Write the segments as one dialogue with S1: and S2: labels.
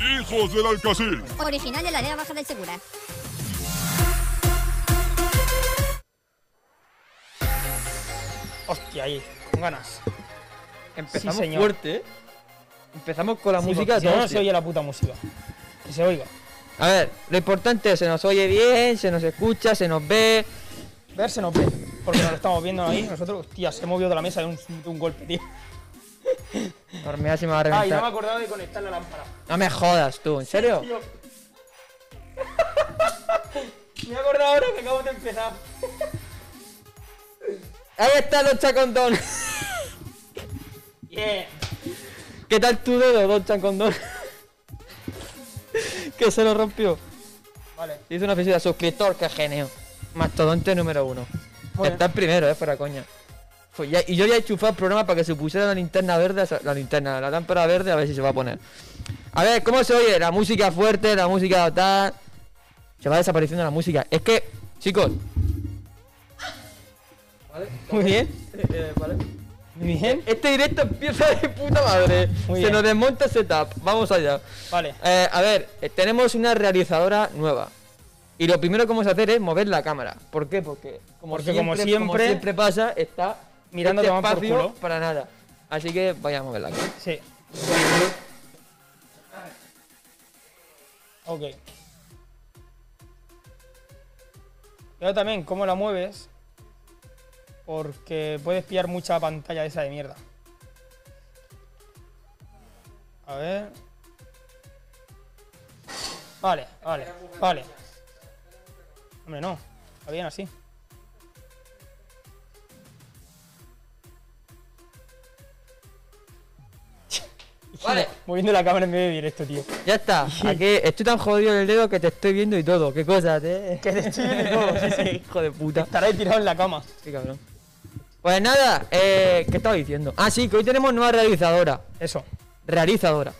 S1: Hijos del Alcacil.
S2: Original de la área baja del Segura.
S3: Hostia, ahí, con ganas.
S4: Empezamos
S3: señor.
S4: fuerte, ¿eh? Empezamos con la
S3: Sí,
S4: música.
S3: porque si
S4: todo,
S3: no, no se
S4: tío.
S3: oye la puta música. Que se oiga.
S4: A ver, lo importante es se nos oye bien, se nos escucha, se nos ve.
S3: Ver se nos ve. Porque nos lo estamos viendo ahí. Nosotros, hostia, se ha movido de la mesa de un, de un golpe, tío.
S4: Hormiga se me va a
S3: Ay,
S4: reventar.
S3: no me acordaba de conectar la lámpara.
S4: No me jodas tú, ¿en serio?
S3: Tío. me he acordado ahora que acabo de empezar.
S4: Ahí está Don Chacondón.
S3: Yeah.
S4: ¿Qué tal tu dedo, Don Chacondón? que se lo rompió.
S3: Vale.
S4: Hizo una visita suscriptor, qué genio. Mastodonte número uno.
S3: Muy
S4: Está en primero, eh, fuera coña. Fue ya- y yo había enchufado el programa para que se pusiera la linterna verde, a esa- la linterna, la lámpara verde, a ver si se va a poner. A ver, ¿cómo se oye? La música fuerte, la música tal. Se va desapareciendo la música. Es que, chicos. Muy bien.
S3: Eh, Muy bien.
S4: Este directo empieza de puta madre.
S3: Muy
S4: se
S3: bien.
S4: nos desmonta el setup. Vamos allá.
S3: Vale.
S4: Eh, a ver, eh, tenemos una realizadora nueva. Y lo primero que vamos a hacer es mover la cámara. ¿Por qué? Porque como,
S3: Porque
S4: siempre,
S3: como
S4: como
S3: siempre-
S4: siempre pasa, está
S3: Mirando
S4: este
S3: a tomar por
S4: espacio
S3: culo.
S4: para nada. Así que vaya a mover la cámara.
S3: Sí. Ok. Pero también cómo la mueves. Porque puedes pillar mucha pantalla esa de mierda. A ver. Vale, vale, vale. Hombre, no. Está bien así.
S4: Vale,
S3: Moviendo la cámara en medio de directo, tío.
S4: ya está. Aquí estoy tan jodido en el dedo que te estoy viendo y todo. Qué cosas, eh.
S3: Que te estoy viendo todo, sí, sí.
S4: Hijo de puta.
S3: Estará ahí tirado en la cama.
S4: Sí, cabrón. Pues nada, eh, ¿qué estaba diciendo? Ah, sí, que hoy tenemos nueva realizadora.
S3: Eso.
S4: realizadora.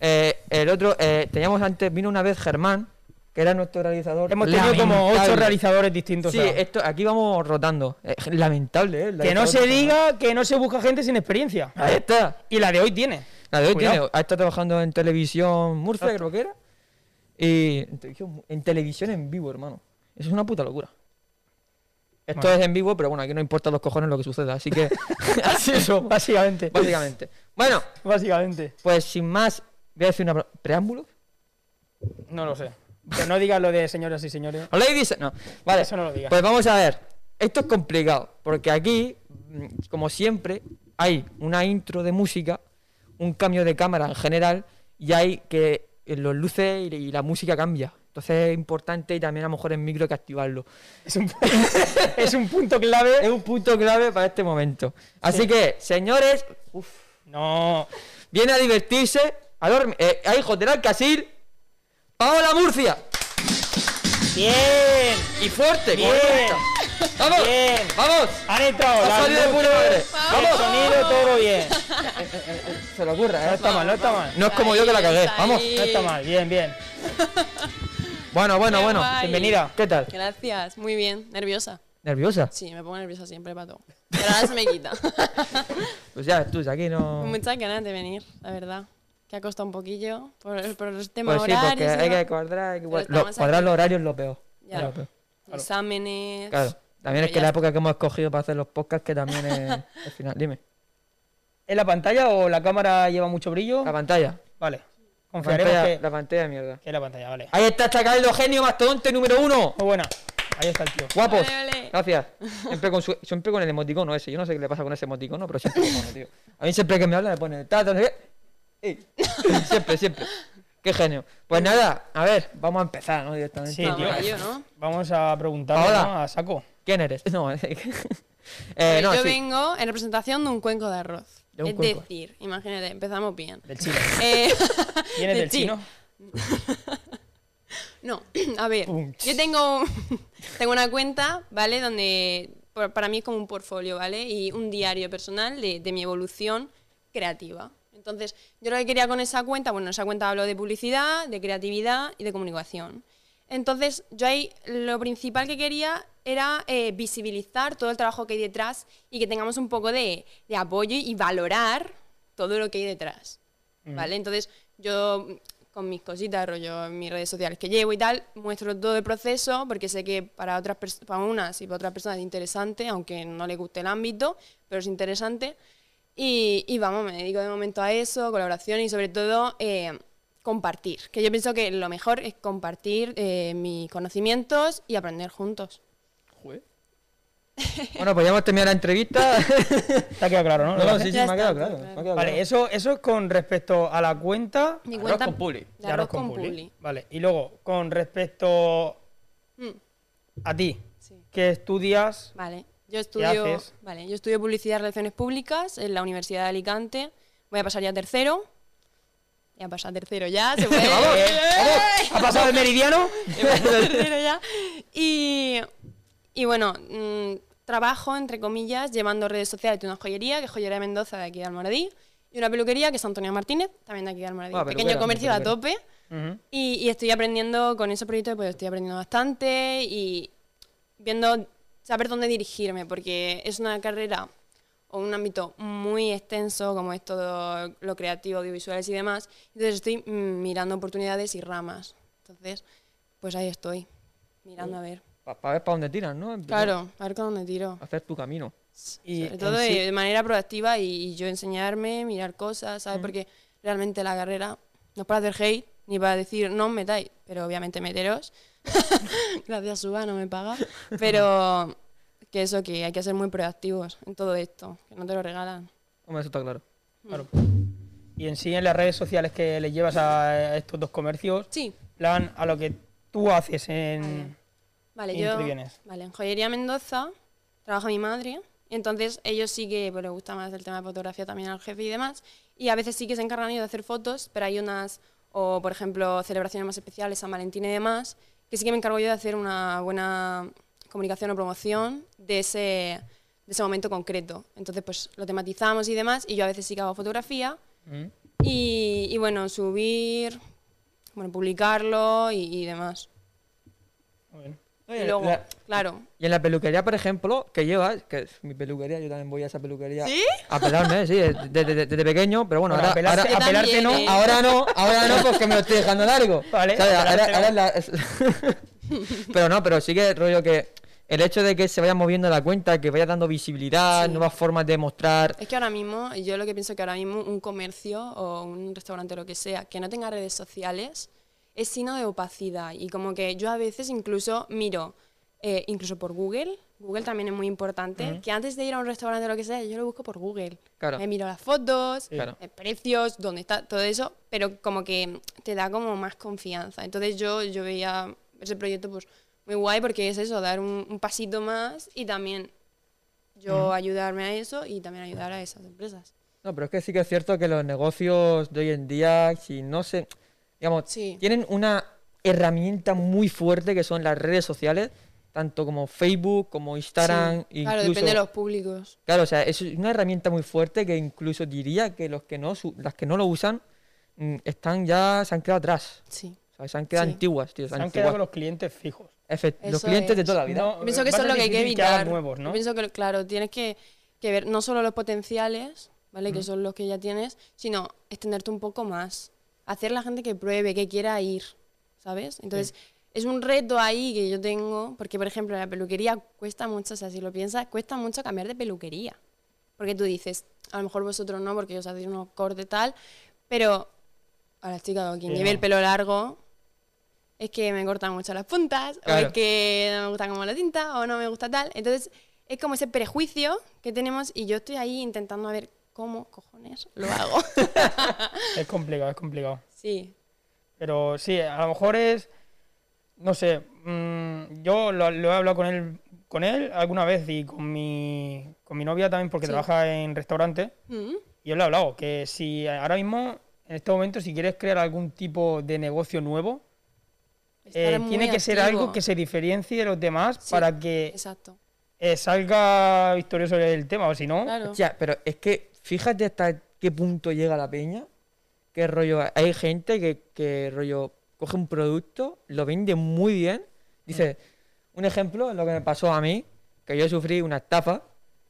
S4: Eh, el otro, eh, teníamos antes, vino una vez Germán, que era nuestro realizador.
S3: Hemos tenido como ocho
S4: Lamentable.
S3: realizadores distintos.
S4: Sí,
S3: o sea,
S4: esto, aquí vamos rotando. Eh, lamentable, ¿eh? el
S3: que no
S4: realizador
S3: se
S4: de Germán.
S3: diga que no se busca gente sin experiencia.
S4: Ahí está.
S3: Y la de hoy tiene.
S4: La de hoy
S3: Cuidado.
S4: tiene, ha estado trabajando en televisión Murcia, creo que era. Y en televisión, mu- en televisión en vivo, hermano. Eso es una puta locura. Esto
S3: Bueno.
S4: es en vivo, pero bueno, aquí no importa los cojones lo que suceda, así que así Ah, eso,
S3: Básicamente.
S4: básicamente. Bueno,
S3: Básicamente.
S4: pues sin más, voy a decir una pre- preámbulo.
S3: No lo sé. Que no digas lo de señoras y señores.
S4: O Ladies, no. Vale.
S3: Eso no lo digas.
S4: Pues vamos a ver. Esto es complicado, porque aquí, mm, como siempre, hay una intro de música, un cambio de cámara en general, y hay que eh, los luces y y la música cambia. Entonces es importante y también a lo mejor en micro hay que activarlo.
S3: Es un, es un punto
S4: Es
S3: clave.
S4: un punto clave para este momento. Así que, señores, uf,
S3: No.
S4: viene a divertirse a, dormir, eh, a hijos del Alcacil, Paola Murcia.
S3: Bien.
S4: Y fuerte,
S3: Bien.
S4: correcta. Vamos,
S3: Bien.
S4: vamos.
S3: Han entrado.
S4: Ha
S3: las
S4: salido de
S3: luces,
S4: puta madre.
S3: El
S4: Vamos.
S3: sonido todo bien.
S4: Se le ocurra,
S3: No
S4: ¿eh?
S3: está mal, no está mal.
S4: No es como yo que la cagué. Vamos.
S3: No está mal. Bien, bien.
S4: Bueno, bueno,
S5: Qué
S4: bueno.
S5: guay.
S4: Bienvenida. ¿Qué tal?
S5: Gracias, muy bien, nerviosa.
S4: ¿Nerviosa?
S5: Sí, me pongo nerviosa siempre para todo. Pero ahora se me quita.
S4: Pues ya, tú, aquí no.
S5: Con Muchas ganas de venir, la verdad. Que ha costado un poquillo por, el- por los temas
S4: Pues sí,
S5: horarios.
S4: porque
S5: y
S4: hay
S5: demás.
S4: que cuadrar, hay que
S5: Pero
S4: cuadrar.
S5: estamos
S4: Lo- cuadrar
S5: aquí.
S4: los horarios es lo peor.
S5: Ya.
S4: Es lo peor.
S5: Exámenes.
S4: Claro. También es
S5: Pero
S4: que
S5: ya
S4: la
S5: está.
S4: época que hemos escogido para hacer los podcasts, que también es el final. Dime.
S3: ¿En la pantalla o la cámara lleva mucho brillo?
S4: La pantalla.
S3: Vale.
S4: La
S3: Confiaremos
S4: pantalla,
S3: que,
S4: la pantalla de mierda.
S3: que es la pantalla, vale.
S4: Ahí está Chacaldo Genio Mastodonte número uno.
S3: Muy buena. Ahí está el tío.
S4: Guapos.
S5: Ole, ole.
S4: Gracias. Siempre con, su- siempre con el emoticono ese. Yo no sé qué le pasa con ese emoticono, pero siempre lo pone, tío. A mí siempre que me habla me pone. "Ta, ta, no sé qué". Ey. Siempre, siempre. Qué genio. Pues nada, a ver, vamos a empezar, ¿no? Directamente.
S3: Sí,
S5: Vamos
S3: tío.
S5: a ello,
S4: Eh,
S5: ¿no?
S3: Vamos a preguntarle
S4: Paola.
S3: ¿no? a Saco.
S4: ¿Quién eres? No, eh,
S5: Eh,
S4: no,
S5: yo
S4: sí.
S5: vengo en representación de un cuenco de arroz.
S4: De un
S5: es
S4: cuenco.
S5: decir, imagínate, empezamos bien.
S3: Del chino.
S5: Eh,
S3: ¿Vienes
S5: de
S3: del chino?
S5: No, a ver,
S3: Pum,
S5: yo tengo, tengo una cuenta, ¿vale? Donde por- para mí es como un portfolio, ¿vale? Y un diario personal de, de mi evolución creativa. Entonces, yo lo que quería con esa cuenta, bueno, en esa cuenta hablo de publicidad, de creatividad y de comunicación. Entonces, yo ahí lo principal que quería era eh, visibilizar todo el trabajo que hay detrás y que tengamos un poco de, de apoyo y valorar todo lo que hay detrás. ¿vale? Entonces yo mm, con mis cositas, rollo, en mis redes sociales que llevo y tal, muestro todo el proceso porque sé que para otras pers- para unas y para otras personas es interesante, aunque no les guste el ámbito, pero es interesante. Y, y vamos, me dedico de momento a eso, colaboración y sobre todo eh, compartir, que yo pienso que lo mejor es compartir eh, mis conocimientos y aprender juntos.
S3: Joder.
S4: Bueno, pues ya hemos terminado la entrevista.
S3: Te ha quedado claro, ¿no?
S4: No,
S3: Lo que
S4: sí, sí,
S3: haces.
S4: me
S5: Ya
S4: ha quedado
S5: está,
S4: claro.
S5: claro.
S4: me ha quedado
S3: Vale,
S4: claro.
S3: eso, eso es con respecto a la cuenta
S5: Mi
S4: Arroz
S5: cuenta
S4: con puli.
S5: de arroz con puli.
S3: Vale, y luego, con respecto
S5: Mm,
S3: a ti,
S5: sí.
S3: que estudias.
S5: Vale, yo estudio,
S3: haces?
S5: vale, yo estudio publicidad y relaciones públicas en la Universidad de Alicante. Voy a pasar ya a tercero. Ya a pasar a tercero ya, se puede. eh,
S4: ¿Ha pasado el meridiano?
S5: tercero ya. Y, y bueno, mm, trabajo, entre comillas, llevando redes sociales de una joyería, que es Joyería Mendoza de aquí de Almoradí, y una peluquería que es Antonio Martínez, también de aquí de Almoradí.
S4: Ah,
S5: Pequeño
S4: peluquera,
S5: comercio a
S4: peluquera.
S5: tope. Y, y estoy aprendiendo con ese proyecto, pues estoy aprendiendo bastante y viendo, saber dónde dirigirme, porque es una carrera o un ámbito muy extenso, como es todo lo creativo, audiovisuales y demás. Entonces estoy mm, mirando oportunidades y ramas. Entonces, pues ahí estoy, mirando a ver.
S4: Para ver para dónde tiras, ¿no? Empezar
S5: Claro, a ver con dónde tiro.
S4: a Hacer tu camino.
S3: Y
S5: Sobre todo
S3: en sí-
S5: de, de manera proactiva y, y yo enseñarme, mirar cosas,
S3: Mm.
S5: ¿sabes? Porque realmente la carrera no es para hacer hate ni para decir no os metáis, pero obviamente meteros. Gracias, Suba, no me paga. Pero que eso, que hay que ser muy proactivos en todo esto, que no te lo regalan.
S4: Hombre, eso está claro.
S5: Mm.
S3: claro. Y en sí, en las redes sociales que le llevas a estos dos comercios,
S5: Sí, Ah,
S3: plan a lo que tú haces en.
S5: Vale,
S3: ¿En
S5: yo.
S3: qué vienes?
S5: Vale, en Joyería Mendoza trabaja mi madre. Entonces, ellos sí que pues, les gusta más el tema de fotografía también al jefe y demás. Y a veces sí que se encargan ellos de hacer fotos, pero hay unas, o por ejemplo, celebraciones más especiales, San Valentín y demás, que sí que me encargo yo de hacer una buena comunicación o promoción de ese, de ese momento concreto. Entonces, pues lo tematizamos y demás. Y yo a veces sí que hago fotografía.
S3: Mm.
S5: Y, y, bueno, subir, bueno, publicarlo y, y demás.
S3: Muy bien.
S5: Y luego,
S4: La-
S5: claro,
S4: Y en la peluquería, por ejemplo, que llevas, que es mi peluquería, yo también voy a esa peluquería.
S5: ¿Sí?
S4: A pelarme, sí, desde, desde- desde pequeño, pero bueno,
S3: Bueno,
S4: ahora,
S3: a pelarse-
S4: ahora-
S5: Yo
S3: a pelarte
S5: también,
S3: no.
S5: ¿eh?
S4: Ahora no, ahora no porque me lo estoy dejando largo.
S3: Vale,
S4: ¿Sabes? Ahora-
S3: adelante,
S4: ahora la- es- pero no, pero sí que el rollo que el hecho de que se vaya moviendo la cuenta, que vaya dando visibilidad,
S5: Sí.
S4: nuevas formas de mostrar.
S5: Es que ahora mismo, yo lo que pienso que ahora mismo un comercio o un restaurante o lo que sea que no tenga redes sociales es signo de opacidad. Y como que yo a veces incluso miro, eh, incluso por Google, Google también es muy importante, que antes de ir a un restaurante o lo que sea, yo lo busco por Google.
S4: Claro.
S5: Me miro las fotos,
S4: Claro.
S5: eh, precios, dónde está, todo eso, pero como que te da como más confianza. Entonces yo, yo veía ese proyecto pues muy guay porque es eso, dar un- un pasito más y también yo ayudarme a eso y también ayudar a esas empresas.
S4: No, pero es que sí que es cierto que los negocios de hoy en día, si no se, digamos,
S5: Sí.
S4: tienen una herramienta muy fuerte que son las redes sociales, tanto como Facebook, como Instagram,
S5: Sí, Claro,
S4: incluso-
S5: depende de los públicos.
S4: Claro, o sea, es una herramienta muy fuerte que incluso diría que los que no su- las que no lo usan mm, están ya se han quedado atrás.
S5: Sí.
S4: O sea, se han quedado
S5: Sí.
S4: antiguas, tío.
S3: Se
S4: se
S3: han
S4: han
S3: quedado con
S4: antiguas.
S3: los clientes fijos.
S4: Efe- los
S5: Eso
S4: clientes de
S5: es.
S4: toda la vida.
S3: No,
S5: Pienso
S3: va eh, a
S5: que eso es lo
S3: ser
S5: que hay que
S3: difícil hagan
S5: evitar.
S3: nuevos, ¿no?
S5: Yo Pienso que, claro, tienes que, que ver no solo los potenciales, ¿vale? Que son los que ya tienes, sino extenderte un poco más. Hacer la gente que pruebe, que quiera ir, ¿sabes? Entonces, es un reto ahí que yo tengo, porque, por ejemplo, la peluquería cuesta mucho, o sea, si lo piensas, cuesta mucho cambiar de peluquería. Porque tú dices, a lo mejor vosotros no, porque os hacéis unos cortes tal, pero a las chicas o quien
S3: Sí,
S5: lleve el
S3: no.
S5: pelo largo, es que me cortan mucho las puntas, o
S4: Claro.
S5: es que no me gusta como la tinta, o no me gusta tal. Entonces, es como ese prejuicio que tenemos y yo estoy ahí intentando a ver cómo cojones lo hago.
S3: Es complicado, es complicado.
S5: sí,
S3: Pero sí, a lo mejor es. No sé. mm, yo lo, lo he hablado con él, con él alguna vez y con mi, con mi novia también, porque
S5: Sí.
S3: trabaja en restaurante.
S5: Mm,
S3: Y yo le he hablado que si ahora mismo, en este momento, si quieres crear algún tipo de negocio nuevo,
S5: estar
S3: eh,
S5: muy
S3: tiene que ser algo
S5: activo.
S3: que se diferencie de los demás
S5: Sí,
S3: para que
S5: Exacto.
S3: eh, salga victorioso el tema, o si no.
S5: Claro.
S4: Hostia, pero es que fíjate hasta qué punto llega la peña. Qué rollo. Hay gente que, que rollo coge un producto, lo vende muy bien. Dice, un ejemplo, lo que me pasó a mí, que yo sufrí una estafa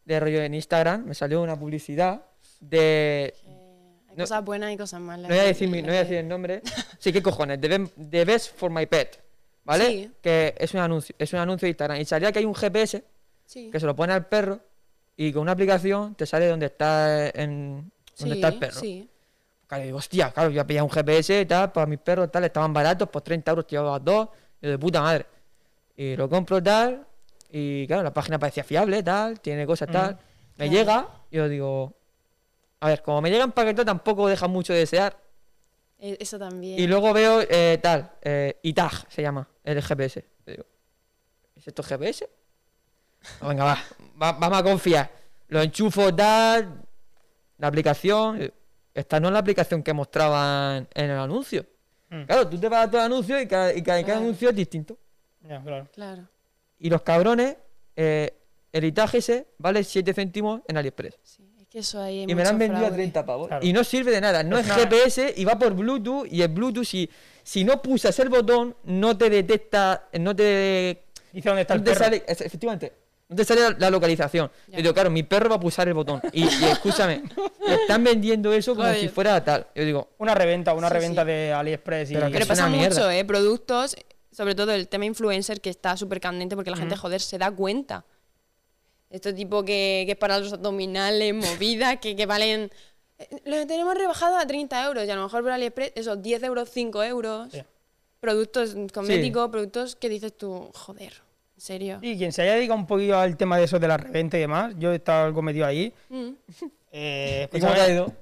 S4: de rollo en Instagram, me salió una publicidad de
S5: Eh, hay
S4: No-
S5: cosas buenas y cosas malas.
S4: No voy a decir, mi- no voy a decir el nombre. Sí, ¿qué cojones? The, Be- The Best for My Pet. ¿Vale?
S5: Sí.
S4: Que es un anuncio, es un anuncio de Instagram. Y salía que hay un GPS
S5: Sí.
S4: que se lo pone al perro y con una aplicación te sale dónde está en dónde
S5: Sí,
S4: está el perro.
S5: Sí.
S4: Claro, digo, hostia, claro, yo pillado un GPS y tal, para mis perros tal, estaban baratos, por 30 euros llevaba dos, y yo, de puta madre. Y lo compro tal, y claro, la página parecía fiable, tal, tiene cosas tal. Me
S5: Mm, Claro.
S4: llega, y yo digo, a ver, como me llega empaquetado tampoco deja mucho de desear.
S5: E- Eso también.
S4: Y luego veo eh, tal, eh, ITAG se llama, el GPS. Yo digo, ¿es esto GPS? Ah, venga, va, va- vamos a confiar. Lo enchufo, tal, la aplicación. eh, Esta no es la aplicación que mostraban en el anuncio.
S3: Mm.
S4: Claro, tú te vas a todo el anuncio y cada, y cada- cada
S5: Claro.
S4: anuncio es distinto.
S3: Ya, claro.
S5: Claro.
S4: Y los cabrones, eh, el ITAG ese vale 7 céntimos en AliExpress.
S5: Sí. Es que eso ahí hay
S4: Y me la han
S5: mucho
S4: vendido a
S5: fraude.
S4: 30 pavos.
S3: Claro.
S4: Y no sirve de nada. No es
S3: nada.
S4: GPS y va por Bluetooth. Y el Bluetooth, si, si no pulsas el botón, no te detecta. No te.
S3: Dice dónde está
S4: no
S3: el
S4: te
S3: perro.
S4: sale, es- efectivamente. No te sale la, la localización.
S5: Ya.
S4: Yo digo, claro, mi perro va a pulsar el botón. Y, y escúchame, me están vendiendo eso como
S5: Joder.
S4: si fuera tal. Yo digo,
S3: Una reventa, una
S5: Sí,
S3: reventa
S5: sí.
S3: de AliExpress y...
S4: Pero que
S5: Pero
S4: es una
S5: pasa mucho,
S4: mierda.
S5: ¿eh? Productos, sobre todo el tema influencer, que está súper candente porque la gente, joder, se da cuenta. Esto tipo que, que es para los abdominales, movidas, que, que valen... eh, Los tenemos rebajados a 30 euros y a lo mejor por AliExpress, esos 10 euros, 5 euros.
S3: Sí.
S5: Productos cosméticos, productos que dices tú, joder, ¿en serio?
S3: Y quien se haya dedicado un poquillo al tema de eso de la reventa y demás, yo he estado algo metido ahí.
S5: Mm.
S3: Eh,
S4: ¿y cómo te ha ido?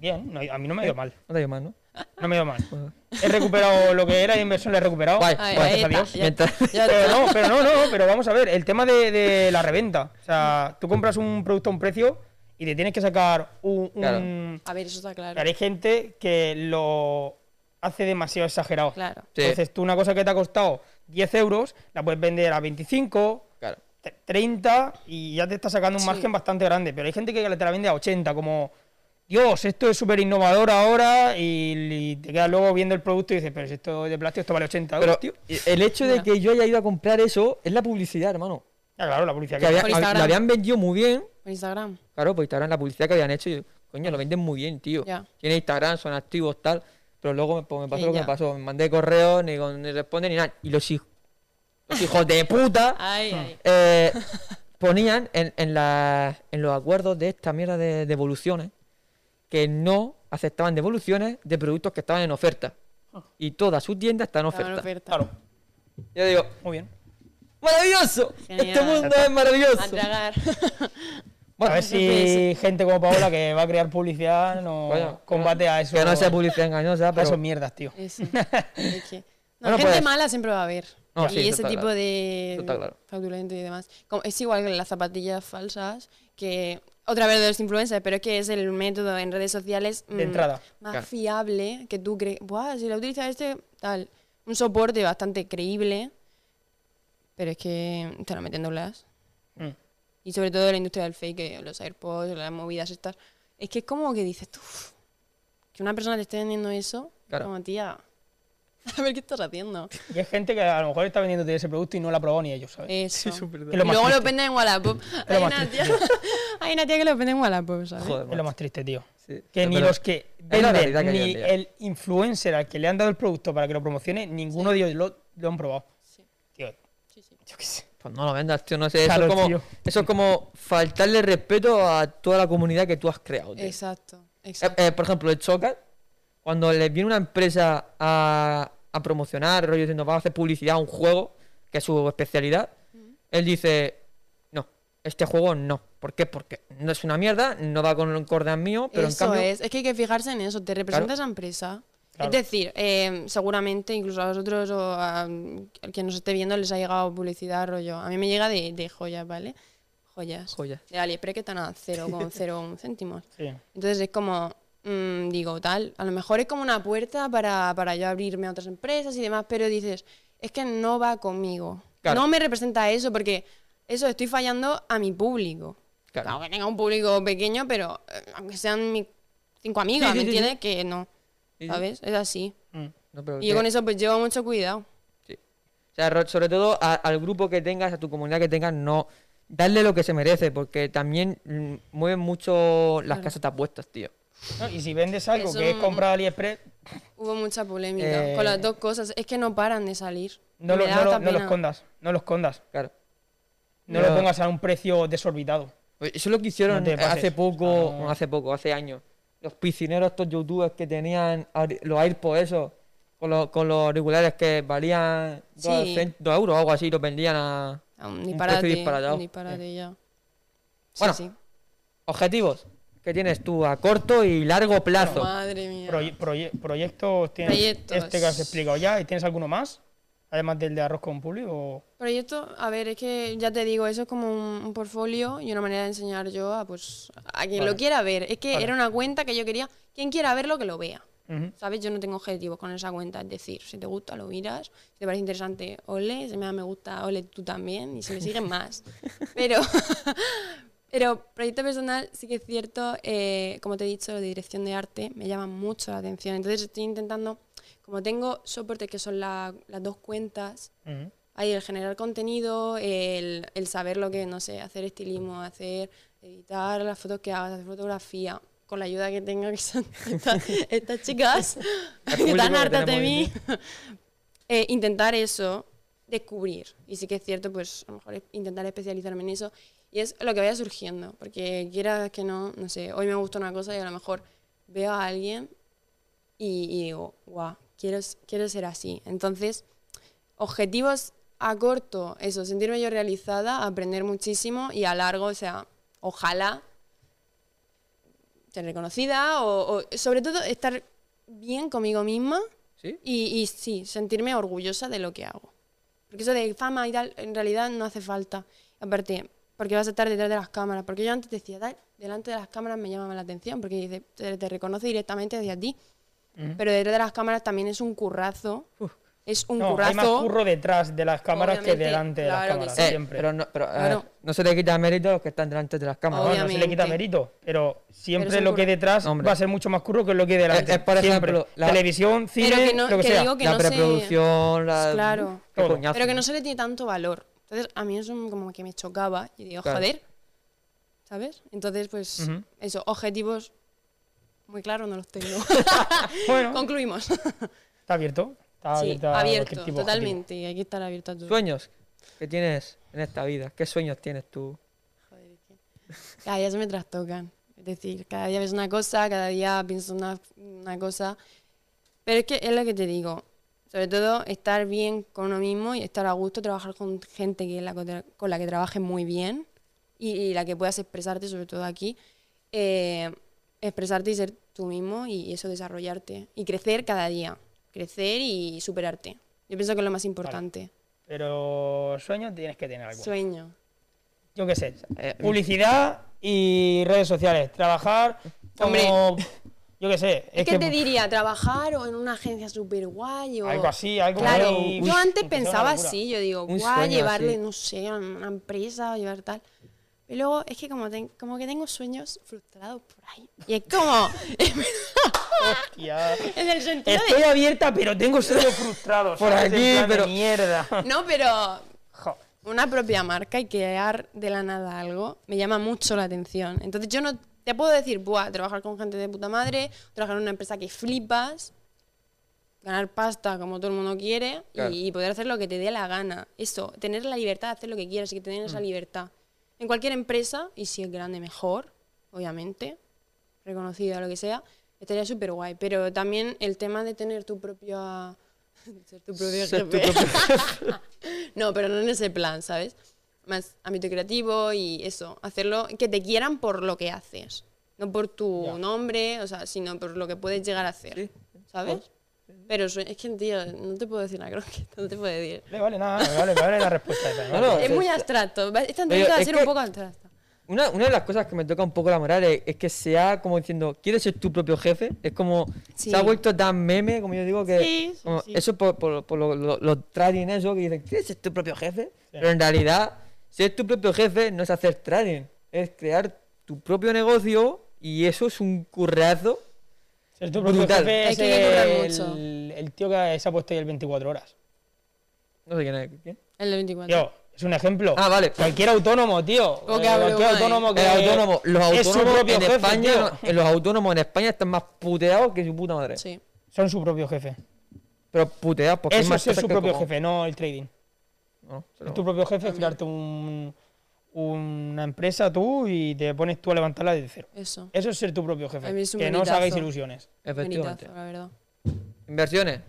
S3: Bien, no, a mí no me ha ido mal.
S4: No te ha ido mal, ¿no?
S3: No me ha ido mal. He recuperado lo que era y inversión, lo he recuperado.
S4: Guay,
S5: Ahí-
S4: guay.
S5: ahí está,
S3: Gracias a
S5: ya-
S4: Mientras-
S5: ya-
S3: Pero no, pero no, no, pero vamos a ver, el tema de, de la reventa. O sea, tú compras un producto a un precio y te tienes que sacar un... un-
S4: Claro.
S5: A ver, eso está claro.
S3: Claro, hay gente que lo hace demasiado exagerado.
S5: Claro.
S4: Sí.
S3: Entonces tú una cosa que te ha costado 10 euros, la puedes vender a 25,
S4: Claro.
S3: te- 30 y ya te está sacando un
S5: Sí.
S3: margen bastante grande. Pero hay gente que te la vende a 80, como, Dios, esto es súper innovador ahora y, y te quedas luego viendo el producto y dices, pero si esto es de plástico, esto vale 80 euros,
S4: Pero
S3: tío.
S4: el hecho de
S5: Ya.
S4: que yo haya ido a comprar eso es la publicidad, hermano.
S3: Ya, claro, la publicidad
S4: Que
S3: que
S4: había-
S5: Por
S4: hab-
S5: Instagram.
S4: la habían vendido muy bien.
S5: Por Instagram.
S4: Claro, por Instagram, la publicidad que habían hecho, y yo, coño, lo venden muy bien, tío.
S5: Ya.
S4: Tiene Instagram, son activos, tal. Pero luego pues, me pasó
S5: Sí,
S4: lo que
S5: ya.
S4: me pasó. Me mandé correo, ni, con- ni responde ni nada. Y los hijos, los hijos de puta,
S5: Ay, ay.
S4: eh, ponían en, en, las- en los acuerdos de esta mierda de devoluciones que no aceptaban devoluciones de productos que estaban en oferta. Y todas sus tiendas están en
S5: Estaba Oh. en
S4: oferta.
S5: oferta.
S3: Claro,
S4: Yo digo,
S3: muy bien.
S4: Ah, ¡maravilloso! ¡Este
S5: Genial.
S4: mundo es
S5: A
S4: maravilloso!
S5: tragar.
S4: Bueno,
S3: a ver si gente como Paola que va a crear publicidad no
S4: Vaya,
S3: combate a eso.
S4: que no sea publicidad engañosa,
S3: a
S4: pero...
S3: esas mierdas, tío.
S5: Eso. Es que- No,
S4: Bueno,
S5: gente
S4: pues-
S5: mala siempre va a haber.
S4: No,
S5: y
S4: sí, eso
S5: ese
S4: está
S5: tipo
S4: claro.
S5: de
S4: Eso está claro.
S5: fraudulento y demás. Como- es igual que las zapatillas falsas, que otra vez de los influencers, pero es que es el método en redes sociales mm,
S3: entrada.
S5: más
S4: Claro.
S5: fiable que tú crees. Buah, si lo utiliza este, tal. Un soporte bastante creíble, pero es que te lo meten dobladas.
S3: Mm.
S5: Y sobre todo la industria del fake, eh, los AirPods, las movidas estas. Es que es como que dices tú, "Uf, que una persona te esté vendiendo eso, es
S4: Claro.
S5: como tía, a ver qué estás haciendo.
S3: Y es gente que a lo mejor está vendiéndote ese producto y no lo ha probado ni ellos, ¿sabes?
S5: Eso.
S3: Es
S5: y
S3: lo más
S5: luego lo
S3: triste.
S5: venden en Wallapop.
S3: lo
S5: Hay
S3: más
S5: una, tía,
S3: triste,
S5: hay una tía que lo vende en Wallapop, ¿sabes?
S4: Joder,
S3: Es
S4: macho.
S3: lo más triste, tío.
S4: Sí. Eh,
S3: Que ni
S4: Pero-
S3: los que
S4: es la realidad
S3: venden,
S4: que hay hoy
S3: ni
S4: en día.
S3: el influencer al que le han dado el producto para que lo promocione, ninguno de ellos lo, lo han probado.
S5: Sí,
S3: Tío,
S5: sí, sí.
S3: yo qué sé.
S4: Pues no lo vendas, tío, no sé.
S3: Claro,
S4: eso, es como,
S3: tío.
S4: eso es como faltarle respeto a toda la comunidad que tú has creado. tío.
S5: Exacto,
S4: Eh,
S5: exacto.
S4: eh, por ejemplo, el Chocat, cuando le viene una empresa a, a promocionar, rollo diciendo, vamos a hacer publicidad a un juego, que es su especialidad, él dice, no, este juego no. ¿Por qué? Porque no es una mierda, no va con un cordón mío, pero
S5: eso
S4: en cambio...
S5: es, es que hay que fijarse en eso, te representa
S4: Claro.
S5: esa empresa.
S3: Claro.
S5: Es decir, eh, seguramente incluso a vosotros o a mm, al que nos esté viendo les ha llegado publicidad, rollo. A mí me llega de, de joyas, ¿vale? Joyas.
S4: Joyas.
S5: De AliExpress que están a 0,01 céntimos.
S3: Sí.
S5: Entonces es como, mm, digo, tal, a lo mejor es como una puerta para, para yo abrirme a otras empresas y demás, pero dices, es que no va conmigo.
S4: Claro.
S5: No me representa eso porque eso estoy fallando a mi público.
S4: Claro.
S5: Claro, que tenga un público pequeño, pero eh, aunque sean mis cinco amigas,
S4: Sí, sí,
S5: ¿me
S4: sí,
S5: entiendes? Que no,
S4: Sí, sí.
S5: ¿sabes? Es así.
S3: Mm.
S4: No, pero
S5: Y yo
S4: que-
S5: con eso pues llevo mucho cuidado.
S4: Sí. O sea, ro- sobre todo a- al grupo que tengas, a tu comunidad que tengas, no darle lo que se merece, porque también mm, mueven mucho las casas de apuestas, tío.
S3: No, y si vendes algo
S5: Eso-
S3: que es comprado de AliExpress,
S5: Hubo mucha polémica
S3: Eh,
S5: con las dos cosas. Es que no paran de salir.
S3: no,
S5: Me
S3: lo,
S5: da
S3: no lo-
S5: hasta
S3: no lo
S5: pena.
S3: escondas, no lo escondas.
S4: Claro.
S3: No,
S4: No.
S3: lo pongas a un precio desorbitado.
S4: Pues Eso es lo que hicieron
S3: No te
S4: eh,
S3: pases.
S4: hace poco,
S3: Ah, no.
S4: bueno, hace poco, hace años. Los piscineros, estos youtubers que tenían aur- los AirPods esos, con los, con los auriculares que valían 2
S5: Sí.
S4: euros o algo así, los vendían a
S5: A Un
S4: precio
S5: disparate.
S4: disparatado.
S5: Un disparate ya. Sí,
S4: Bueno,
S5: sí.
S4: objetivos que tienes tú a corto y largo plazo.
S5: Madre mía.
S3: Proye- proye- proyectos tienes
S5: Proyectos.
S3: este que has explicado ya. ¿Y tienes alguno más? Además del de arroz con puli o...
S5: Proyecto, a ver, es que ya te digo, eso es como un, un portfolio y una manera de enseñar yo a pues a quien lo
S3: Vale.
S5: quiera ver. Es que
S3: Vale.
S5: era una cuenta que yo quería, quien quiera verlo que lo vea.
S3: Ujú.
S5: ¿Sabes? Yo no tengo objetivos con esa cuenta, es decir, si te gusta lo miras, si te parece interesante, ole, si me da me gusta, ole tú también y si me siguen más. Pero pero proyecto personal sí que es cierto, eh, como te he dicho, lo de dirección de arte me llama mucho la atención. Entonces estoy intentando, como tengo soporte que son la- las dos cuentas,
S3: Ujú.
S5: Ahí el generar contenido, el, el saber lo que, no sé, hacer estilismo, hacer, editar las fotos que hagas, hacer fotografía, con la ayuda que tenga que son esta- estas chicas, que
S4: público
S5: están
S4: que
S5: hartas de mí,
S4: tenemos
S5: Eh, intentar eso, descubrir. Y sí que es cierto, pues a lo mejor es- intentar especializarme en eso. Y es lo que vaya surgiendo, porque quieras que no, no sé, hoy me gusta una cosa y a lo mejor veo a alguien y, y digo, guau, quiero, s- quiero ser así. Entonces, objetivos a corto, eso, sentirme yo realizada, aprender muchísimo y a largo, o sea, ojalá ser reconocida o, o, sobre todo estar bien conmigo misma
S4: ¿Sí?
S5: y, y sí, sentirme orgullosa de lo que hago. Porque eso de fama y tal, en realidad no hace falta. Aparte, porque vas a estar detrás de las cámaras. Porque yo antes decía, "Dai, delante de las cámaras me llama la atención, porque dice, te, te reconoce directamente hacia ti. Pero detrás de las cámaras también es un currazo. Es un
S3: No, hay más
S5: currazo.
S3: curro detrás de las cámaras que
S5: Obviamente,
S3: delante de las
S5: claro que
S3: cámaras,
S5: sí.
S4: Eh,
S3: siempre.
S4: pero no, pero, a ver,
S5: Claro.
S4: no se le quita mérito a los que están delante de las cámaras.
S3: Ah, No, no se le quita
S5: Obviamente.
S3: mérito, pero siempre
S5: Pero es un
S3: lo que
S5: curro.
S3: detrás
S4: Hombre.
S3: va a ser mucho más curro que lo que hay delante.
S4: Eh, eh, por
S3: Siempre.
S4: ejemplo, la-
S3: televisión, cine,
S5: Pero que no-
S3: lo que,
S5: que
S3: sea.
S5: digo que
S4: la
S5: no se-
S4: preproducción, la...
S5: Claro.
S4: qué
S3: Todo.
S4: coñazo.
S5: pero que no se le tiene tanto valor. Entonces, a mí eso como que me chocaba. Y digo,
S4: Claro.
S5: joder, ¿sabes? Entonces, pues,
S3: Ujú.
S5: eso, objetivos muy claros no los tengo.
S3: Bueno,
S5: Concluimos.
S3: está abierto. Ah, Está
S5: Sí,
S3: abierto, a
S5: abierto,
S3: cualquier tipo de
S5: totalmente. Hay que estar abierto a todo.
S4: Sueños que tienes en esta vida. ¿Qué sueños tienes tú?
S5: Joder, es que cada día se me trastocan. Es decir, cada día ves una cosa, cada día pienso una, una cosa. Pero es que es lo que te digo. Sobre todo estar bien con uno mismo y estar a gusto, trabajar con gente que la, contra- con la que trabajes muy bien y, y la que puedas expresarte, sobre todo aquí. eh, expresarte y ser tú mismo y, eso desarrollarte. Y crecer cada día. Crecer y superarte. Yo pienso que es lo más importante.
S3: objetivo. Pero sueño tienes que tener algo.
S5: Sueño.
S3: Yo qué sé.
S4: Eh,
S3: Publicidad y redes sociales. Trabajar como...
S5: Hombre.
S3: Yo qué sé.
S5: Es que, te diría, trabajar o en una agencia súper guay o...
S3: Algo así, algo
S5: Claro,
S3: muy-
S5: yo
S3: Uy,
S5: antes
S3: que sea
S5: pensaba
S3: una locura.
S5: así, yo digo,
S4: Un
S5: guay,
S4: sueño
S5: llevarle,
S4: así.
S5: no sé, a una empresa, llevar tal. Y luego es que como, ten- como que tengo sueños frustrados por ahí. Y es como,
S3: Hostia.
S5: en el sentido
S3: Estoy abierta, pero tengo sueños frustrados.
S4: Por
S3: ¿sabes? En
S4: aquí,
S3: plan de
S4: pero-
S3: Mierda.
S5: de... No, pero
S3: Jo.
S5: una propia marca y crear de la nada algo me llama mucho la atención. Entonces yo no te puedo decir, buah, trabajar con gente de puta madre, trabajar en una empresa que flipas, ganar pasta como todo el mundo quiere y-
S4: Claro.
S5: y, poder hacer lo que te dé la gana. Eso, tener la libertad de hacer lo que quieras y que tener esa
S4: Mm.
S5: libertad. En cualquier empresa, y si es grande mejor, obviamente, reconocida o lo que sea, estaría súper guay. Pero también el tema de tener tu propia... ser tu propio
S4: Ser tu
S5: jefe.
S4: propio
S5: No, pero no en ese plan, ¿sabes? Más ámbito creativo y eso, hacerlo, que te quieran por lo que haces, no por tu nombre, o sea, sino por lo que puedes llegar a hacer,
S4: Sí. Oh.
S5: ¿sabes? Pero sue- es que, tío, no te puedo decir la croqueta, no te puedo decir.
S3: Le vale nada, le vale, le vale la respuesta esa. ¿no?
S4: No, no,
S5: Es
S4: sí,
S5: muy
S4: sí.
S5: abstracto, va- esta
S4: Pero
S5: entrevista va a
S4: es
S5: ser
S4: que-
S5: un poco abstracta.
S4: Una, una de las cosas que me toca un poco la moral es, es que sea como diciendo, ¿quieres ser tu propio jefe? Es como,
S5: Sí.
S4: se ha vuelto tan meme, como yo digo, que
S5: Sí, sí,
S4: como
S5: sí.
S4: eso por, por, por lo- lo- los trading eso, que dicen, ¿quieres ser tu propio jefe? Pero en realidad, ser tu propio jefe no es hacer trading, es crear tu propio negocio y eso es un currazo.
S3: Ser tu propio
S4: Brutal.
S3: jefe
S5: Hay
S3: es
S5: que currar mucho.
S3: el, el tío que se ha puesto ahí el 24 horas.
S4: No sé quién es. ¿quién?
S5: El de 24.
S3: Tío, Es un ejemplo.
S4: Ah, vale.
S3: Cualquier autónomo, tío.
S5: Poca
S3: Eh, cualquier
S5: broma,
S3: autónomo
S5: eh.
S3: que.
S4: El autónomo, los
S3: es su
S4: autónomos
S3: propio
S4: en
S3: jefe,
S4: España,
S3: tío.
S4: no- eh, los autónomos en España están más puteados que su puta madre.
S5: Sí.
S3: Son su propio jefe.
S4: Pero puteados porque hay
S3: Eso
S4: más
S3: es ser
S4: cosas
S3: su
S4: que
S3: propio
S4: como-
S3: jefe, no el trading.
S4: No, se
S3: Es
S4: lo-
S3: tu propio jefe, es crearte un- una empresa tú y te pones tú a levantarla desde cero.
S5: Eso.
S3: Eso es ser tu propio jefe.
S5: A mí es un
S3: que no os
S5: mitazo.
S3: hagáis ilusiones.
S4: Efectivamente.
S5: Meritazo, la verdad.
S4: Inversiones.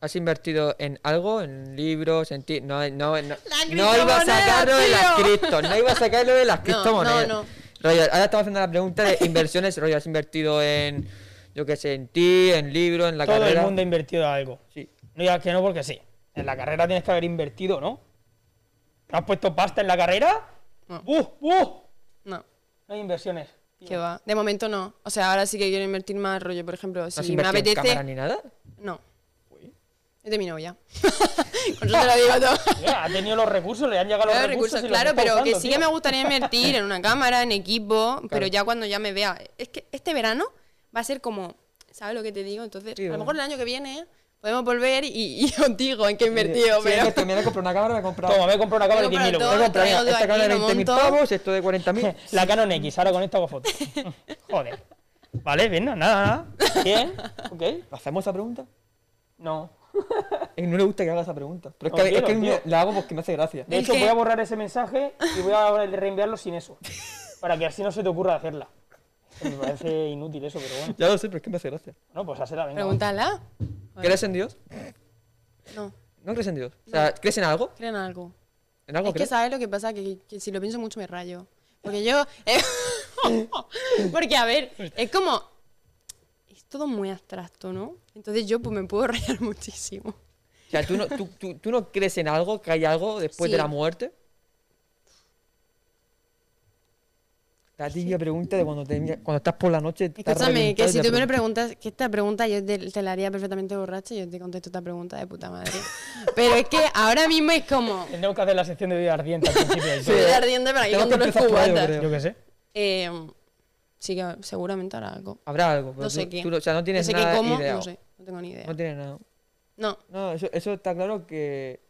S4: ¿Has invertido en algo? ¿En libros? ¿En ti? No, no, no, no
S5: criptomoneda,
S4: iba a sacarlo de las
S5: tío.
S4: criptos. No iba a sacarlo de las
S5: No,
S4: criptomonedas.
S5: no, no.
S4: Roger, ahora estamos haciendo la pregunta de inversiones. Roger, ¿has invertido en, yo qué sé, en ti, en libros, en la
S3: Todo
S4: carrera?
S3: el mundo ha invertido algo.
S4: Sí.
S3: No digas que no porque sí. En la carrera tienes que haber invertido, ¿no? ¿No has puesto pasta en la carrera?
S5: No.
S3: ¡Uh! ¡Uh!
S5: No.
S3: No hay inversiones.
S5: Que va. De momento no. O sea, ahora sí que quiero invertir más rollo, por ejemplo,
S4: ¿No has
S5: si me
S4: invertido en
S5: apetece.
S4: cámara ni nada?
S5: No. Es de mi novia. Con eso te lo digo todo.
S3: Mira, ha tenido los recursos, le han llegado los
S5: Claro,
S3: recursos. y los
S5: claro,
S3: está
S5: pero que
S3: usando,
S5: sí
S3: tío.
S5: que me gustaría invertir en una cámara, en equipo, pero
S4: Claro.
S5: ya cuando ya me vea. Es que este verano va a ser como, ¿sabes lo que te digo? Entonces,
S4: Sí,
S5: a lo
S4: bueno.
S5: mejor el año que viene podemos volver y, y contigo en qué he invertido,
S4: Sí,
S5: pero.
S4: es que me he comprado una cámara, me he comprado...
S3: Toma, me he comprado una cámara de
S5: Me he
S3: 10.000
S5: comprado
S3: euros. ¿eh?
S4: Me he
S5: todo,
S4: comprado, mira,
S5: traigo
S4: esta
S5: aquí,
S4: cámara de
S5: lo
S4: 20.000
S5: monto.
S4: pavos, esto de 40.000.
S3: La Canon X, ahora con esta hago fotos. Joder. Vale, bien, no, nada, nada. Bien, ok.
S4: ¿Hacemos esa pregunta?
S3: No.
S4: Es que no le gusta que haga esa pregunta.
S3: No
S4: Pero es que, es
S3: quiero,
S4: que
S3: tío.
S4: me- la hago porque me hace gracia.
S3: De
S5: ¿El
S3: hecho,
S5: qué?
S3: voy a borrar ese mensaje y voy a reenviarlo sin eso. Para que así no se te ocurra hacerla. Me parece inútil eso, pero bueno.
S4: Ya lo sé, pero es que me hace gracia.
S3: Bueno, pues hazla, venga. va.
S5: Pregúntala. Joder,
S4: ¿Crees en Dios?
S5: No,
S4: ¿No crees en Dios? O sea, ¿crees en algo?
S5: creen algo.
S4: ¿En algo
S5: Es que
S4: crees?
S5: sabes lo que pasa, que, que si lo pienso mucho me rayo. Porque yo... eh, porque, a ver, es como... Es todo muy abstracto, ¿no? Entonces yo pues me puedo rayar muchísimo.
S4: O sea, ¿tú no, tú, tú- tú no crees en algo? ¿Que hay algo después de
S5: Sí.
S4: la muerte? La tibia pregunta de cuando, te mira- cuando estás por la noche. te estás
S5: Escúchame,
S4: reventado
S5: que
S4: y
S5: si
S4: te
S5: tú me lo
S4: preguntas-
S5: preguntas, que esta pregunta yo te, te la haría perfectamente borracha y yo te contesto esta pregunta de puta madre. Pero es que ahora mismo es como...
S3: Tenemos que hacer la sección de vida ardiente al principio. del
S5: Soy
S3: todo.
S5: ardiente para que
S4: eh, Tengo que
S5: controle
S4: empezar por ahí, yo
S5: cubatas.
S4: creo.
S3: Yo qué sé.
S5: Eh, sí que seguramente hará algo.
S4: Habrá algo. pero
S5: No sé
S4: Pues tú-
S5: qué.
S4: tú no- o sea, no tienes
S5: no sé
S4: nada
S5: qué como,
S4: ideado.
S5: no sé. No tengo ni idea.
S4: No tienes nada.
S5: No,
S4: No, eso, eso está claro que,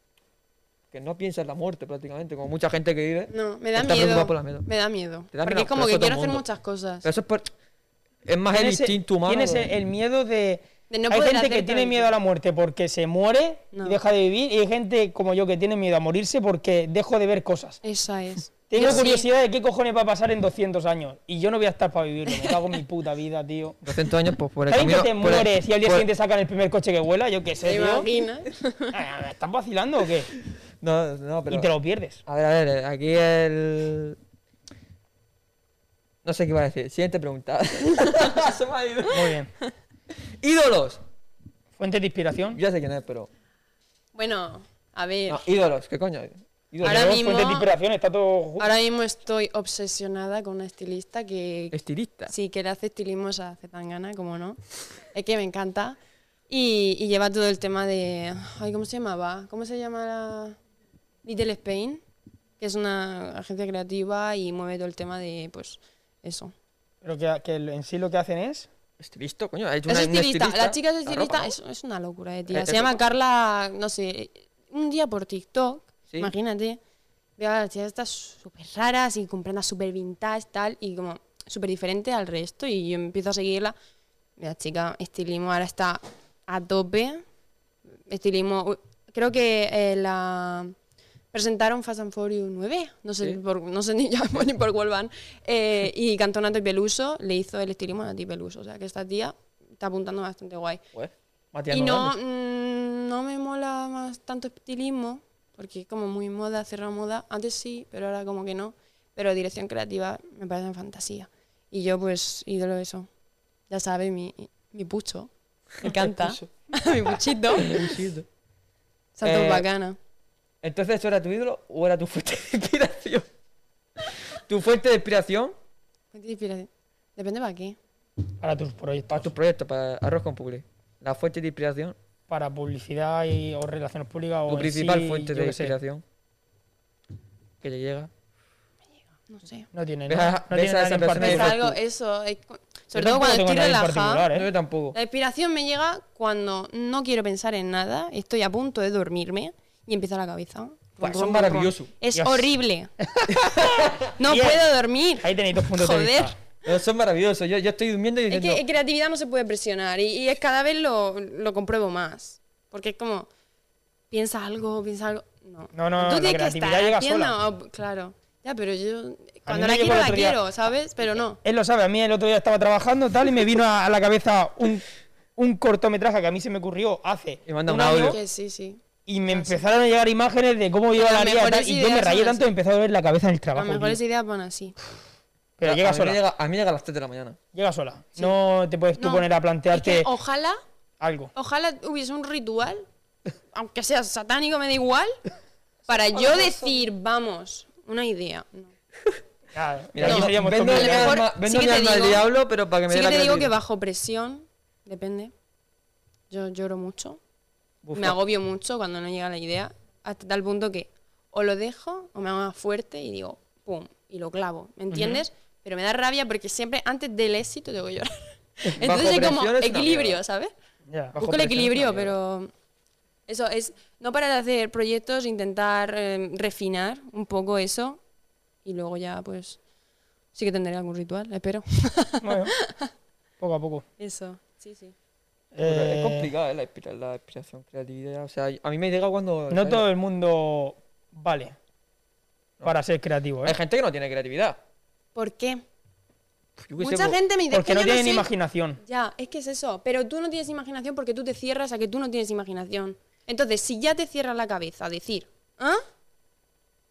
S4: que no piensas en la muerte prácticamente, como mucha gente que vive.
S5: no, me da
S4: Está
S5: miedo.
S4: preocupado por la miedo.
S5: Me da miedo.
S4: Te da
S5: porque
S4: miedo,
S5: es como
S4: pero
S5: que
S4: eso todo
S5: quiero
S4: el
S5: hacer
S4: mundo.
S5: muchas cosas.
S4: Pero eso es por- es más el
S3: Tienes el-
S4: instinto humano.
S3: Tienes
S4: ¿no?
S3: el, el miedo de.
S5: De no
S3: hay
S5: poder
S3: gente que
S5: hacer
S3: tiene
S5: todo.
S3: miedo a la muerte porque se muere
S5: No.
S3: y deja de vivir. Y hay gente como yo que tiene miedo a morirse porque dejo de ver cosas.
S5: Esa es.
S3: Tengo
S5: Yo sí.
S3: curiosidad de qué cojones va a pasar en 200 años. Y yo no voy a estar para vivirlo. Me cago en mi puta vida, tío.
S4: 200 años, pues por el
S3: ¿Saben que
S4: camino...
S3: te
S4: por el-
S3: mueres y al día
S4: por-
S3: siguiente sacan el primer coche que vuela? Yo qué sé,
S5: ¿Te
S3: tío.
S5: imaginas?
S3: Ah, ¿Me estás vacilando o qué?
S4: No, no, pero...
S3: Y te lo pierdes.
S4: A ver, a ver, aquí el... No sé qué iba a decir. Siguiente pregunta. Se me ha ido.
S3: Muy bien.
S4: ¡Ídolos!
S3: Fuente de inspiración.
S4: Ya sé quién es, pero...
S5: bueno, a ver.
S4: No, ídolos, ¿qué coño? Ídolos.
S5: Ahora
S3: Yo,
S5: mismo-
S3: Fuente de inspiración, está todo. ju-
S5: Ahora mismo estoy obsesionada con una estilista que
S4: Estilista.
S5: sí que le hace estilismos a Zetangana, como no. Es que me encanta. Y, y lleva todo el tema de. Ay, ¿cómo se llamaba? ¿Cómo se llama la. Little Spain? Que es una agencia creativa y mueve todo el tema de, pues, eso.
S3: Pero que, que en sí lo que hacen es.
S4: Estilista, coño. ha hecho
S5: Es
S4: una- una
S5: estilista, la chica es
S4: La
S5: estilista,
S4: ropa, ¿no?
S5: es, es una locura de tía.
S4: Eh,
S5: Se
S4: es
S5: llama
S4: ropa.
S5: Carla, no sé, un día por TikTok,
S4: Sí.
S5: imagínate, veo a las chicas estas súper raras y con prendas súper vintage tal, y como súper diferente al resto, y yo empiezo a seguirla. La chica estilismo ahora está a tope, estilismo, u- creo que eh, la... Presentaron Fast and Furious 9, no sé,
S4: Sí.
S5: por- no sé ni, ya ni por cuál van, eh, y cantó Nati Peluso, le hizo el estilismo a Nati Peluso, o sea que esta tía está apuntando bastante guay.
S4: Pues, Matías
S5: y no,
S4: Novanes.
S5: mm, no me mola más tanto estilismo, porque es como muy moda, cerrado moda, antes sí, pero ahora como que no, pero dirección creativa me parece fantasía. Y yo pues ídolo de eso, ya sabe, mi, mi pucho, me encanta, mi puchito,
S4: Estilista.
S5: santo
S4: Eh,
S5: bacana.
S4: Entonces, ¿eso era tu ídolo o era tu fuente de inspiración? ¿Tu fuente de inspiración
S5: Fuente de inspiración. Depende para qué.
S3: Para tus proyectos.
S4: para tus proyectos, para Arroz con Publi? La fuente de inspiración,
S3: para publicidad y, o relaciones públicas o
S4: tu
S3: en
S4: principal
S3: sí,
S4: fuente
S3: yo
S4: de
S3: qué sé.
S4: inspiración. Que le llega.
S5: No sé.
S3: No tiene,
S4: Ves
S3: no,
S4: a-
S3: no
S4: ves
S3: tiene
S4: a
S3: nadie
S4: esa
S3: en
S4: persona
S3: particular.
S4: y
S5: Es
S4: dices,
S5: algo,
S4: tú.
S5: eso. es cu- sobre
S3: Yo
S5: todo cuando
S3: tampoco
S5: estoy
S3: tengo nadie en
S5: relajada.
S3: particular, ¿eh?
S4: No, yo tampoco.
S5: La inspiración me llega cuando no quiero pensar en nada, estoy a punto de dormirme y empieza la cabeza.
S4: Buah, eso es maravilloso.
S5: Es
S3: Dios.
S5: horrible. no
S3: Bien.
S5: puedo dormir.
S3: Ahí tenéis dos puntos de
S5: Joder.
S3: vista.
S4: Eso es maravilloso. Yo, yo estoy durmiendo y
S5: Es
S4: diciendo.
S5: que en creatividad no se puede presionar y, y es cada vez lo, lo compruebo más. Porque es como, piensa algo, piensa algo. No,
S3: No, no,
S5: Tú
S3: la
S5: tienes que
S3: creatividad
S5: estar
S3: llega
S5: haciendo-
S3: sola.
S5: oh, claro. Ya, pero yo. Cuando
S3: me
S5: la
S3: llegó
S5: quiero,
S3: el
S5: la
S3: otro día-
S5: quiero, ¿sabes? Pero no.
S3: Él lo sabe, a mí el otro día estaba trabajando tal y me vino a, a la cabeza un, un cortometraje que a mí se me ocurrió hace
S4: Y manda
S3: un
S4: un
S3: año
S4: audio.
S5: Que sí, sí.
S3: y me empezaron a llegar imágenes de cómo yo
S5: Las
S3: la haría
S5: mejores
S3: tal, y yo me
S5: ideas
S3: rayé
S5: son
S3: tanto y
S5: así.
S3: empezó a doler la cabeza en el
S5: Las
S3: trabajo.
S5: mejores
S3: tío.
S5: ideas van así.
S3: Pero
S4: a-
S3: llega
S4: a mí me
S3: sola, llega,
S4: llega, a mí me llega a las 3 de la mañana.
S3: sola. No te puedes tú
S5: No,
S3: poner a
S5: es que
S3: plantearte
S5: ojalá,
S3: algo.
S5: ojalá hubiese un ritual, aunque sea satánico, me da igual, para yo decir, vamos, una idea. No.
S3: Claro,
S4: Mira,
S3: aquí
S5: No,
S3: seríamos
S4: vendo
S3: todos
S4: el
S5: A lo
S3: millonarios.
S4: alma- vendo
S5: que
S4: mi
S5: te
S4: alma al diablo, pero para que me
S5: sí
S4: dé
S5: que
S4: la
S5: te digo que
S4: creatividad.
S5: bajo presión, depende. Yo lloro mucho,
S4: Bufa.
S5: me agobio mucho cuando no llega la idea, hasta tal punto que o lo dejo o me hago más fuerte y digo, pum, y lo clavo, ¿me entiendes? Pero me da rabia porque siempre antes del éxito tengo que llorar. Entonces es como
S4: presión es una
S5: equilibrio,
S4: mierda.
S5: ¿sabes?
S3: Ya, bajo
S5: Busco el
S3: presión,
S5: equilibrio,
S3: claro.
S5: pero eso es no para de hacer proyectos, intentar eh, refinar un poco eso y luego ya pues sí que tendré algún ritual, espero.
S3: Bueno, poco a poco.
S5: eso, sí, sí.
S4: Pero
S3: Eh,
S4: Es complicado, ¿eh? La, inspira- la inspiración, creatividad. O sea, a mí me llega cuando.
S3: No todo el mundo vale para ser creativo,
S4: Hay
S3: ¿eh?
S4: gente que no tiene creatividad.
S5: ¿Por qué?
S4: Yo qué sé,
S5: Mucha
S4: pues,
S5: gente me dice
S3: Porque
S5: "Es que
S3: no
S5: yo
S3: tienen
S5: soy-".
S3: imaginación.
S5: Ya, es que es eso, pero tú no tienes imaginación porque tú te cierras a que tú no tienes imaginación. Entonces, si ya te cierras la cabeza a decir, ¿ah?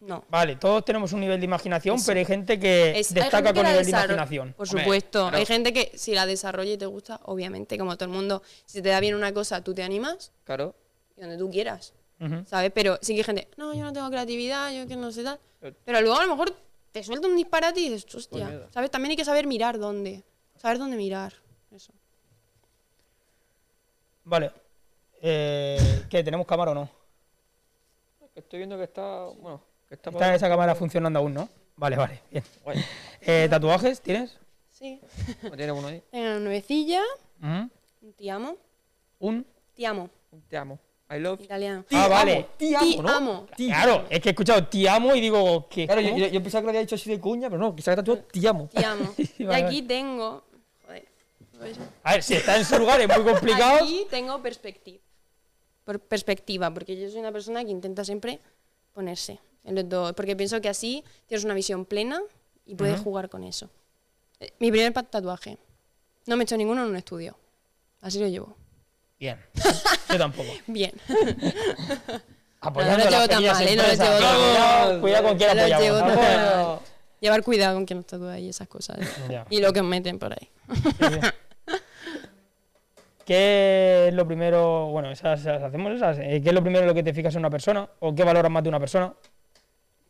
S5: No.
S3: Vale, todos tenemos un nivel de imaginación,
S5: Eso.
S3: pero hay gente que
S5: Es- hay
S3: Eh, destaca
S5: gente que
S3: con
S5: la
S3: nivel de
S5: desarro-
S3: imaginación.
S5: Por
S3: Hombre,
S5: supuesto.
S3: claro.
S5: Hay gente que si la desarrolla y te gusta, obviamente, como todo el mundo, si te da bien una cosa, tú te animas
S4: Claro.
S5: y donde tú quieras,
S3: Ujú.
S5: ¿sabes? Pero sí que hay gente, no, yo no tengo creatividad, yo que no sé tal.
S3: Eh.
S5: Pero luego a lo mejor te suelta un disparate y dices,
S4: Pues
S5: hostia,
S4: mierda.
S5: ¿sabes? También hay que saber mirar dónde. Saber dónde mirar. Eso.
S3: Vale. Eh, ¿Qué? ¿Tenemos cámara o no?
S4: Que Estoy viendo que está. Bueno, que está.
S3: Está esa cámara funcionando aún, ¿no? Vale, vale, bien.
S4: Guay.
S3: Eh, ¿Tatuajes tienes?
S5: Sí.
S4: No tiene uno ahí.
S5: Tengo una nuevecilla,
S3: Ujú.
S5: un te amo.
S3: ¿Un?
S5: Te amo,
S4: Un Te amo. I love.
S5: italiano.
S4: Ti
S3: Ah,
S4: amo,
S3: vale.
S4: Ti
S5: Ti
S4: amo, ¿no?
S5: amo.
S4: Ti-
S3: Claro, es que he escuchado te amo y digo que.
S4: Claro, yo, yo- yo pensaba que lo había dicho así de cuña, pero no, quizá que tú te amo.
S5: Te amo. Y
S3: vale,
S5: aquí tengo. Joder. pues-
S3: A ver, si está en su lugar es muy complicado.
S5: Aquí tengo perspectiva. Por perspectiva, porque yo soy una persona que intenta siempre ponerse en los dos, porque pienso que así tienes una visión plena y puedes jugar con eso. Eh, Mi primer pa- tatuaje. No me he hecho ninguno en un estudio. Así lo llevo.
S3: Bien. Yo tampoco.
S5: Bien.
S3: Apoyando
S5: No, no
S3: las
S5: lo llevo tan
S3: pequeñas
S5: mal, ¿eh? No lo
S3: empresas.
S5: llevo tan
S3: Cuidado,
S4: mal.
S3: Cuidado con quién
S5: No lo
S3: apoyamos.
S5: llevo tan
S3: tampoco.
S5: mal. Llevar cuidado con quien nos tatúa y esas cosas. ¿eh?
S3: Ya.
S5: Y lo que meten por ahí.
S3: ¿Qué es lo primero? Bueno, esas, esas- hacemos esas. eh, ¿Qué es lo primero en lo que te fijas en una persona? ¿O qué valoras más de una persona?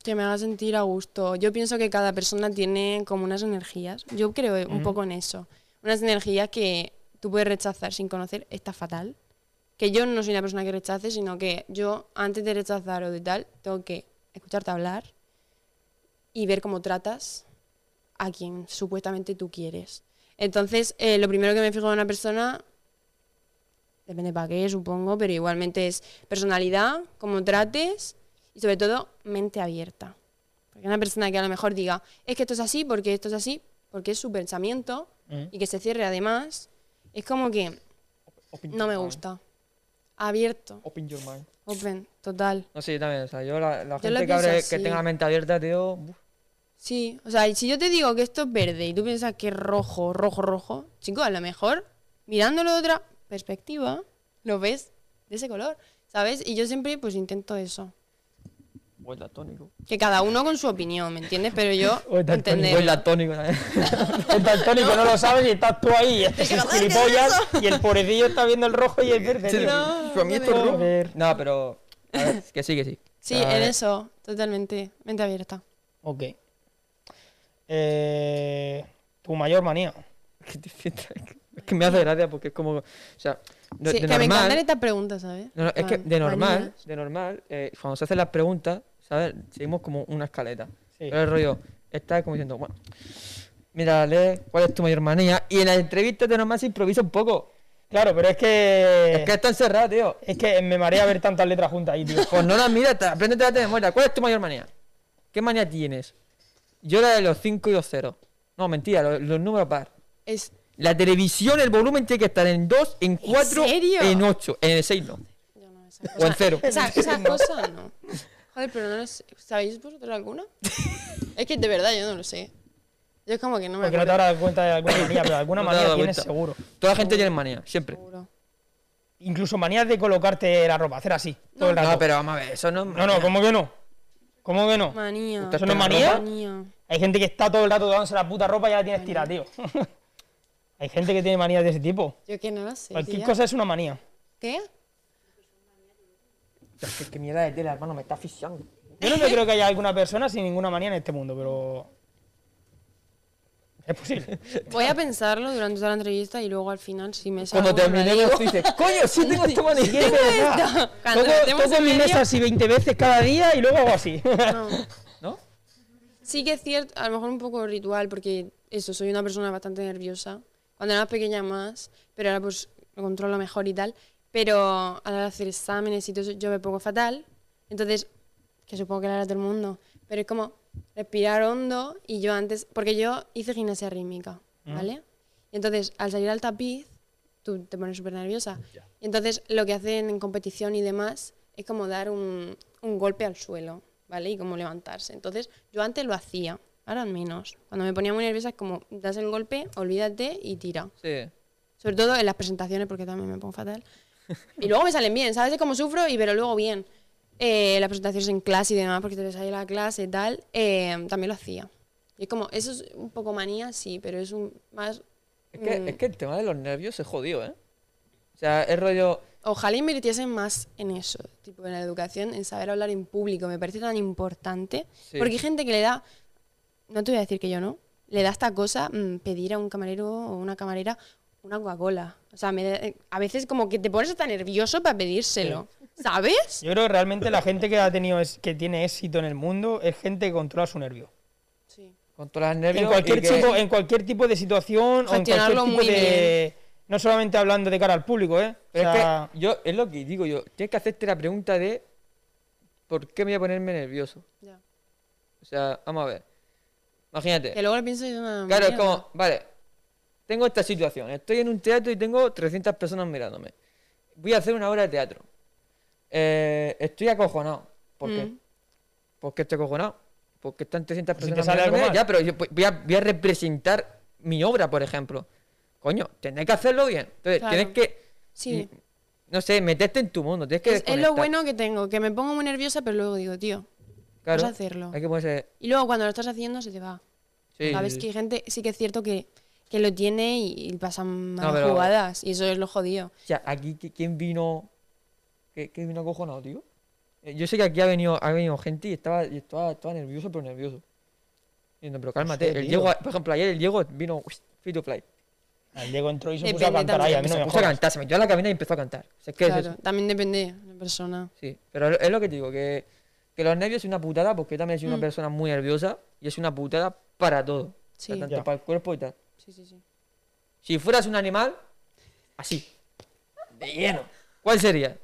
S5: Que me haga sentir a gusto. Yo pienso que cada persona tiene como unas energías. Yo creo eh, un poco en eso. Unas energías que tú puedes rechazar sin conocer. Está fatal. Que yo no soy una persona que rechace, sino que yo antes de rechazar o de tal, tengo que escucharte hablar y ver cómo tratas a quien supuestamente tú quieres. Entonces, eh, lo primero que me fijo en una persona, depende para qué, supongo, pero igualmente es personalidad, cómo trates y sobre todo mente abierta. Porque una persona que a lo mejor diga, es que esto es así, porque esto es así, porque es su pensamiento
S3: Mm.
S5: y que se cierre además, es como que
S4: Open
S5: no me
S4: your mind.
S5: gusta. Abierto,
S4: Open your mind.
S5: open, total.
S4: No sé, yo también. O sea, yo la, la
S5: Yo lo
S4: gente que,
S5: pienso
S4: abre- que
S5: así.
S4: tenga la mente abierta, tío. uf,
S5: Sí, o sea, y si yo te digo que esto es verde y tú piensas que es rojo, rojo, rojo, chico, a lo mejor mirándolo de otra perspectiva, lo ves de ese color, ¿sabes? Y yo siempre pues intento eso.
S4: buen latónico.
S5: Que cada uno con su opinión, ¿me entiendes? Pero yo
S3: O es daltónico,
S5: entender.
S4: Buen latónico también.
S3: El daltónico no lo sabes y estás tú ahí. Este es
S5: que
S3: un
S5: no, ¿qué es
S3: gilipollas y el pobrecillo está viendo el rojo y el verde. tío.
S4: Hijo, a mí esto es rojo.
S3: Joder.
S4: No, pero. a ver, que sí, que sí.
S5: Sí,
S4: O sea,
S5: en eso, totalmente, mente abierta.
S3: Ok. Eh, tu mayor manía.
S4: que te sientas- es que me hace gracia porque es como. O sea, no-
S5: Sí,
S4: de
S5: que me
S4: normal-
S5: encantan estas preguntas, ¿sabes? Ah,
S4: no, no, es que
S5: Plan,
S4: de normal,
S5: manías.
S4: de normal, eh, cuando se hacen las preguntas, ¿sabes? Seguimos como una escaleta.
S3: Sí.
S4: Pero el rollo, está como diciendo, bueno, mira, lee, ¿cuál es tu mayor manía? Y en las entrevistas de normal se improvisa un poco.
S3: Claro, pero es que.
S4: Es que está encerrado, tío.
S3: es que me marea ver tantas letras juntas ahí, tío.
S4: Pues no las mira, te- apréndete la de memoria. ¿Cuál es tu mayor manía? ¿Qué manía tienes? Yo la de los 5 y los 0. No, mentira, lo- los, números par.
S5: Es,
S4: La televisión, el volumen tiene que estar en 2, en 4,
S5: serio?
S4: en 8, en el 6 no.
S5: yo no, esa cosa-
S4: O en 0.
S5: Esa, esa cosa no. Joder, pero no lo sé. ¿Sabéis vosotros alguna? es que de verdad yo no lo sé. Yo es como que no me
S3: Porque no te
S5: acuerdo.
S3: habrás dado cuenta de alguna manía, pero alguna
S4: No te has
S3: manía
S4: dado
S3: tienes
S4: cuenta.
S3: seguro.
S4: Toda la gente tiene manía, siempre.
S5: seguro.
S3: Incluso manías de colocarte la ropa, hacer así, todo el rato.
S4: No, pero vamos a ver, eso no es
S3: No, no, ¿cómo que no? ¿Cómo que no?
S5: Manía.
S4: ¿Usted
S3: ¿Eso no es
S4: tiene
S3: manía?
S4: ropa?
S5: Manía.
S3: Hay gente que está todo el rato dándose la puta ropa y ya la tienes tirada, tío. Hay gente que tiene manías de ese tipo.
S5: Yo que no lo sé.
S3: Cualquier
S5: tía.
S3: cosa es una manía.
S5: ¿Qué?
S4: Es que- que mierda de tela, hermano, me está asfixiando.
S3: Yo no me creo que haya alguna persona sin ninguna manía en este mundo, pero. Es posible.
S5: Voy a pensarlo durante toda la entrevista y luego al final si me sale
S4: Cuando
S5: alguna,
S4: terminé,
S5: digo,
S4: tú dices, coño, sí tengo esta manía.
S5: esto. Cuando
S3: Toco,
S5: lo tenemos
S3: toco
S5: en
S3: mi
S5: medio-
S3: mesa así 20 veces cada día y luego hago así.
S5: No.
S4: ¿No?
S5: Sí que es cierto, a lo mejor un poco ritual, porque eso, soy una persona bastante nerviosa. Cuando era más pequeña más, pero ahora pues lo controlo mejor y tal. Pero a la hora de hacer exámenes y todo eso, yo me pongo fatal. Entonces, que supongo que lo hará todo el mundo, pero es como respirar hondo y yo antes, porque yo hice gimnasia rítmica, ¿vale? Y entonces, al salir al tapiz, tú te pones súper nerviosa. Y entonces, lo que hacen en competición y demás es como dar un, un golpe al suelo, ¿vale? Y como levantarse. Entonces, yo antes lo hacía, ahora menos. Cuando me ponía muy nerviosa es como, das el golpe, olvídate y tira.
S4: Sí.
S5: Sobre todo en las presentaciones, porque también me pongo fatal. Y luego me salen bien, ¿sabes? Es como sufro, y pero luego bien. Eh, las presentaciones en clase y demás, porque te sale la clase y tal, eh, también lo hacía. Y es como, eso es un poco manía, sí, pero es un más...
S4: Es que,
S5: mm,
S4: es que el tema de los nervios se jodió, ¿eh? O sea, es rollo.
S5: Ojalá invirtiesen más en eso, tipo en la educación, en saber hablar en público, me parece tan importante.
S4: Sí.
S5: Porque hay gente que le da, no te voy a decir que yo no, le da esta cosa mm, pedir a un camarero o una camarera una Coca-Cola. O sea, me da- eh, a veces como que te pones tan nervioso para pedírselo, ¿sabes?
S3: Yo creo que realmente la gente que ha tenido es- que tiene éxito en el mundo es gente que controla su nervio.
S5: Sí.
S4: Controlas nervios.
S3: En
S4: y
S3: cualquier, eh,
S4: que-
S3: tipo, en cualquier tipo de situación o en cualquier
S5: Gestionarlo
S3: tipo
S5: muy
S3: de. No solamente hablando de cara al público, ¿eh? O
S4: Pero
S3: sea,
S4: es que yo, es lo que digo yo. Tienes que hacerte la pregunta de. ¿Por qué me voy a ponerme nervioso?
S5: ya.
S4: O sea, vamos a ver. Imagínate.
S5: Que luego lo pienso y "Ah, es una
S4: Claro, es
S5: mierda.
S4: como, vale, tengo esta situación, estoy en un teatro y tengo 300 personas mirándome. Voy a hacer una obra de teatro. Eh, estoy acojonado. ¿Por qué?
S5: Mm.
S4: ¿Por qué estoy acojonado? Porque están 300
S3: si te
S4: personas
S3: sale algo
S4: mirándome.
S3: mal.
S4: Ya, pero yo voy a, voy a representar mi obra, por ejemplo. Coño, tendré que hacerlo bien. Entonces,
S5: Claro.
S4: tienes que,
S5: Sí.
S4: no sé, meterte en tu mundo. Tienes que
S5: Es, es lo
S4: desconectar.
S5: bueno que tengo, que me pongo muy nerviosa, pero luego digo, tío,
S4: Claro,
S5: vamos a hacerlo.
S4: Hay que ponerse...
S5: Y luego cuando lo estás haciendo se te va.
S4: Sí,
S5: Sabes
S4: sí,
S5: que
S4: sí.
S5: hay gente, sí que es cierto que, que lo tiene y, y pasan
S4: No,
S5: malas
S4: pero-
S5: jugadas. Y eso es lo jodido.
S4: O sea, aquí, ¿qui- ¿quién vino? ¿Qué, qué vino acojonado, tío? Eh, Yo sé que aquí ha venido, ha venido gente y estaba, y estaba, estaba nervioso, pero nervioso. Diciendo, pero cálmate.
S3: tío.
S4: el Diego, por ejemplo, ayer el Diego vino uy, free to play.
S3: el Diego entró y se puso
S5: Depende
S3: a cantar ahí,
S5: también.
S3: a mí no
S4: se
S3: me
S4: puso a
S3: jodas.
S4: cantar, se metió a la cabina y empezó a cantar. O sea, es que es
S5: Claro,
S4: eso.
S5: también depende de la persona.
S4: Sí, pero es lo que te digo, que, que los nervios es una putada porque yo también soy
S5: Mm.
S4: una persona muy nerviosa y es una putada para todo. O sea,
S5: Sí.
S4: tanto
S3: Ya.
S4: para el cuerpo y tal.
S5: Sí, sí, sí.
S4: Si fueras un animal, así, de lleno, ¿cuál sería?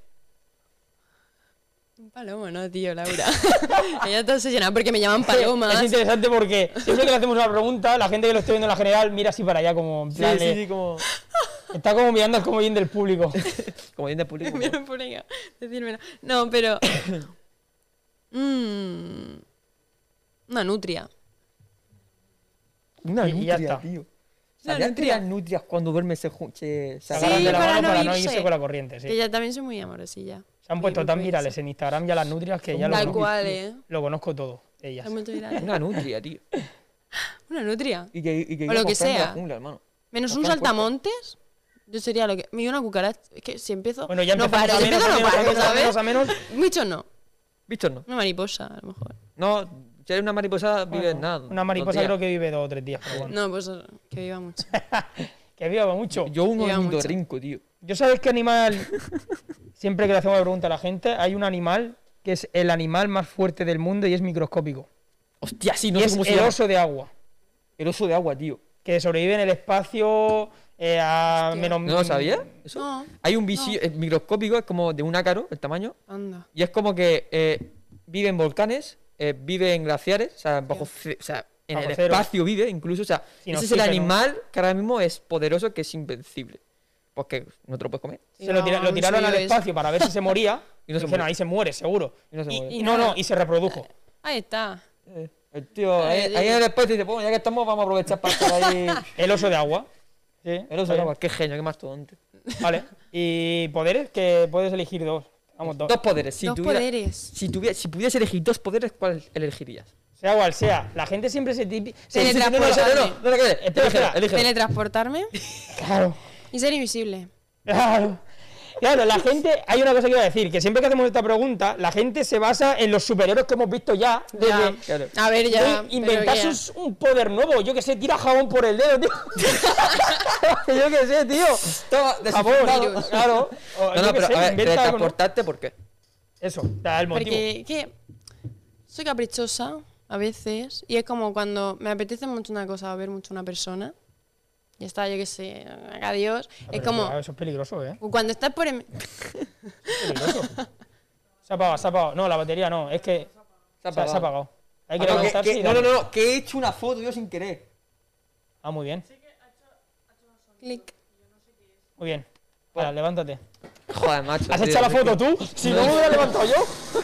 S5: Un palomo, no, tío, Laura. Ella todo se llena porque me llaman paloma.
S3: Es interesante porque siempre que le hacemos una pregunta, la gente que lo esté viendo en la general mira así para allá, como en
S4: Sí,
S3: plan
S4: sí,
S3: de-
S4: sí, como,
S3: Está como mirando al comodín del público.
S4: como dientes públicos.
S5: Mira, por ella, decírmelo. No, pero. Mm. una nutria.
S4: Una
S3: Y- y ya
S4: nutria,
S3: está.
S4: tío.
S5: Una
S4: ¿Sabían que
S5: nutria.
S4: las nutrias cuando duermen se, ju- se, se
S3: Se
S5: Sí,
S4: agarran?
S3: agarran de la
S5: para
S3: mano
S5: no
S3: para no
S5: irse.
S3: irse con la corriente, sí.
S5: Que ya también soy muy amorosilla.
S3: Se han puesto
S5: Muy
S3: tan
S5: propensa.
S3: virales en Instagram ya las nutrias que ya lo
S5: Tal
S3: conozco,
S5: cual, eh.
S3: lo conozco todo. Ellas.
S5: Soy muy viral.
S4: Una nutria, tío.
S5: Una nutria.
S4: Y que, y que
S5: O
S4: viva
S5: lo que
S4: mostrando la
S5: sea.
S4: jungla, hermano.
S5: Menos
S4: Nos
S5: un
S4: quedan cortas.
S5: saltamontes. Yo sería lo que. Y una cucaracha. Es que si empiezo.
S3: Bueno, ya
S5: no
S3: empezamos
S5: paro.
S3: a
S5: Si
S3: menos, a
S5: empiezo, no
S3: menos, a
S5: paro,
S3: menos, a
S5: ¿sabes?
S3: menos.
S5: Mucho no.
S4: Víctor no.
S5: Una mariposa, a lo mejor.
S4: No, si eres una mariposa, vives nada.
S3: Una mariposa creo que vive dos o tres días, pero bueno.
S5: No, pues eso, que viva mucho.
S3: Que viva mucho.
S4: Yo un
S5: Viva mucho.
S4: ornitorrinco, tío.
S3: Yo sabes qué animal, siempre que le hacemos la pregunta a la gente, hay un animal que es el animal más fuerte del mundo y es microscópico.
S4: Hostia, sí, no
S3: y
S4: sé
S3: es
S4: cómo se
S3: el
S4: llama.
S3: oso de agua,
S4: El oso de agua, tío.
S3: que sobrevive en el espacio, eh, a
S5: Hostia.
S3: menos
S4: ¿No lo sabías? ¿Eso?
S5: No,
S4: Hay un visillo es microscópico, es como de un ácaro, el tamaño.
S5: Anda.
S4: Y es como que eh, vive en volcanes, eh, vive en glaciares, o sea, bajo ce- o sea, en
S3: Bajo
S4: el
S3: cero.
S4: espacio vive incluso. O sea,
S3: Sin
S4: ese es el
S3: oxígeno.
S4: animal que ahora mismo es poderoso, que es invencible. Porque no te lo puedes comer.
S5: Sí,
S3: Se lo, tira-
S5: no,
S3: lo
S5: un
S3: tiraron al
S5: suyo es-
S3: espacio para ver si se moría.
S4: Y
S3: y
S4: no
S3: no
S4: se
S3: dijeron,
S4: murió.
S3: ahí se muere, seguro.
S4: Y no se murió.
S3: no,
S5: nada.
S3: no, y se reprodujo.
S5: Ahí está.
S4: Eh, El tío,
S5: Ay,
S4: eh,
S5: Dios.
S4: ahí en el espacio dice, bueno, ya que estamos, vamos a aprovechar para estar ahí.
S3: El oso de agua. Sí,
S4: El oso de agua, qué genio, qué mastodonte.
S3: Vale. Y poderes que puedes elegir dos. Vamos, dos.
S4: Dos poderes. Si
S5: Dos
S4: tuviera-
S5: poderes.
S4: Si, tuviera- si pudieras elegir dos poderes, ¿cuál elegirías?
S3: Sea cual sea. La gente siempre se tipi... se- se-
S5: Sí, sí,
S4: no, no, no, no, no, no, no,
S3: Espera, espera.
S4: elígelo, elígelo.
S5: Teletransportarme
S3: Claro.
S5: y ser invisible.
S3: Claro. Claro, la gente, hay una cosa que iba a decir, que siempre que hacemos esta pregunta, la gente se basa en los superhéroes que hemos visto ya. Desde,
S5: Ya.
S4: claro.
S5: A ver, ya.
S3: de inventar
S5: pero ya.
S3: sus- un poder nuevo, yo que sé, tira jabón por el dedo, tío. yo que sé, tío.
S4: Toma, desinfectado.
S5: virus.
S3: Claro. O
S4: No,
S3: yo
S4: no,
S3: qué
S4: pero
S3: sé,
S4: a
S3: inventa algo,
S4: ver,
S3: ¿no?
S4: teletransportarte, ¿por qué?
S3: Eso, da el motivo.
S5: Porque que soy caprichosa a veces y es como cuando me apetece mucho una cosa o ver mucho una persona. Y está, yo qué sé, adiós.
S3: Ah,
S5: Es
S3: pero,
S5: como
S3: cuidado, Eso es peligroso, ¿eh?
S5: cuando estás por... em- en-
S3: Peligroso. se ha apagado, se ha apagado. No, la batería no, es que
S4: Se ha
S3: se ha, se ha
S4: apagado.
S3: apagado. Hay que
S4: Ah, no, que-
S3: levantarse
S4: que-
S3: y
S4: no,
S3: darle.
S4: no, no, que he hecho una foto yo sin querer.
S3: Ah, muy bien,
S5: Clic.
S3: muy bien. Vale,
S4: Pues
S3: levántate.
S4: Joder, macho.
S3: ¿Has
S4: tío,
S3: hecho la
S4: es que-
S3: foto tú? Si no, me hubiera levantado yo.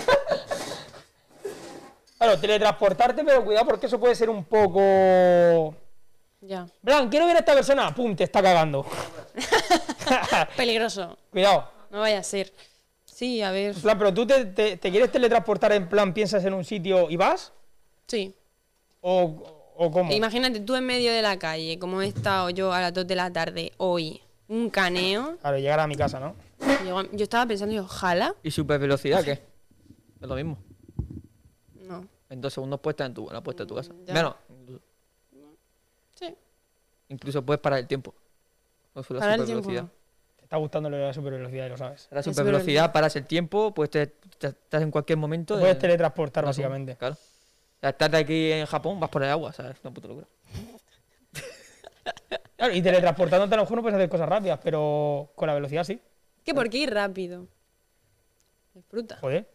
S3: Claro, teletransportarte, pero cuidado porque eso puede ser un poco...
S5: Ya.
S3: Blan, quiero ver a esta persona. ¡Pum! Te está cagando.
S5: Ah. Peligroso.
S3: cuidado.
S5: No vaya a ser. Sí, a ver.
S3: En plan, pero tú te, te- te quieres teletransportar en plan, piensas en un sitio y vas?
S5: Sí.
S3: ¿O, o cómo?
S5: Imagínate tú en medio de la calle, como he estado yo a las 2 de la tarde hoy. Un caneo.
S3: Claro, llegar a mi casa, ¿no?
S5: Yo, yo estaba pensando, yo, ojalá.
S4: ¿Y super
S3: ¿Ah,
S4: velocidad qué? Es lo mismo.
S5: No.
S4: En dos segundos puesta en tu, la puesta en tu casa.
S5: ya.
S4: Menos.
S5: Sí.
S4: Incluso puedes parar el tiempo. Con solo
S5: Parar el
S4: supervelocidad.
S5: tiempo.
S3: Te está gustando lo de la supervelocidad y lo sabes.
S4: A La
S5: Es
S4: super velocidad,
S5: supervelocidad.
S4: paras el tiempo, pues te, te- estás en cualquier momento.
S3: Te
S4: en-
S3: puedes teletransportar,
S4: en la zona,
S3: básicamente.
S4: Claro. O sea, estás aquí en Japón, vas por el agua, ¿sabes? Es una puta locura.
S3: Claro, y teletransportándote a lo mejor no puedes hacer cosas rápidas, pero con la velocidad sí.
S5: ¿Qué por qué ir rápido? Disfruta.
S3: Joder.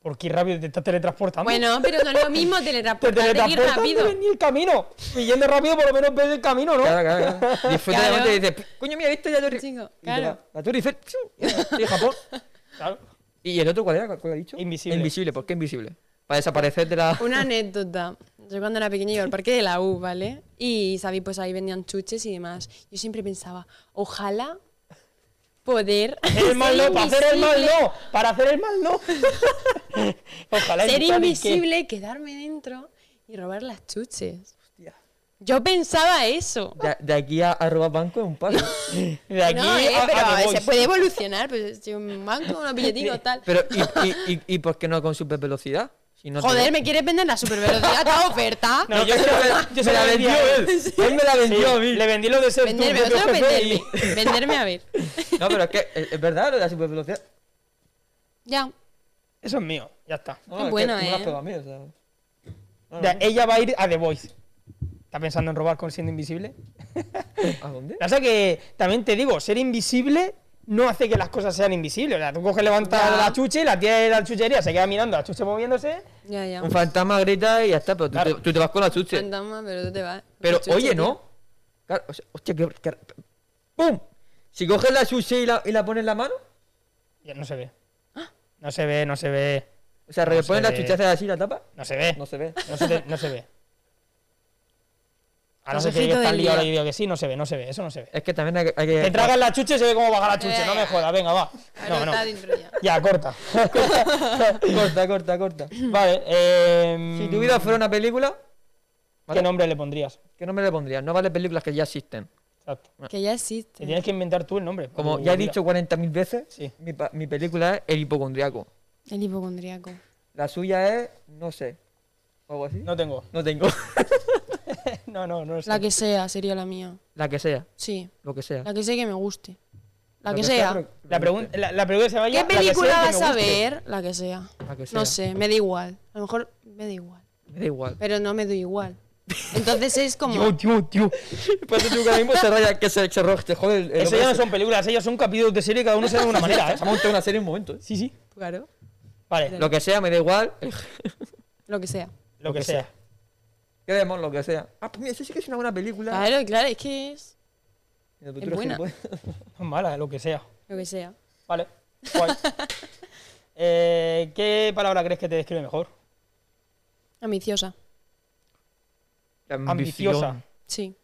S3: ¿Por qué rápido te estás teletransportando?
S5: Bueno, pero no es lo mismo
S3: Te
S5: teletransportarte que ir
S3: teletransportas
S5: rápido.
S3: ni el camino. Y yendo rápido por lo menos ves el camino, ¿no?
S4: Claro, claro. claro. Disfruta de la
S5: Claro.
S4: mente y dices, coño, mira, viste ya la Torre
S5: Chico,
S4: y te
S5: claro.
S4: va. La Torre Eiffel, ¡piu! Estoy en Japón.
S3: Claro.
S4: ¿Y el otro cuál era? ¿Cuál ha dicho?
S3: Invisible.
S4: Invisible, ¿por qué invisible? Para desaparecer de la.
S5: Una anécdota. Yo cuando era pequeña iba al parque de la U, ¿vale? Y, ¿sabéis? Pues ahí vendían chuches y demás. Yo siempre pensaba, ojalá poder
S3: Hacer el mal
S5: ser
S3: no, para hacer el mal
S5: invisible-
S3: no, para hacer el mal no. Ojalá
S5: Ser
S3: evitar y que-
S5: invisible, quedarme dentro y robar las chuches. Yo pensaba eso.
S4: De, de aquí a, a robar banco es un paso.
S3: De aquí
S5: no, eh,
S3: a- a
S5: pero
S3: que voy.
S5: se puede evolucionar, pues si un banco, unos billetitos, tal.
S4: Pero, ¿y, y, y, y por qué no con super velocidad? Si no te-
S5: Joder, me quieres vender la supervelocidad está oferta.
S3: No, yo, se la- yo se
S4: me
S3: la
S4: la
S3: vendí a
S4: vendió
S3: él.
S4: él. Él me la vendió a mí.
S3: Le vendí lo de ser tu
S5: venderme,
S3: propio
S5: otro
S3: jefe y-
S5: venderme. Venderme a ver.
S4: No, pero es que es, es verdad lo de la super velocidad.
S5: Ya.
S3: Eso es mío, ya está.
S4: No,
S5: Qué
S4: es que
S5: bueno,
S4: tú me la has
S5: eh.
S4: pegado a mí, o sea.
S3: Ya, ella va a ir a The Voice. ¿Está pensando en robar con siendo invisible?
S4: ¿A dónde?
S3: Pasa que también te digo, ser invisible no hace que las cosas sean invisibles. O sea, tú coges, levantas
S5: Ya.
S3: la chuche, la tía de la chuchería se queda mirando a la chuche moviéndose.
S5: Ya, ya.
S4: Un fantasma grita y ya está, pero tú,
S3: Claro.
S4: te, tú te vas con la chuche.
S5: Fantasma, pero tú te vas.
S4: Pero
S5: Chucho,
S4: oye,
S5: tío.
S4: ¿no? Claro, o sea, hostia, qué, qué- ¡Pum! Si coges la chuche y la, y la pones en la mano,
S3: Ya no se ve. No se ve, no se ve.
S4: o sea,
S3: No
S4: repones
S3: se
S4: la
S3: ve.
S4: chuche, haces así la tapa,
S3: No se ve.
S4: no se ve.
S3: No se, te- no se ve. A no ser que
S5: Consejito
S3: diga tal
S5: del
S3: liado
S5: día.
S3: y diga que sí, no se ve, no se ve, eso no se ve.
S4: Es que también hay, que- hay que.
S3: Te tragas la chuche y se ve cómo baja la chuche,
S5: Venga,
S3: no me
S5: venga.
S3: jodas, venga, va.
S5: Ahora
S3: No, no.
S5: eh, está dentro ya.
S3: Ya, corta.
S4: corta, corta, corta.
S3: Vale, eh,
S4: Si tu vida fuera una película,
S3: ¿Qué nombre le pondrías?
S4: ¿qué nombre le pondrías? No vale películas que ya existen.
S3: Exacto.
S5: Que ya
S3: Te
S5: existe.
S3: tienes que inventar tú el nombre.
S4: Como
S3: Tu
S4: ya he
S3: vida.
S4: dicho 40.000 veces,
S3: Uh, Sí.
S4: mi, pa- mi película es El hipocondriaco.
S5: El hipocondriaco.
S4: La suya es, no sé, o algo así.
S3: No tengo.
S4: No tengo.
S3: No, no, no lo sé.
S5: La que sea sería la mía.
S4: la que sea,
S5: Sí.
S4: lo que sea.
S5: La que sea que me guste. La
S4: Lo
S5: que sea.
S4: pero-
S3: La, pregun- la, la pregunta se vaya.
S5: ¿Qué
S3: la que sea y
S5: película
S3: que
S5: vas
S3: me
S5: a
S3: guste.
S5: ver? La que sea.
S4: La que sea.
S5: No sé, me da igual. A lo mejor me da igual.
S4: Me da igual.
S5: Pero no me da igual. Entonces es como.
S3: Tío, tío, tío.
S4: Por eso digo que ahora mismo se raya que se, se roja, te jode el. el
S3: Eso ya no
S4: OBS.
S3: son películas, ellas son capítulos de serie, cada uno se da de una manera, ¿eh?
S4: Se ha montado una serie en un momento, ¿eh?
S3: Sí, sí.
S5: Claro.
S3: Vale, lo,
S4: Lo que sea, me da igual.
S5: Lo que sea.
S3: lo que sea.
S4: Quedemos lo que sea. Ah, pues mira, eso sí que es una buena película.
S5: Claro, claro, es que es.
S4: En el futuro
S5: Ah, Es buena.
S4: gilipollas.
S3: No es mala, lo que sea.
S5: Lo que sea.
S3: Vale, guay. Eh, ¿Qué palabra crees que te describe mejor?
S5: Ambiciosa.
S4: Ambición.
S3: Ambiciosa.
S5: Sí.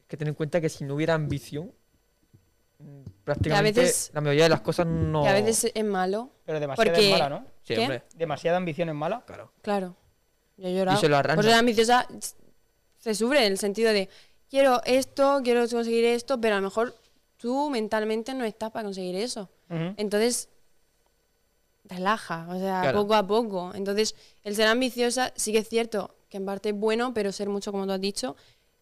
S4: Es que ten en cuenta que si no hubiera ambición, mm, prácticamente
S5: veces-
S4: la mayoría de las cosas no.
S5: Que a veces es malo.
S3: Pero demasiada
S5: Porque-
S3: es mala, ¿no?
S4: Sí,
S5: ¿Qué?
S4: hombre,
S3: Demasiada ambición es mala.
S4: claro.
S5: Claro. Yo he llorado.
S4: Y se lo arranca.
S5: Por ser ambiciosa se sube en el sentido de quiero esto, quiero conseguir esto, pero a lo mejor tú mentalmente no estás para conseguir eso.
S3: Ujú.
S5: Entonces, relaja, o sea,
S4: Claro.
S5: poco a poco. Entonces, el ser ambiciosa sí que es cierto que en parte es bueno, pero ser mucho, como tú has dicho,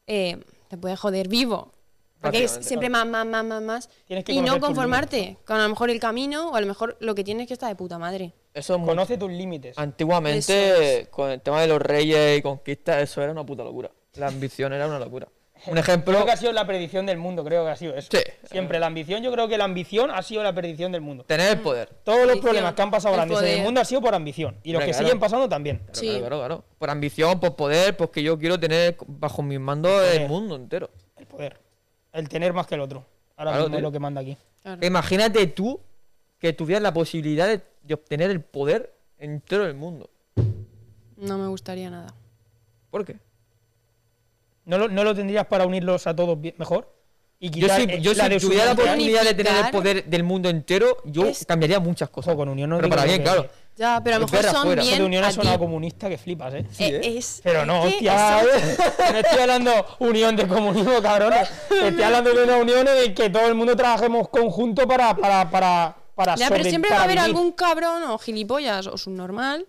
S5: eh, te puede joder vivo. Porque es
S4: Prácticamente,
S5: siempre más, más, más, más, más.
S3: Tienes que
S5: y no
S3: conocer tus
S5: conformarte con a lo mejor el camino o a lo mejor lo que tienes que estar de puta madre.
S4: Eso es muy-
S3: Conoce tus límites.
S4: Antiguamente, con el tema de los reyes y conquistas, eso era una puta locura. La ambición era una locura. Un ejemplo.
S3: Creo que ha sido la predicción del mundo, creo que ha sido eso.
S4: Sí.
S3: Siempre la ambición, yo creo que la ambición ha sido la predicción del mundo.
S4: Tener el poder.
S3: Todos los
S5: Ambición,
S3: problemas que han pasado
S5: el
S3: grandes en el
S5: poder.
S3: mundo ha sido por ambición. Y los
S4: Hombre,
S3: que
S4: claro.
S3: siguen pasando también.
S4: Claro,
S5: Sí.
S4: claro, claro, claro. Por ambición, por poder, porque yo quiero tener bajo mis mandos el mundo entero.
S3: El poder. El tener más que el otro. Ahora
S4: Claro,
S3: mismo es
S4: tío.
S3: lo que manda aquí.
S5: Claro.
S4: Imagínate tú que tuvieras la posibilidad de, de obtener el poder entero del mundo.
S5: No me gustaría nada.
S4: ¿Por qué?
S3: ¿No lo, no lo tendrías para unirlos a todos bien- mejor? Y
S4: Yo si,
S3: eh,
S4: yo si
S3: de
S4: tuviera la
S3: unificar-
S4: oportunidad de tener el
S5: unificar
S4: poder del mundo entero, yo
S5: es-
S4: cambiaría muchas cosas.
S3: Ojo, con unión no
S4: Pero
S3: digo
S4: para
S3: yo
S4: bien,
S3: que-
S4: claro.
S5: Ya, pero a lo
S4: Espera,
S5: mejor son
S4: fuera.
S3: Eso
S4: Eso
S5: bien.
S3: de unión
S5: a
S3: ha sonado
S5: ti.
S3: comunista que flipas, ¿eh?
S5: Eh,
S4: ¿eh?
S5: es-
S3: Pero no,
S5: es que
S3: hostia.
S5: eso-
S3: No estoy hablando unión de comunismo, cabrones. Estoy hablando de una unión en la que todo el mundo trabajemos conjunto para. para, para, para
S5: Ya, pero
S3: sobre-
S5: siempre va a haber
S3: para vivir.
S5: algún cabrón o gilipollas o subnormal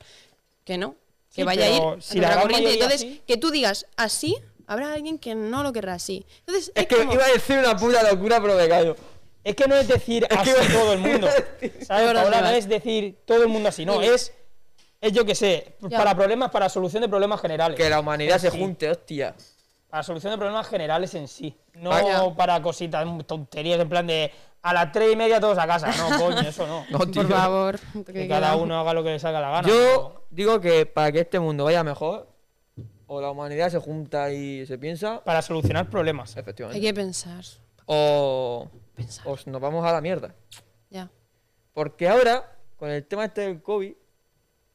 S5: que no, que
S3: Sí,
S5: vaya a ir
S3: pero
S5: a
S3: si la
S5: contra
S3: gran
S5: corriente.
S3: mayoría
S5: Entonces,
S3: sí.
S5: que tú digas así, habrá alguien que no lo querrá así. Entonces, es,
S4: Es que
S5: como-
S4: iba a decir una puta locura, pero me callo.
S3: Es que no es decir así
S4: iba-
S3: todo el mundo.
S5: Es
S3: ¿Sabes, Paola?
S5: verdad, es
S3: No
S5: verdad.
S3: es decir todo el mundo así, no.
S5: Sí.
S3: Es, es yo que sé,
S5: Ya.
S3: para problemas, para solución de problemas generales.
S4: Que la humanidad se
S3: Sí.
S4: junte, hostia.
S3: Para solución de problemas generales en sí. No
S4: Vaya.
S3: para cositas, tonterías en plan de a las tres y media todos a casa. No, coño, eso no.
S4: No, tío.
S5: por favor,
S3: Que cada uno haga lo que le salga la
S4: Ah,
S3: gana. pero-
S4: Yo digo que para que este mundo vaya mejor, o la humanidad se junta y se piensa,
S3: Para solucionar problemas.
S4: efectivamente.
S5: hay que pensar,
S4: O,
S5: pensar,
S3: Oh,
S4: o nos vamos a la mierda.
S5: ya.
S4: Porque ahora, con el tema este del COVID,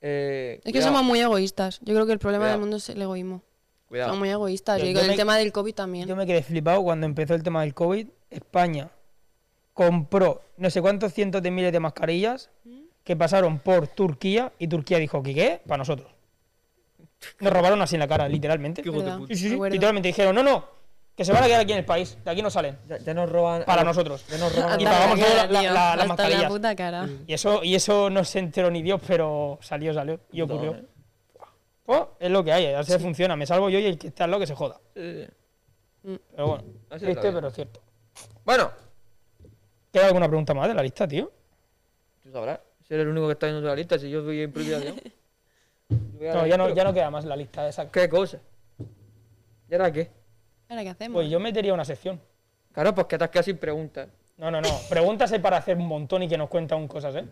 S4: eh,
S5: Es que
S4: cuidado,
S5: somos muy egoístas. Yo creo que el problema
S4: Cuidado.
S5: del mundo es el egoísmo.
S4: cuidado.
S5: Somos muy egoístas.
S3: Pero
S5: Y
S3: yo
S5: con el
S3: me-
S5: tema del COVID también.
S3: Yo me quedé flipado cuando empezó el tema del COVID. España compró no sé cuántos cientos de miles de mascarillas que pasaron por Turquía y Turquía dijo, ¿qué qué? Para nosotros. Nos robaron así en la cara, literalmente.
S4: Qué hijos de
S5: ¿Verdad?
S4: puta.
S3: Sí, sí, sí.
S5: Me acuerdo.
S3: Literalmente dijeron, no, no, que se van a quedar aquí en el país, de aquí no salen.
S4: Ya, ya nos roban.
S3: Para
S4: ya-
S3: nosotros.
S4: Ya nos
S5: Hasta
S4: roban.
S3: Y
S5: la
S3: pagamos
S5: cara,
S3: todas la-
S5: tío.
S3: la- la- las
S5: Hasta
S3: mascarillas.
S5: la puta cara.
S3: Y eso, y eso no se enteró ni Dios, pero salió, salió y ocurrió.
S4: No, eh.
S3: Pues, es lo que hay, así funciona. Me salvo yo y el que está al lado que se joda.
S4: Eh,
S3: Pero bueno,
S4: Así es la
S3: triste,
S4: vida.
S3: pero cierto.
S4: Bueno,
S3: ¿Queda alguna pregunta más de la lista, tío?
S4: tú sabrás. Si eres el único que está viendo toda la lista, si yo voy en privilegio.
S3: No, ya no, ya no queda más la lista esa.
S4: ¿Qué cosa? ¿Y ahora qué?
S5: Ahora, ¿qué hacemos?
S3: Pues yo metería una sección.
S4: Claro, pues que te has quedado sin preguntas.
S3: No, no, no. Pregúntase para hacer un montón y que nos cuenta un cosas, ¿eh?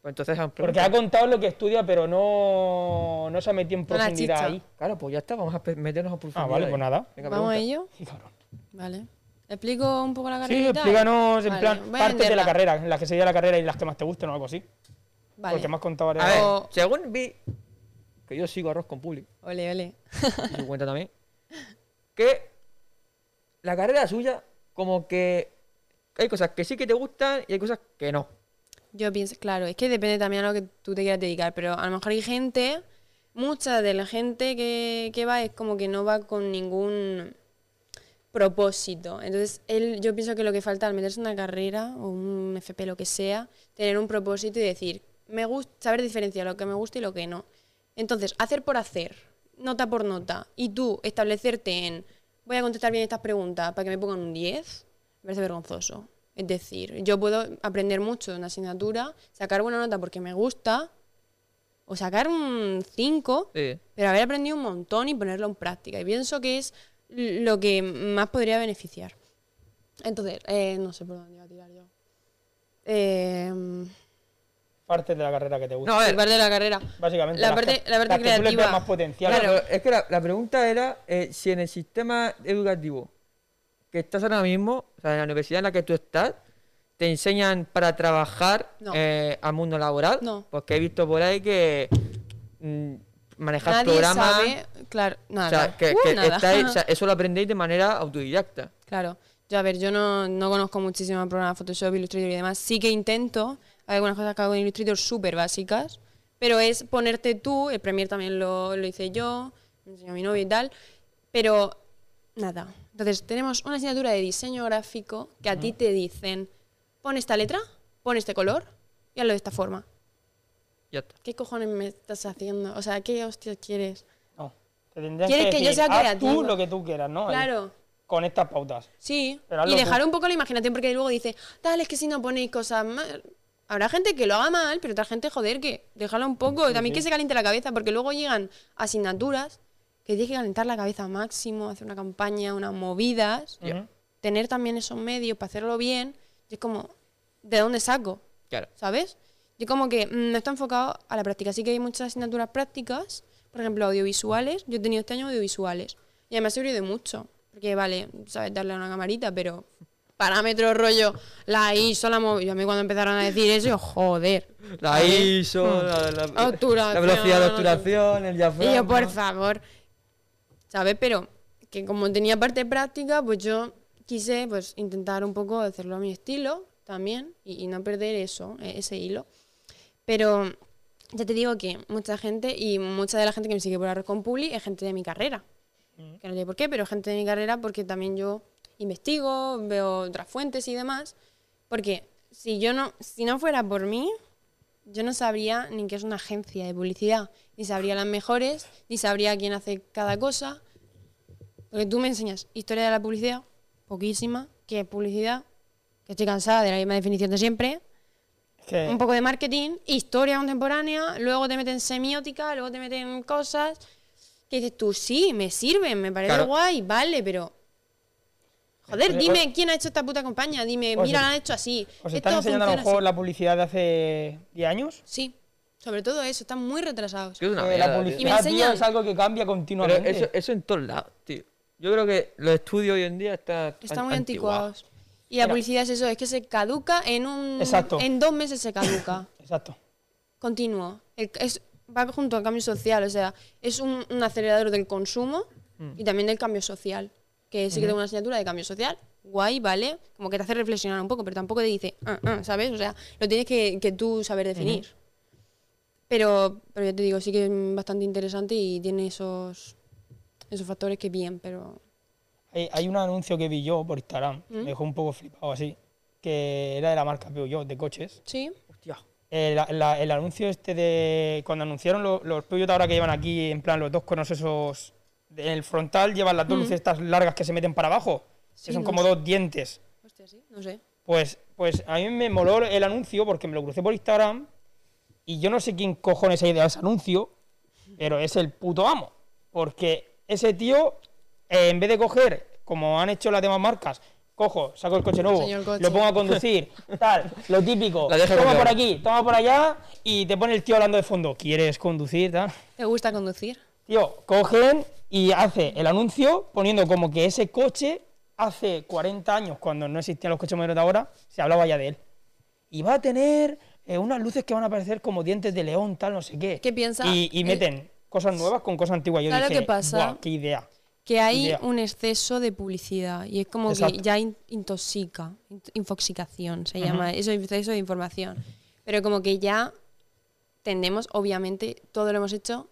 S4: Pues entonces han
S3: Porque
S4: preguntado.
S3: ha contado lo que estudia, pero no, no se ha metido en
S5: No la
S3: profundidad
S5: chicha.
S3: ahí.
S4: Claro, pues ya está, vamos a pe- meternos a profundidad.
S3: Ah, vale,
S4: ahí.
S3: pues nada.
S4: Venga,
S5: ¿Vamos a
S4: pregunta.
S5: ello?
S3: Sí, cabrón.
S5: Vale. ¿Explico un poco la carrera?
S3: Sí, explícanos en
S5: Vale,
S3: plan
S5: voy a
S3: partes de la
S5: venderla.
S3: carrera, en las que se dio la carrera y las que más te gusten o algo así.
S5: Vale.
S3: Porque me has contado varias
S4: A ver,
S5: O-
S4: según vi, que yo sigo Arroz con Public,
S5: Ole, ole.
S4: y su cuenta también, que la carrera suya, como que hay cosas que sí que te gustan y hay cosas que no.
S5: Yo pienso, claro, es que depende también a lo que tú te quieras dedicar, pero a lo mejor hay gente, mucha de la gente que, que va es como que no va con ningún propósito. Entonces, él, yo pienso que lo que falta al meterse en una carrera o un FP, lo que sea, tener un propósito y decir, me gusta, saber diferenciar lo que me gusta y lo que no. Entonces, hacer por hacer, nota por nota, y tú establecerte en, voy a contestar bien estas preguntas para que me pongan un 10, me parece vergonzoso. Es decir, yo puedo aprender mucho de una asignatura, sacar buena nota porque me gusta, o sacar un 5,
S4: Sí.
S5: pero haber aprendido un montón y ponerlo en práctica. Y pienso que es lo que más podría beneficiar. Entonces, eh, no sé por dónde iba a tirar yo. Eh,
S3: Parte de la carrera que te gusta.
S4: No, a ver,
S5: el parte de la carrera.
S3: Básicamente.
S5: La
S3: las que-
S5: parte, la parte
S3: las que tú le veas
S5: creativa.
S3: más potencial.
S5: Claro.
S4: Claro, es que la, la pregunta era eh, si en el sistema educativo que estás ahora mismo, o sea, en la universidad en la que tú estás, te enseñan para trabajar
S5: No.
S4: eh, al mundo laboral.
S5: No.
S4: Porque he visto por ahí que mm, manejar
S5: Nadie
S4: programas.
S5: sabe, claro,
S4: o
S5: nada.
S4: sea, que,
S5: Uh,
S4: que
S5: nada.
S4: estáis- o sea, eso lo aprendéis de manera autodidacta.
S5: Claro. Yo, a ver, yo no, no conozco muchísimo el programa Photoshop, Illustrator y demás. Sí que intento. Hay algunas cosas que hago en Illustrator súper básicas. Pero es ponerte tú. El Premiere también lo, lo hice yo. Me enseñó mi novio y tal. Pero nada. Entonces, tenemos una asignatura de diseño gráfico que a ti te dicen: pon esta letra, pon este color y hazlo de esta forma.
S4: Ya está.
S5: ¿Qué cojones me estás haciendo? O sea, ¿qué hostias quieres?
S3: No. Te tendrían
S5: ¿Quieres que yo
S3: decir,
S5: sea
S3: haz tú
S5: creativa?
S3: lo que tú quieras, ¿no? Ahí,
S5: Claro.
S3: con estas pautas.
S5: Sí,
S3: Pero hazlo
S5: y
S3: tú.
S5: dejar un poco la imaginación, porque luego dice, tal, es que si no ponéis cosas mal. Habrá gente que lo haga mal, pero otra gente, joder, que déjala un poco. y también que se caliente la cabeza, porque luego llegan asignaturas que tienes que calentar la cabeza máximo, hacer una campaña, unas movidas,
S3: Ujú.
S5: tener también esos medios para hacerlo bien. Y es como, ¿de dónde saco?
S4: Claro.
S5: ¿sabes? Yo como que mm, no está enfocado a la práctica. Sí que hay muchas asignaturas prácticas, por ejemplo, audiovisuales. Yo he tenido este año audiovisuales. Y además he aprendido mucho. Porque, vale, sabes darle a una camarita, pero parámetros, rollo, la ISO, la móvil. Yo a mí cuando empezaron a decir eso, yo, joder.
S4: La
S5: ¿vale?
S4: ISO, la, la-
S5: Hmm. Obturación.
S4: la velocidad de obturación, el diafragma.
S5: Y yo, por favor. ¿Sabes? Pero que como tenía parte práctica, pues yo quise pues intentar un poco hacerlo a mi estilo también y, y no perder eso, e- ese hilo. Pero ya te digo que mucha gente y mucha de la gente que me sigue por arroz con Publi es gente de mi carrera. Que no sé por qué, pero gente de mi carrera porque también yo investigo, veo otras fuentes y demás. Porque si yo no, si no fuera por mí, yo no sabría ni qué es una agencia de publicidad, ni sabría las mejores, ni sabría quién hace cada cosa. Porque tú me enseñas historia de la publicidad, poquísima, qué es publicidad, que estoy cansada de la misma definición de siempre,
S3: Es que-
S5: un poco de marketing, historia contemporánea, luego te meten semiótica, luego te meten cosas que dices tú, sí, me sirven, me parece
S4: Claro.
S5: guay, vale, pero... Joder,
S3: Oye,
S5: dime quién ha hecho esta puta campaña, dime,
S3: os
S5: mira,
S3: est-
S5: la han hecho así.
S3: ¿Os
S5: esto
S3: están enseñando a lo
S5: funciona así".
S3: mejor la publicidad de hace 10 años?
S5: Sí, sobre todo eso, están muy retrasados.
S4: Es que es una
S3: Eh,
S4: mierda,
S3: la
S4: tío.
S5: Y me
S3: publicidad tío,
S5: enseñan-
S3: es algo que cambia
S4: Pero
S3: continuamente.
S4: eso, eso en todos lados, tío. Yo creo que los estudios hoy en día están...
S5: Están muy
S4: antiguados.
S5: anticuados. Y la
S3: Mira.
S5: publicidad es eso, es que se caduca en un...
S3: Exacto.
S5: En dos meses se caduca.
S3: Exacto.
S5: Continuo. El- es, va junto al cambio social, o sea, es un, un acelerador del consumo y también del cambio social. Que sí que tengo una asignatura de cambio social, guay, vale, como que te hace reflexionar un poco, pero tampoco te dice, ah, ah, ¿sabes? O sea, lo tienes que, que tú saber definir. Pero, pero yo te digo, sí que es bastante interesante y tiene esos, esos factores que bien, pero...
S3: Hay, hay un anuncio que vi yo por Instagram,
S5: Mm.
S3: me dejó un poco flipado así, que era de la marca Peugeot, de coches.
S5: Sí,
S3: El, la- el anuncio este de... Cuando anunciaron lo- los Peugeot ahora que llevan aquí, en plan, los dos conos esos... de- En el frontal llevan las dos luces estas largas que se meten para abajo, que
S5: Mm. Sí,
S3: son
S5: no
S3: como dos dientes.
S5: hostia, sí, no sé.
S3: Pues, pues a mí me moló el anuncio porque me lo crucé por Instagram y yo no sé quién cojones ha ideado ese anuncio, pero es el puto amo. Porque ese tío, eh, en vez de coger, como han hecho las demás marcas, cojo, saco el coche nuevo,
S5: Señor coche.
S3: lo pongo a conducir, tal, lo típico,
S4: La deja
S3: toma
S4: cambiar.
S3: por aquí, toma por allá y te pone el tío hablando de fondo, ¿quieres conducir? Tal.
S5: ¿Te gusta conducir?
S3: Tío, cogen y hace el anuncio poniendo como que ese coche hace 40 años, cuando no existían los coches modernos de ahora, se hablaba ya de él. Y va a tener eh, unas luces que van a parecer como dientes de león, tal, no sé qué.
S5: ¿Qué piensa?
S3: Y, y
S5: El-
S3: meten cosas nuevas con cosas antiguas. Yo
S5: ¿Sabes lo
S3: dije,
S5: que pasa?
S3: "Buah, qué idea.
S5: que hay
S3: Idea.
S5: un exceso de publicidad y es como
S3: Exacto.
S5: que ya in- intoxica, int- infoxicación se llama, eso exceso de información. Pero como que ya tendemos, obviamente, todo lo hemos hecho,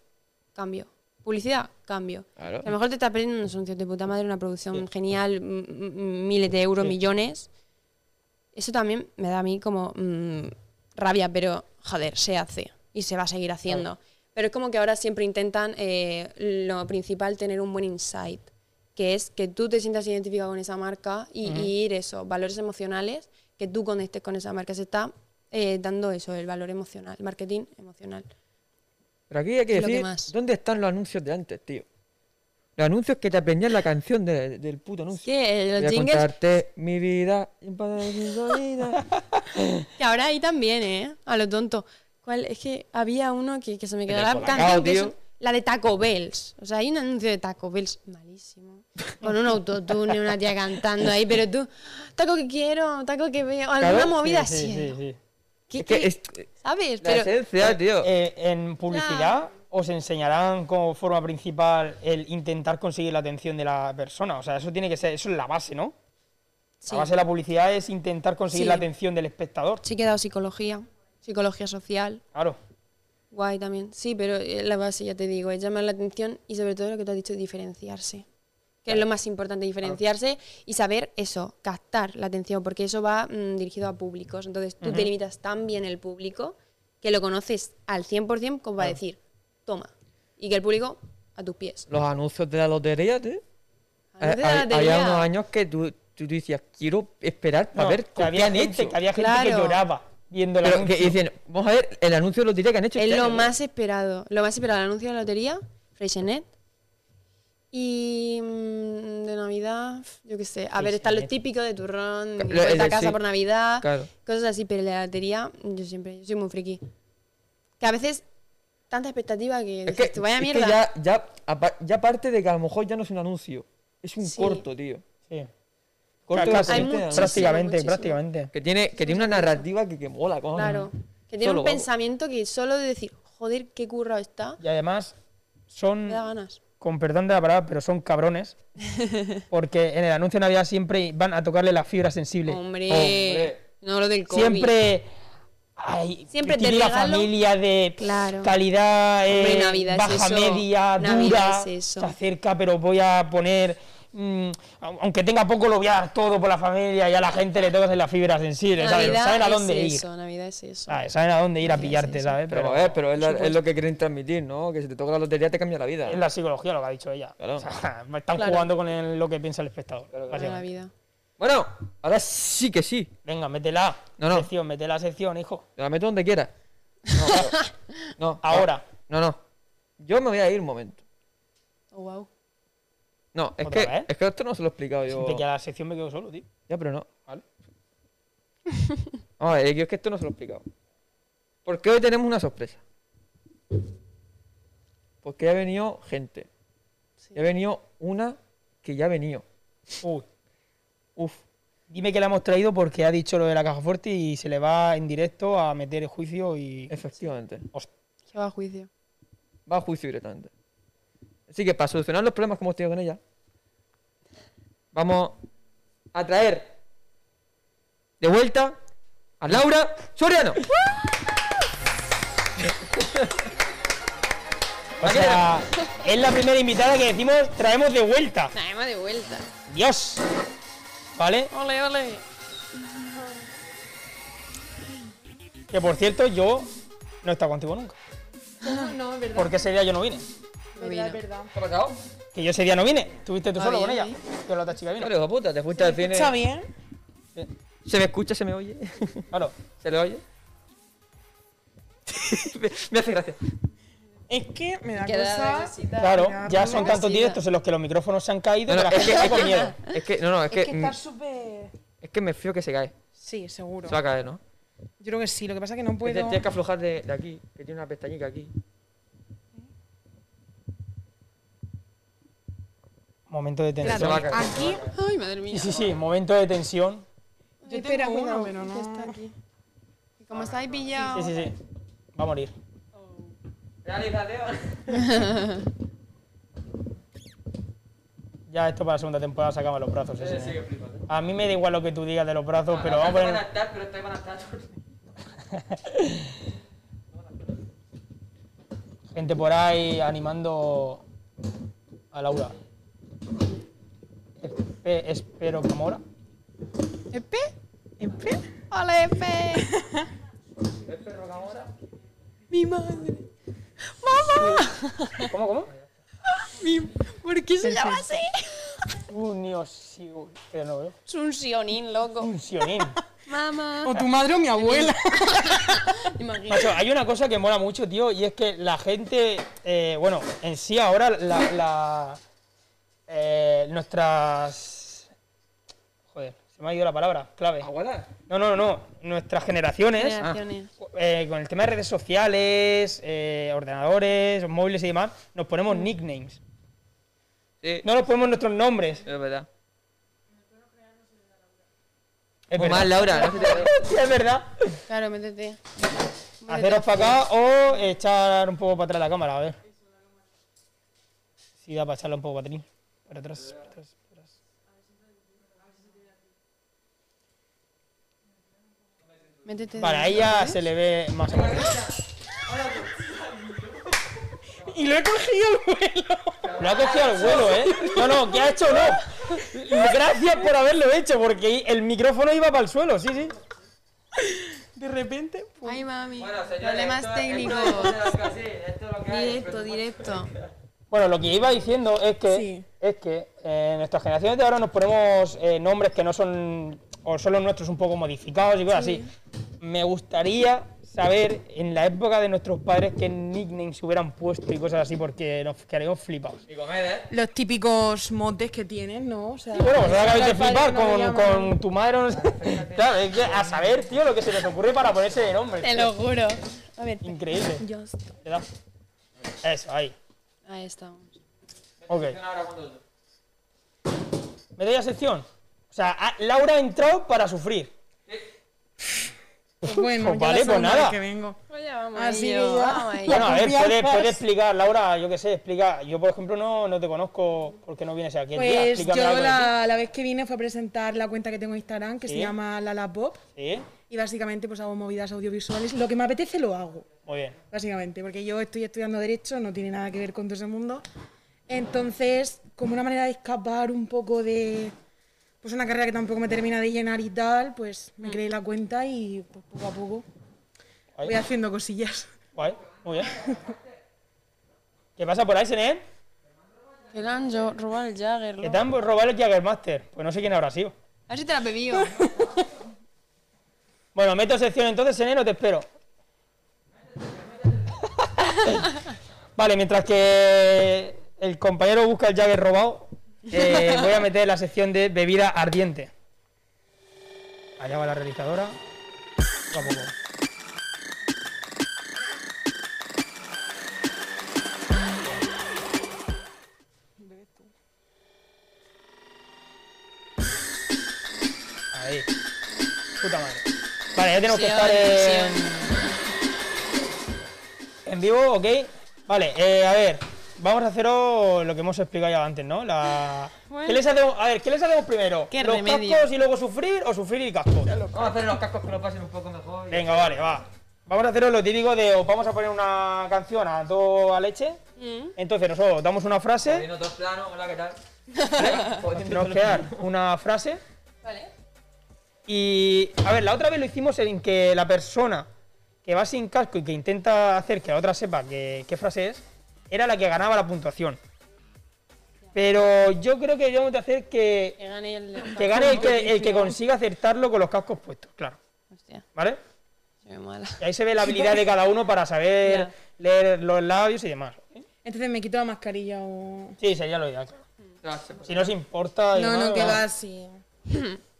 S5: cambio. Publicidad, cambio.
S4: Claro.
S5: A lo mejor te estás perdiendo unos anuncios de puta madre, una producción genial, m- m- miles de euros, millones. Eso también me da a mí como mm, rabia, pero joder, se hace y se va a seguir haciendo. Pero es como que ahora siempre intentan eh, lo principal, tener un buen insight, que es que tú te sientas identificado con esa marca y, y ir eso, valores emocionales, que tú conectes con esa marca. Se está eh, dando eso, el valor emocional, el marketing emocional.
S4: Pero aquí hay que
S5: Es lo que
S4: decir,
S5: más.
S4: ¿dónde están los anuncios de antes, tío? Los anuncios que te aprendían la canción de- del puto anuncio.
S5: Que eh,
S4: Voy
S5: los
S4: a
S5: jingles,
S4: contarte mi vida. un par de vida.
S5: que ahora ahí también, ¿eh? A lo tonto. ¿Cuál? Es que había uno que, que se me
S4: del
S5: quedó la
S4: Colacao,
S5: canción, que es
S4: tío.
S5: un- la de Taco Bells. O sea, hay un anuncio de Taco Bells malísimo. Con un autotune y una tía cantando ahí, pero tú, taco que quiero, taco que veo, alguna
S4: Claro,
S5: movida
S3: Sí, sí,
S5: así.
S3: sí,
S5: ¿no?
S3: sí.
S5: ¿Qué-
S4: Es que
S5: qué?
S4: es
S5: ¿Sabes?
S4: la
S5: Pero,
S4: esencia, tío.
S3: Eh, en publicidad os enseñarán como forma principal el intentar conseguir la atención de la persona. O sea, eso tiene que ser, eso es la base, ¿no?
S5: sí,
S3: La base de la publicidad es intentar conseguir
S5: Sí.
S3: la atención del espectador.
S5: sí que he dado psicología, psicología social.
S3: Claro.
S5: Guay también. Sí, pero eh, la base, ya te digo, es llamar la atención y sobre todo lo que tú has dicho, diferenciarse. Que es lo más importante, diferenciarse y saber eso, captar la atención, porque eso va mm, dirigido a públicos. Entonces tú te limitas tan bien el público que lo conoces al 100% como para decir, toma. Y que el público a tus pies.
S4: Los anuncios de la lotería, tío.
S5: A no ser de
S4: eh, Hay-
S5: la
S4: hay- Había
S5: teoría.
S4: unos años que tú, tú decías, quiero esperar para
S3: No,
S4: ver
S3: que
S4: con qué
S3: había
S4: han
S3: gente,
S4: hecho.
S3: que había gente que
S5: Claro.
S3: lloraba viendo el
S4: Pero que
S3: anuncio.
S4: dicen, vamos a ver el anuncio de lotería que han hecho.
S5: Es
S4: este
S5: lo
S4: año".
S5: más esperado. Lo más esperado, el anuncio de la lotería, Freixenet. Y mm, de Navidad, yo qué sé. A ver, está lo
S3: Freixenet.
S5: típico de turrón,
S4: Ca-
S5: de
S4: lo- el
S5: vuelta a
S4: de-
S5: casa
S4: sí.
S5: por Navidad,
S4: Claro.
S5: cosas así. Pero la lotería, yo siempre, yo soy muy friki. Que a veces, tanta expectativa que,
S4: Es
S5: dices,
S4: que,
S5: "Tú, vaya
S4: es que
S5: mierda.
S4: ya, ya, apa- ya aparte de que a lo mejor ya no es un anuncio, es un
S5: Sí.
S4: corto, tío.
S3: Sí.
S4: Corto
S3: Claro,
S4: que, consiste
S5: Hay
S4: en
S5: muchísimo,
S4: anuncio.
S3: prácticamente,
S5: muchísimo.
S3: prácticamente.
S4: que tiene que tiene una narrativa que, que mola, coño.
S5: Claro. Que tiene
S4: Solo
S5: un
S4: vamos.
S5: pensamiento que solo de decir, joder, qué currado está,
S3: Y además
S5: me
S3: son,
S5: da ganas.
S3: con perdón de la palabra, pero son cabrones. Porque en el anuncio de Navidad siempre van a tocarle la fibra sensible.
S5: Hombre,
S4: Hombre.
S5: no lo del COVID.
S3: siempre ay,
S5: Siempre te
S3: tiene la
S5: regalo.
S3: familia de
S5: Claro.
S3: calidad
S5: Hombre,
S3: eh,
S5: Navidad es
S3: baja
S5: eso.
S3: media
S5: Navidad
S3: dura
S5: es eso.
S3: se acerca pero voy a poner mm, au- aunque tenga poco lo voy a dar todo por la familia y a la gente le toca hacer la fibra sensible ¿sabes?
S5: Navidad
S3: saben a
S5: es
S3: dónde ir
S5: eso, Navidad es eso.
S4: Ah,
S3: ¿sabes? saben a dónde ir a
S5: Navidad es
S3: pillarte
S5: eso.
S3: ¿sabes?
S4: Pero, a ver, pero es, la- es lo que quieren transmitir, ¿no? Que si te toca la lotería te cambia la vida.
S3: es la psicología lo que ha dicho ella
S4: Claro.
S3: O sea, están
S5: Claro.
S3: jugando con el- lo que piensa el espectador
S5: Toda la
S3: básicamente.
S5: vida.
S4: Bueno, ahora sí que sí.
S3: venga métela
S4: No, no.
S3: sección métela sección hijo
S4: Te la meto donde quieras. No, pero- no,
S3: ahora
S4: No, no. Yo me voy a ir un momento.
S5: Oh, wow.
S4: No, es
S3: ¿Otra
S4: que,
S3: vez?
S4: es que esto no se lo he explicado yo.
S3: siempre que a la sección me quedo solo tío
S4: Ya, pero no.
S3: Vale.
S4: Vamos a ver, yo es que esto no se lo he explicado. Porque hoy tenemos una sorpresa. Porque ya ha venido gente.
S5: Sí.
S4: Ya ha venido una que ya ha venido.
S3: Uy.
S4: Uf.
S3: Dime que la hemos traído porque ha dicho lo de la caja fuerte y se le va en directo a meter el juicio y.
S4: Efectivamente.
S5: Que va a juicio.
S4: Va a juicio directamente. Así que para solucionar los problemas que hemos tenido con ella, vamos a traer de vuelta a Laura Soriano.
S3: O sea, es la primera invitada que decimos traemos de vuelta.
S5: Traemos Ah, de vuelta.
S3: Dios. ¿Vale?
S5: Ole, ole.
S3: Que por cierto, yo no he estado contigo nunca.
S1: No, es verdad.
S3: Porque ese día yo no vine.
S1: es verdad, es verdad.
S4: ¿Qué ha pasado?
S3: Que yo ese día no vine. Estuviste tú
S5: Ah,
S3: solo
S5: bien,
S3: con ella.
S5: bien.
S3: Que la otra chica vino.
S4: Hombre, hijo puta, te fuiste al cine.
S1: ¿Está bien?
S4: ¿Se me escucha? ¿Se me oye?
S3: Claro.
S4: ¿Se le oye? me, me hace gracia.
S1: Es que me da
S5: Que da- da
S1: cosa.
S5: cosita.
S3: Claro,
S1: Mira,
S3: ya
S1: no,
S3: son
S5: no,
S3: tantos
S5: sí,
S3: directos en los que los micrófonos se han caído
S4: No, no,
S3: que la
S4: es,
S3: gente
S4: que,
S3: está
S4: es,
S3: con miedo.
S4: que, es que- no, no, es que,
S1: Es que está
S4: mm,
S1: súper.
S4: es que me fío que se cae.
S1: Sí, seguro.
S4: Se va a caer, ¿no?
S1: Yo creo que sí. Lo que pasa es que no
S4: Que te-
S1: puedo.
S4: Tienes que aflojar de, de aquí, que tiene una pestañica aquí.
S3: Momento de tensión.
S4: se va a caer.
S1: Aquí.
S5: Ay, madre mía.
S3: Sí, sí, sí, momento de tensión.
S1: Yo espera,
S5: tengo
S1: cuidado,
S5: uno,
S1: pero
S5: que está
S1: no. Ah,
S5: aquí. Y Como estáis pillado.
S3: Sí, sí, sí. Va a morir. Ya esto para la segunda temporada sacamos los brazos. ese, ¿eh? Ah, A mí me da igual lo que tú digas de los brazos, pero vamos a poner... Gente por ahí animando a Laura. Espe- espero que mora.
S1: ¿Epe? ¿Epe?
S5: Ole, Efe.
S1: Mi madre.
S3: ¿Cómo, cómo?
S1: Mi... ¿Por qué se llama así?
S3: Uniosil. Pero no ¿eh? veo.
S5: Es un sionín, loco.
S3: Uniosil.
S5: Mamá.
S1: O tu madre o mi abuela.
S5: Mi imagino.
S3: Macho, hay una cosa que mola mucho, tío, y es que la gente, eh, bueno, en sí ahora la, la- eh, nuestras... Joder, se me ha ido la palabra, clave. No, no, no, nuestras
S1: Ah.
S3: generaciones,
S5: Generaciones.
S3: eh, con el tema de redes sociales, eh, ordenadores, móviles y demás, nos ponemos nicknames.
S4: Sí,
S3: No nos ponemos nuestros nombres.
S4: es verdad.
S3: Es
S4: o
S3: verdad.
S4: más, Laura, no se te-
S3: Sí, es verdad.
S5: Claro, métete. Métete.
S3: Haceros para acá o echar un poco para atrás la cámara, a ver. Sí, da para echarla un poco para atrás. Para atrás, para atrás, para atrás.
S5: Métete. ¿eh?
S3: Vale, ahí ya se le ve más o menos. Y lo he cogido al vuelo. Lo ha cogido al vuelo, ¿eh? No, no, ¿qué ha hecho? No. Gracias por haberlo hecho, porque el micrófono iba para el suelo, sí, sí.
S1: De repente,
S5: Ay, mami.
S4: señores,
S5: Problemas
S4: esto-
S5: técnicos.
S4: esto es lo que sí, esto es lo que hay,
S5: directo, directo.
S3: Bueno, lo que iba diciendo es que,
S1: Sí.
S3: es que eh, nuestras generaciones de ahora nos ponemos eh, nombres que no son, o son los nuestros un poco modificados y cosas así. Me gustaría saber en la época de nuestros padres qué nicknames se hubieran puesto y cosas así, porque nos quedaríamos flipados.
S4: Y comed, ¿eh?
S1: los típicos motes que tienen, ¿no? O sea,
S3: Bueno, pues vosotros acabáis de
S1: al padre
S3: flipar
S1: no le
S3: con,
S1: llaman-
S3: con tu madre. o no sé. Claro, es que a saber, tío, lo que se les ocurre para ponerse de nombre.
S5: Te lo juro. A ver.
S3: Increíble.
S5: Yo estoy-
S3: Le da. Eso, ahí.
S5: Ahí estamos.
S3: Ok. ¿Me doy la sección? O sea, ha- Laura ha entrado para sufrir.
S1: Pues bueno,
S3: Pues
S1: yo la
S3: vale, pues
S1: segunda vez
S3: nada.
S1: que vengo.
S5: Pues vamos
S1: Así
S5: ahí,
S1: que
S5: yo,
S1: ya.
S5: vamos ahí.
S3: Bueno, a ver, puede,
S1: confianza.
S3: puede explicar, Laura, yo qué sé, explica. Yo, por ejemplo, no, no te conozco porque no vienes aquí. el día.
S1: Pues
S3: Explícame
S1: yo
S3: algo de
S1: la, la vez que vine fue a presentar la cuenta que tengo en Instagram que
S3: Sí.
S1: se llama Lala Pop
S3: ti. Sí,
S1: y básicamente pues hago movidas audiovisuales. Lo que me apetece lo hago,
S3: muy bien.
S1: básicamente, porque yo estoy estudiando Derecho, no tiene nada que ver con todo ese mundo. Entonces, como una manera de escapar un poco de pues una carrera que tampoco me termina de llenar y tal, pues
S3: Mm.
S1: me creé la cuenta y pues, poco a poco
S3: Ahí.
S1: voy haciendo cosillas.
S3: Guay, muy bien. ¿Qué pasa por ahí, Senén?
S5: Que le han yo- robado el Jagger.
S3: Que
S5: ¿no?
S3: te han robado el Jaggermaster. Pues no sé quién habrá sido.
S5: A ver si te la has bebido.
S3: Bueno, meto sección entonces, Senén, o te espero. vale, mientras que el compañero busca el Jagger robado, eh, voy a meter la sección de bebida ardiente. Allá va la realizadora. Poco a poco. Ahí. Puta madre. Vale, ya tenemos que
S5: Sí,
S3: estar
S5: oye,
S3: en,
S5: sí,
S3: en vivo, ¿ok? Vale, eh, a ver. Vamos a haceros lo que hemos explicado ya antes, ¿no? La...
S5: Bueno.
S3: ¿Qué les hacemos? A ver, ¿qué les hacemos primero?
S5: Qué
S3: ¿Los
S5: remedio.
S3: cascos y luego sufrir o sufrir y cascos?
S4: Vamos a hacer los cascos que lo pasen un poco mejor. y-
S3: Venga, vale, va. Vamos a haceros lo típico de os vamos a poner una canción a toda leche.
S5: Mm.
S3: Entonces nosotros damos una frase,
S4: Viendo dos planos, hola, ¿qué tal? ¿Eh?
S3: tenemos que dar una frase.
S5: Vale.
S3: Y a ver, la otra vez lo hicimos en que la persona que va sin casco y que intenta hacer que la otra sepa que- qué frase es, era la que ganaba la puntuación. Pero yo creo que debemos de hacer que,
S5: Que gane el.
S3: que gane el que, el que consiga acertarlo con los cascos puestos, claro.
S5: Hostia,
S3: ¿Vale?
S5: soy mala.
S3: Y ahí se ve la habilidad de cada uno para saber
S5: Ya.
S3: leer los labios y demás.
S1: Entonces me quito la mascarilla o...
S3: Sí, sería lo ideal. claro. Si
S4: Venga.
S3: no os importa... y
S1: No,
S3: demás,
S1: no, que
S3: nada.
S1: va así.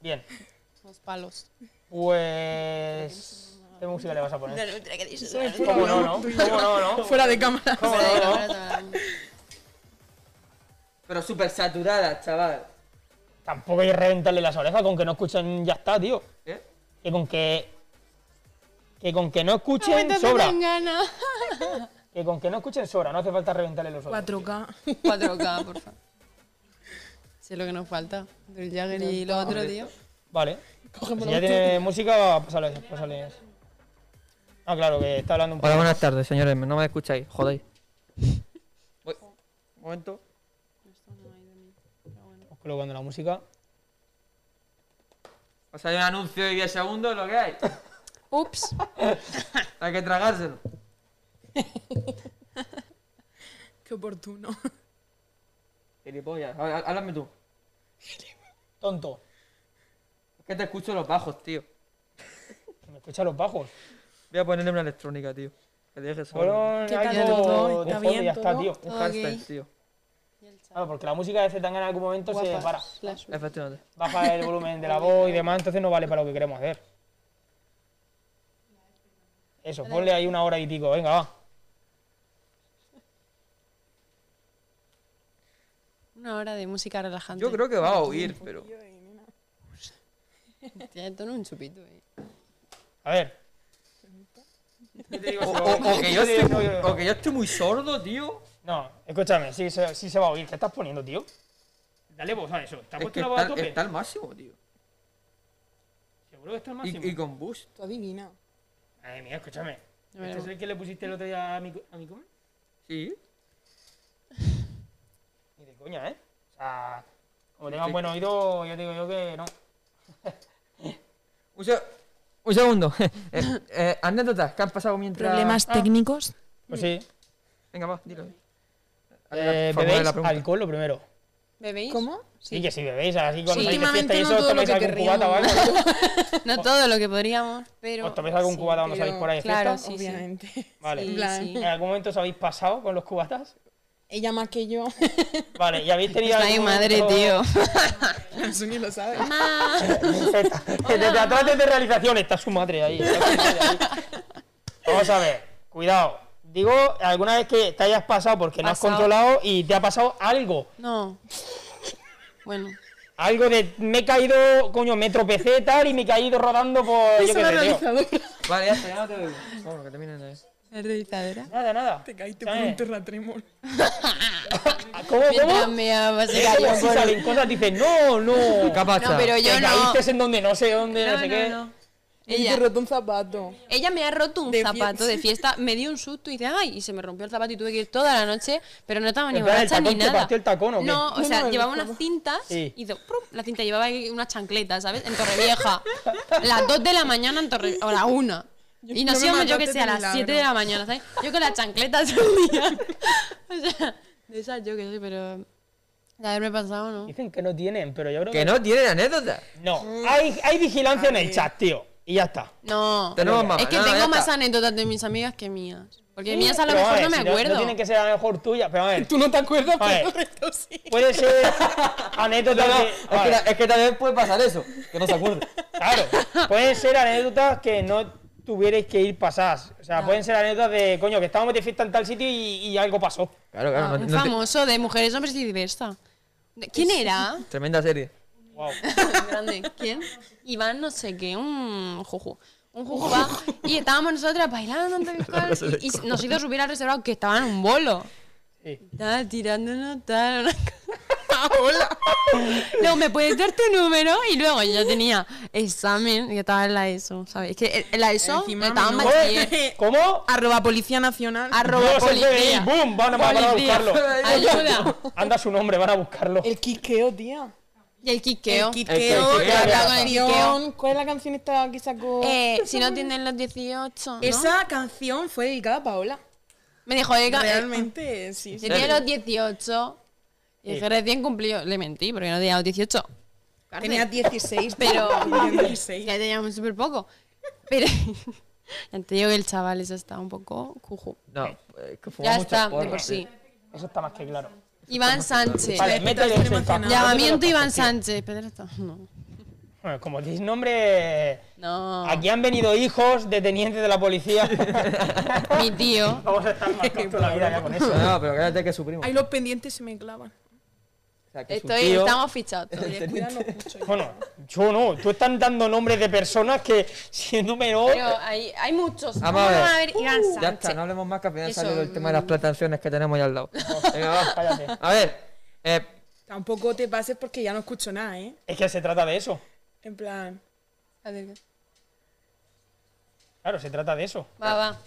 S3: Bien,
S5: Los palos.
S3: pues... ¿Qué música le vas a poner?
S5: ¿Qué dices?
S3: ¿Cómo no, no? ¿Cómo no, no?
S1: Fuera de cámara.
S3: ¿Cómo no, no?
S4: Pero súper saturada, chaval.
S3: Tampoco hay que reventarle las orejas con que no escuchen ya está, tío.
S4: ¿Eh?
S3: Que con que. Que con que no escuchen sobra.
S5: gana.
S3: Que con que no escuchen sobra, no hace falta reventarle los orejas.
S1: 4K.
S5: 4K, por favor. Si es lo que nos falta. Del Jagger y lo otro, tío.
S3: Vale. Si ya tiene música, pues pásale, pásale. Ah, claro, que está hablando un
S4: Hola,
S3: poco.
S4: buenas tardes, señores. No me escucháis, joder. Un momento.
S3: Estamos Colocando la música.
S4: Os hay un anuncio de 10 segundos, lo que hay.
S5: Ups.
S4: Hay que tragárselo.
S1: Qué oportuno.
S4: Gilipollas. A ver, háblame tú.
S3: Tonto.
S4: Es que te escucho los bajos, tío.
S3: que Me escucha los bajos.
S4: Voy a ponerle una electrónica, tío. Que deje solo.
S3: Fueron
S1: ¿Qué
S3: algo
S1: tal
S3: de
S1: todo? ¿Está
S3: fondo y
S1: bien
S3: ya está,
S1: todo?
S3: tío.
S4: Un
S5: Ok.
S4: hashtag, tío.
S3: Claro, porque la música de Zetangana en algún momento se para.
S5: Guapas, las-
S4: Efectivamente.
S3: Baja el volumen de la voz y demás, entonces no vale para lo que queremos hacer. Eso, ponle ahí una hora y pico, venga, va.
S5: Una hora de música relajante.
S4: Yo creo que va a oír, pero.
S5: Tiene todo un chupito, eh.
S3: A ver.
S4: O, o- o que yo estoy, muy- o que yo estoy muy sordo, tío.
S3: No, escúchame, sí, se- sí se va a oír. ¿Qué estás poniendo, tío? Dale voz a eso. ¿Te has
S4: Es
S3: puesto
S4: que
S3: la voz a
S4: está,
S3: tope?
S4: está al máximo, tío.
S3: Seguro que está al máximo.
S4: Y, y con boost.
S1: Tú adivina.
S3: Madre mía, escúchame.
S5: A ver,
S3: ¿Este es el que le pusiste el otro día a mi, co- a mi come?
S4: Sí.
S3: Ni de coña, ¿eh? O sea, como tengas buen oído, yo te digo yo que no.
S4: Un, se- un segundo. Eh, eh, anécdotas que han pasado mientras.
S1: Problemas
S4: Ah,
S1: técnicos.
S3: Pues sí.
S4: Venga, va, dilo.
S3: Eh,
S4: Formula
S3: bebéis
S4: la pregunta.
S3: alcohol lo primero.
S5: ¿Bebéis?
S1: ¿Cómo?
S3: Sí, que si bebéis, así cuando
S5: Sí.
S3: estáis de fiesta
S1: Últimamente
S3: y
S1: no
S3: eso, os
S1: todo lo
S3: tomáis
S1: que
S3: algún cubata o algo.
S5: No todo lo que podríamos, pero.
S3: ¿no? Os tomáis algún cubata cuando salís por ahí de fiesta.
S5: claro, sí, sí.
S1: obviamente.
S3: Vale.
S5: Sí,
S1: En plan.
S5: sí.
S3: ¿En algún momento os habéis pasado con los cubatas?
S1: Ella más que yo.
S3: Vale, ¿y habéis tenido
S5: Está ahí
S3: algún
S5: madre,
S3: momento-
S5: tío.
S1: Eso ni lo sabe.
S3: Desde atrás de realización está su madre ahí. está su madre ahí. Vamos a ver, cuidado. Digo, alguna vez que te hayas pasado porque no has
S5: Pasado.
S3: controlado y te ha pasado algo.
S5: No. Bueno.
S3: Algo de me he caído, coño, me tropecé tal y me he caído rodando por. Yo qué sé, tío.
S4: Vale, ya está, ya no te oigo. Vamos, que terminen de.
S5: ¿La realizadora?
S3: Nada, nada.
S1: Te caíste
S3: por
S1: por
S3: un
S1: un terratremol.
S3: Ah, ¿Cómo,
S5: Mientras
S3: cómo?
S5: me ha
S3: Es como si
S5: pasado.
S3: salen cosas, dices, no, no.
S4: ¿Qué pasa?
S5: No, pero yo
S3: te
S5: no.
S3: caíste en donde no sé dónde, no,
S5: No,
S3: sé
S5: no,
S3: qué.
S5: no.
S1: Ella.
S5: Ella,
S1: un zapato.
S5: ella me ha roto un
S1: De
S5: zapato
S1: fiesta.
S5: de fiesta, me dio un susto y dice, ay, y se me rompió el zapato y tuve que ir toda la noche, pero no estaba ni
S3: En plan, ¿el
S5: borracha ni
S3: tacón te
S5: nada.
S3: partió el tacón o qué?
S5: No, o
S1: No,
S5: sea,
S1: no, el
S5: llevaba unas
S1: tacón.
S5: cintas
S3: Sí.
S5: y hizo, prum, la cinta llevaba ahí unas chancletas, ¿sabes? En Torrevieja. las 2 de la mañana en Torrevieja, o la 1. Y
S1: no
S5: nos
S1: me
S5: íbamos, yo que
S1: mataste
S5: sé, a
S1: de
S5: las 7
S1: milagro.
S5: de la mañana, ¿sabes? Yo con las chancletas un día. o sea, de esas yo que sé, pero de haberme pasado, ¿no?
S3: Dicen que no tienen, pero yo creo
S4: Que no tienen anécdotas.
S3: No, hay, hay vigilancia en el chat, tío. Y ya está.
S5: No.
S4: Tenemos más.
S5: Es que
S4: No, ya
S5: tengo más
S4: está.
S5: anécdotas de mis amigas que mías. Porque mías a lo
S3: Pero,
S5: mejor
S3: ver,
S5: no me
S3: si
S5: acuerdo.
S3: No, tiene que ser a lo mejor tuya, pero a ver.
S1: Tú no te acuerdas,
S3: A ver.
S1: pero el resto sí.
S3: Puede ser anécdotas
S4: No, no,
S3: que-
S4: es,
S3: a
S4: que,
S3: ver,
S4: es que también puede pasar eso, que no se acuerde.
S3: Claro, pueden ser anécdotas que no tuvierais que ir pasadas. O sea, pueden ser anécdotas de, coño, que estábamos de fiesta en tal sitio y, y algo pasó.
S4: Claro,
S5: Ah,
S4: claro, no-
S5: un
S4: no te-
S5: famoso de mujeres, hombres y diversa. ¿De- ¿Quién era?
S4: Tremenda serie.
S3: Wow.
S5: Grande. ¿Quién? Iván no sé qué, un juju. Un juju va. Y estábamos nosotras bailando tal y cual, y, y nos hizo subir al reservado que estaba en un bolo.
S3: Sí.
S5: Tal, tirándonos, tal, una cosa. Ah, Hola. No, ¿me puedes dar tu número? Y luego yo tenía examen, que estaba en la ESO, ¿sabes? Es que en la ESO
S1: Encima
S5: estaba en
S1: mi
S5: bachiller.
S3: ¿Cómo?
S1: Arroba Policía Nacional.
S5: Arroba
S3: Dios, el FBI,
S5: policía.
S3: boom, van a, van a
S5: Policía.
S3: buscarlo.
S5: Ayuda.
S3: Anda su nombre, van a buscarlo.
S1: el quiqueo, tía.
S5: Y el quiqueo.
S1: El quiqueo.
S4: El quiqueo,
S1: la
S4: ya
S5: está.
S1: canción. ¿Cuál es la canción esta que sacó?
S5: Eh, si no tienen los 18, ¿no?
S1: Esa canción fue dedicada a Paola.
S5: Me dijo, oiga, eh,
S1: Realmente, sí.
S5: si tiene los 18... Y dije, recién cumplió. Le mentí, porque no tenía los 18.
S1: Tenía 16,
S5: Pero-
S1: Tenía
S5: Ya
S1: 16.
S5: teníamos súper poco. Pero... ya te digo que el chaval eso está un poco cuju.
S4: No, es que fumó
S5: Ya
S4: mucho
S5: está, de
S4: porro,
S5: por sí.
S4: tío.
S3: Eso está más que claro.
S5: Iván Sánchez.
S3: Vale, meta y
S1: Estoy
S3: el
S1: emocionada.
S5: Llamamiento Iván Sánchez. Pedro está... No.
S3: Bueno, como tenéis nombre.
S5: No.
S3: Aquí han venido hijos de tenientes de la policía.
S5: Mi tío.
S3: Vamos a estar más tontos la vida ya con eso.
S4: No, pero cállate que su primo.
S1: Ahí los pendientes se me clavan.
S4: O sea, que su
S5: Estoy,
S4: tío-
S5: estamos fichados. todos.
S1: Cuidado, no escucho.
S3: Bueno, yo no. Tú están dando nombres de personas que, siendo menor.
S5: Pero hay, hay muchos.
S4: Vamos a ver.
S5: Vamos a ver Iván Sánchez.
S4: Ya está, no hablemos más que al final
S5: Eso, mm.
S4: salió el tema de las plantaciones que tenemos ahí al lado. Venga, va.
S3: Cállate.
S4: A ver, eh,
S1: Tampoco te pases porque ya no escucho nada, ¿eh?
S3: Es que se trata de eso.
S1: En plan.
S3: Claro, se trata de eso.
S5: Va, va.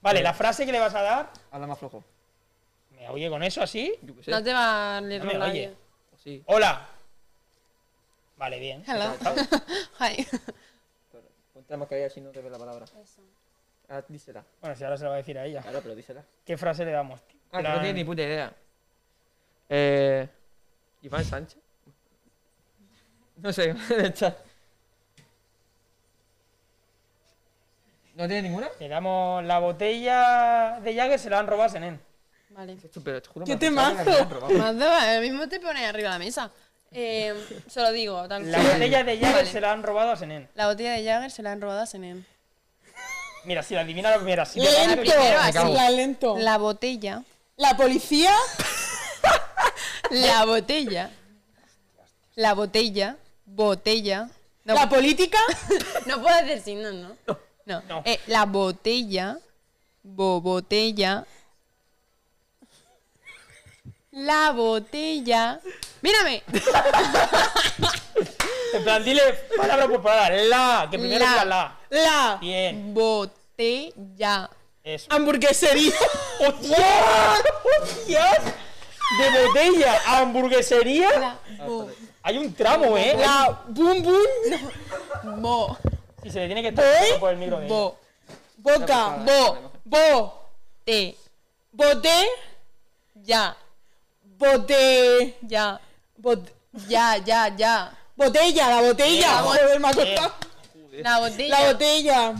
S3: Vale, la frase que le vas a dar.
S4: habla más flojo.
S3: ¿Me oye con eso así?
S4: Yo qué sé.
S5: No te va a leer
S3: No me
S5: los
S3: oye.
S5: labios.
S4: Sí.
S3: Hola. Vale, bien.
S5: Hello. Hi.
S4: Ponte la mascarilla si no te ve la palabra. Ah, dísela.
S3: Bueno, si ahora se lo va a decir a ella.
S4: Claro, pero dísela.
S3: ¿Qué frase le damos? tío?
S4: Ah, que no
S3: Plan-
S4: tiene ni puta idea. Eh, Iván Sánchez. No sé, en el chat. ¿No tiene ninguna?
S3: Le damos la botella de Jagger, se la han robado a Senen.
S5: Vale.
S4: Esto, pero te juro,
S1: ¡Qué
S4: me pensaba que la habían
S1: temazo!
S4: robado.
S5: Mazda, ahora mismo te pone arriba de la mesa. Eh, se lo digo, tal
S3: La
S5: cual.
S3: botella de Jagger
S5: Vale.
S3: se la han robado a Senen.
S5: La botella de Jagger se la han robado a Senem.
S3: Mira, si la adivina la primera, si te gana
S1: Lento,
S5: primero
S4: así.
S1: la lento.
S3: Oh.
S1: La,
S5: La botella.
S1: policía
S5: La botella. La botella. Botella. No,
S1: La política.
S5: no puedo decir signos, ¿no? No.
S3: No.
S5: Eh, la botella. Bo botella. La botella. ¡Mírame!
S3: En plan, dile palabra por palabra. La, que primero
S5: La.
S3: diga la.
S1: La
S3: Bien.
S5: Botella.
S3: Eso.
S1: hamburguesería.
S3: ¡Hostias! ¡Hostias! De botella a hamburguesería.
S5: La bo.
S3: Hay un tramo, ¿eh?
S1: La bum ¿Eh? bum.
S5: Bo.
S3: Y se le tiene que estar
S1: Voy.
S3: por el micro ¿eh? de ella.
S5: Bo.
S1: Boca. Bo. Bo.
S5: Te.
S1: Bote.
S5: Ya.
S1: Bote.
S5: Ya.
S1: bot-
S5: Ya, ya, ya. Eh,
S1: botella. La botella. Joder, me ha
S3: Eh.
S1: costado.
S5: La botella.
S1: La botella.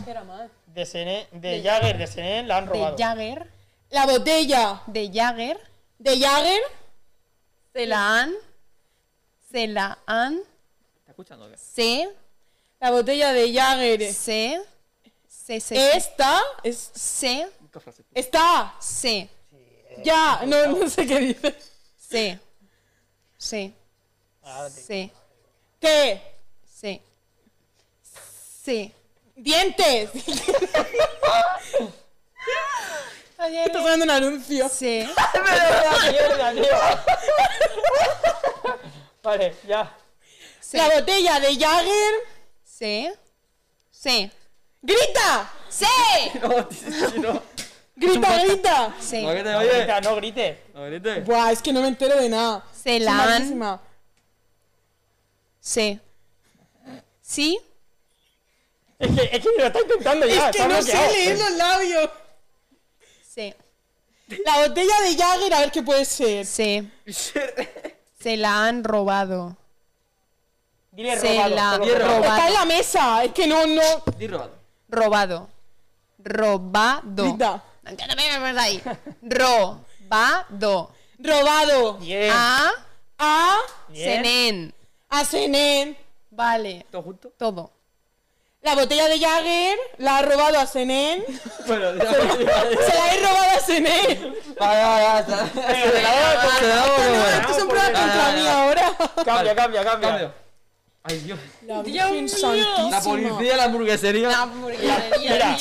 S3: De, Senen- de Jagger, de Senen, la han robado.
S5: de Jagger.
S1: La botella
S5: De Jagger.
S1: de Jagger.
S5: Se la han. Se la han.
S4: ¿Está escuchando? o qué?
S5: Se.
S1: La botella de Jagger.
S5: Se. Se. Se.
S1: Esta. es-
S5: Se.
S4: Busca frase.
S1: Está.
S5: Se.
S1: Ya. No, no sé qué dice.
S5: Se. Se.
S3: Ahora te-
S5: Se.
S1: Te.
S5: Se. Se.
S1: Dientes. Está sonando un anuncio.
S5: Se.
S3: ¡Mierda, tío! Vale, ya.
S5: Se.
S1: La botella de Jagger.
S5: Se. Se.
S1: ¡Grita!
S5: Se.
S4: No, tío, sí, no.
S1: ¡Grita, grita!
S4: No, que
S5: Se.
S4: te-
S3: No
S4: Oye,
S3: grites, no grites.
S4: no grites.
S1: Buah, es que no me entero de nada.
S5: Se
S1: Soy
S5: la han-
S1: malísima.
S5: Se. Sí.
S3: Es que, es que lo está intentando ya.
S1: Es que
S3: está
S1: no sé
S3: bloqueado. eh.
S1: leer los labios.
S5: Se.
S1: La botella de Jagger, a ver qué puede ser.
S5: Se. Se la han robado.
S3: Dile
S5: Se
S3: robado.
S5: la
S3: te lo juro.
S5: robado.
S1: Está en la mesa. Es que no, no.
S4: Di robado.
S5: Robado. Robado.
S1: Grita.
S5: Entiéndeme, ¿verdad? Ahí. Robado.
S1: Robado.
S3: Bien.
S5: A.
S1: A.
S3: bien.
S5: Senen.
S1: A Senen.
S5: Vale.
S4: ¿Todo junto?
S5: Todo.
S1: La botella de Jagger la ha robado a Senen.
S4: Bueno, ya. Vale,
S1: Se la he robado a Senen.
S4: vale, vale. Se le daba, se le
S1: Ah,
S4: daba, bueno, bueno.
S1: Esto es un prueba contra mí ahora.
S3: Cambia,
S4: Vale.
S3: cambia, cambia.
S4: Cambio. Ay, Dios.
S1: La Virgen Santísima.
S4: La policía, la hamburguesería.
S3: Mira.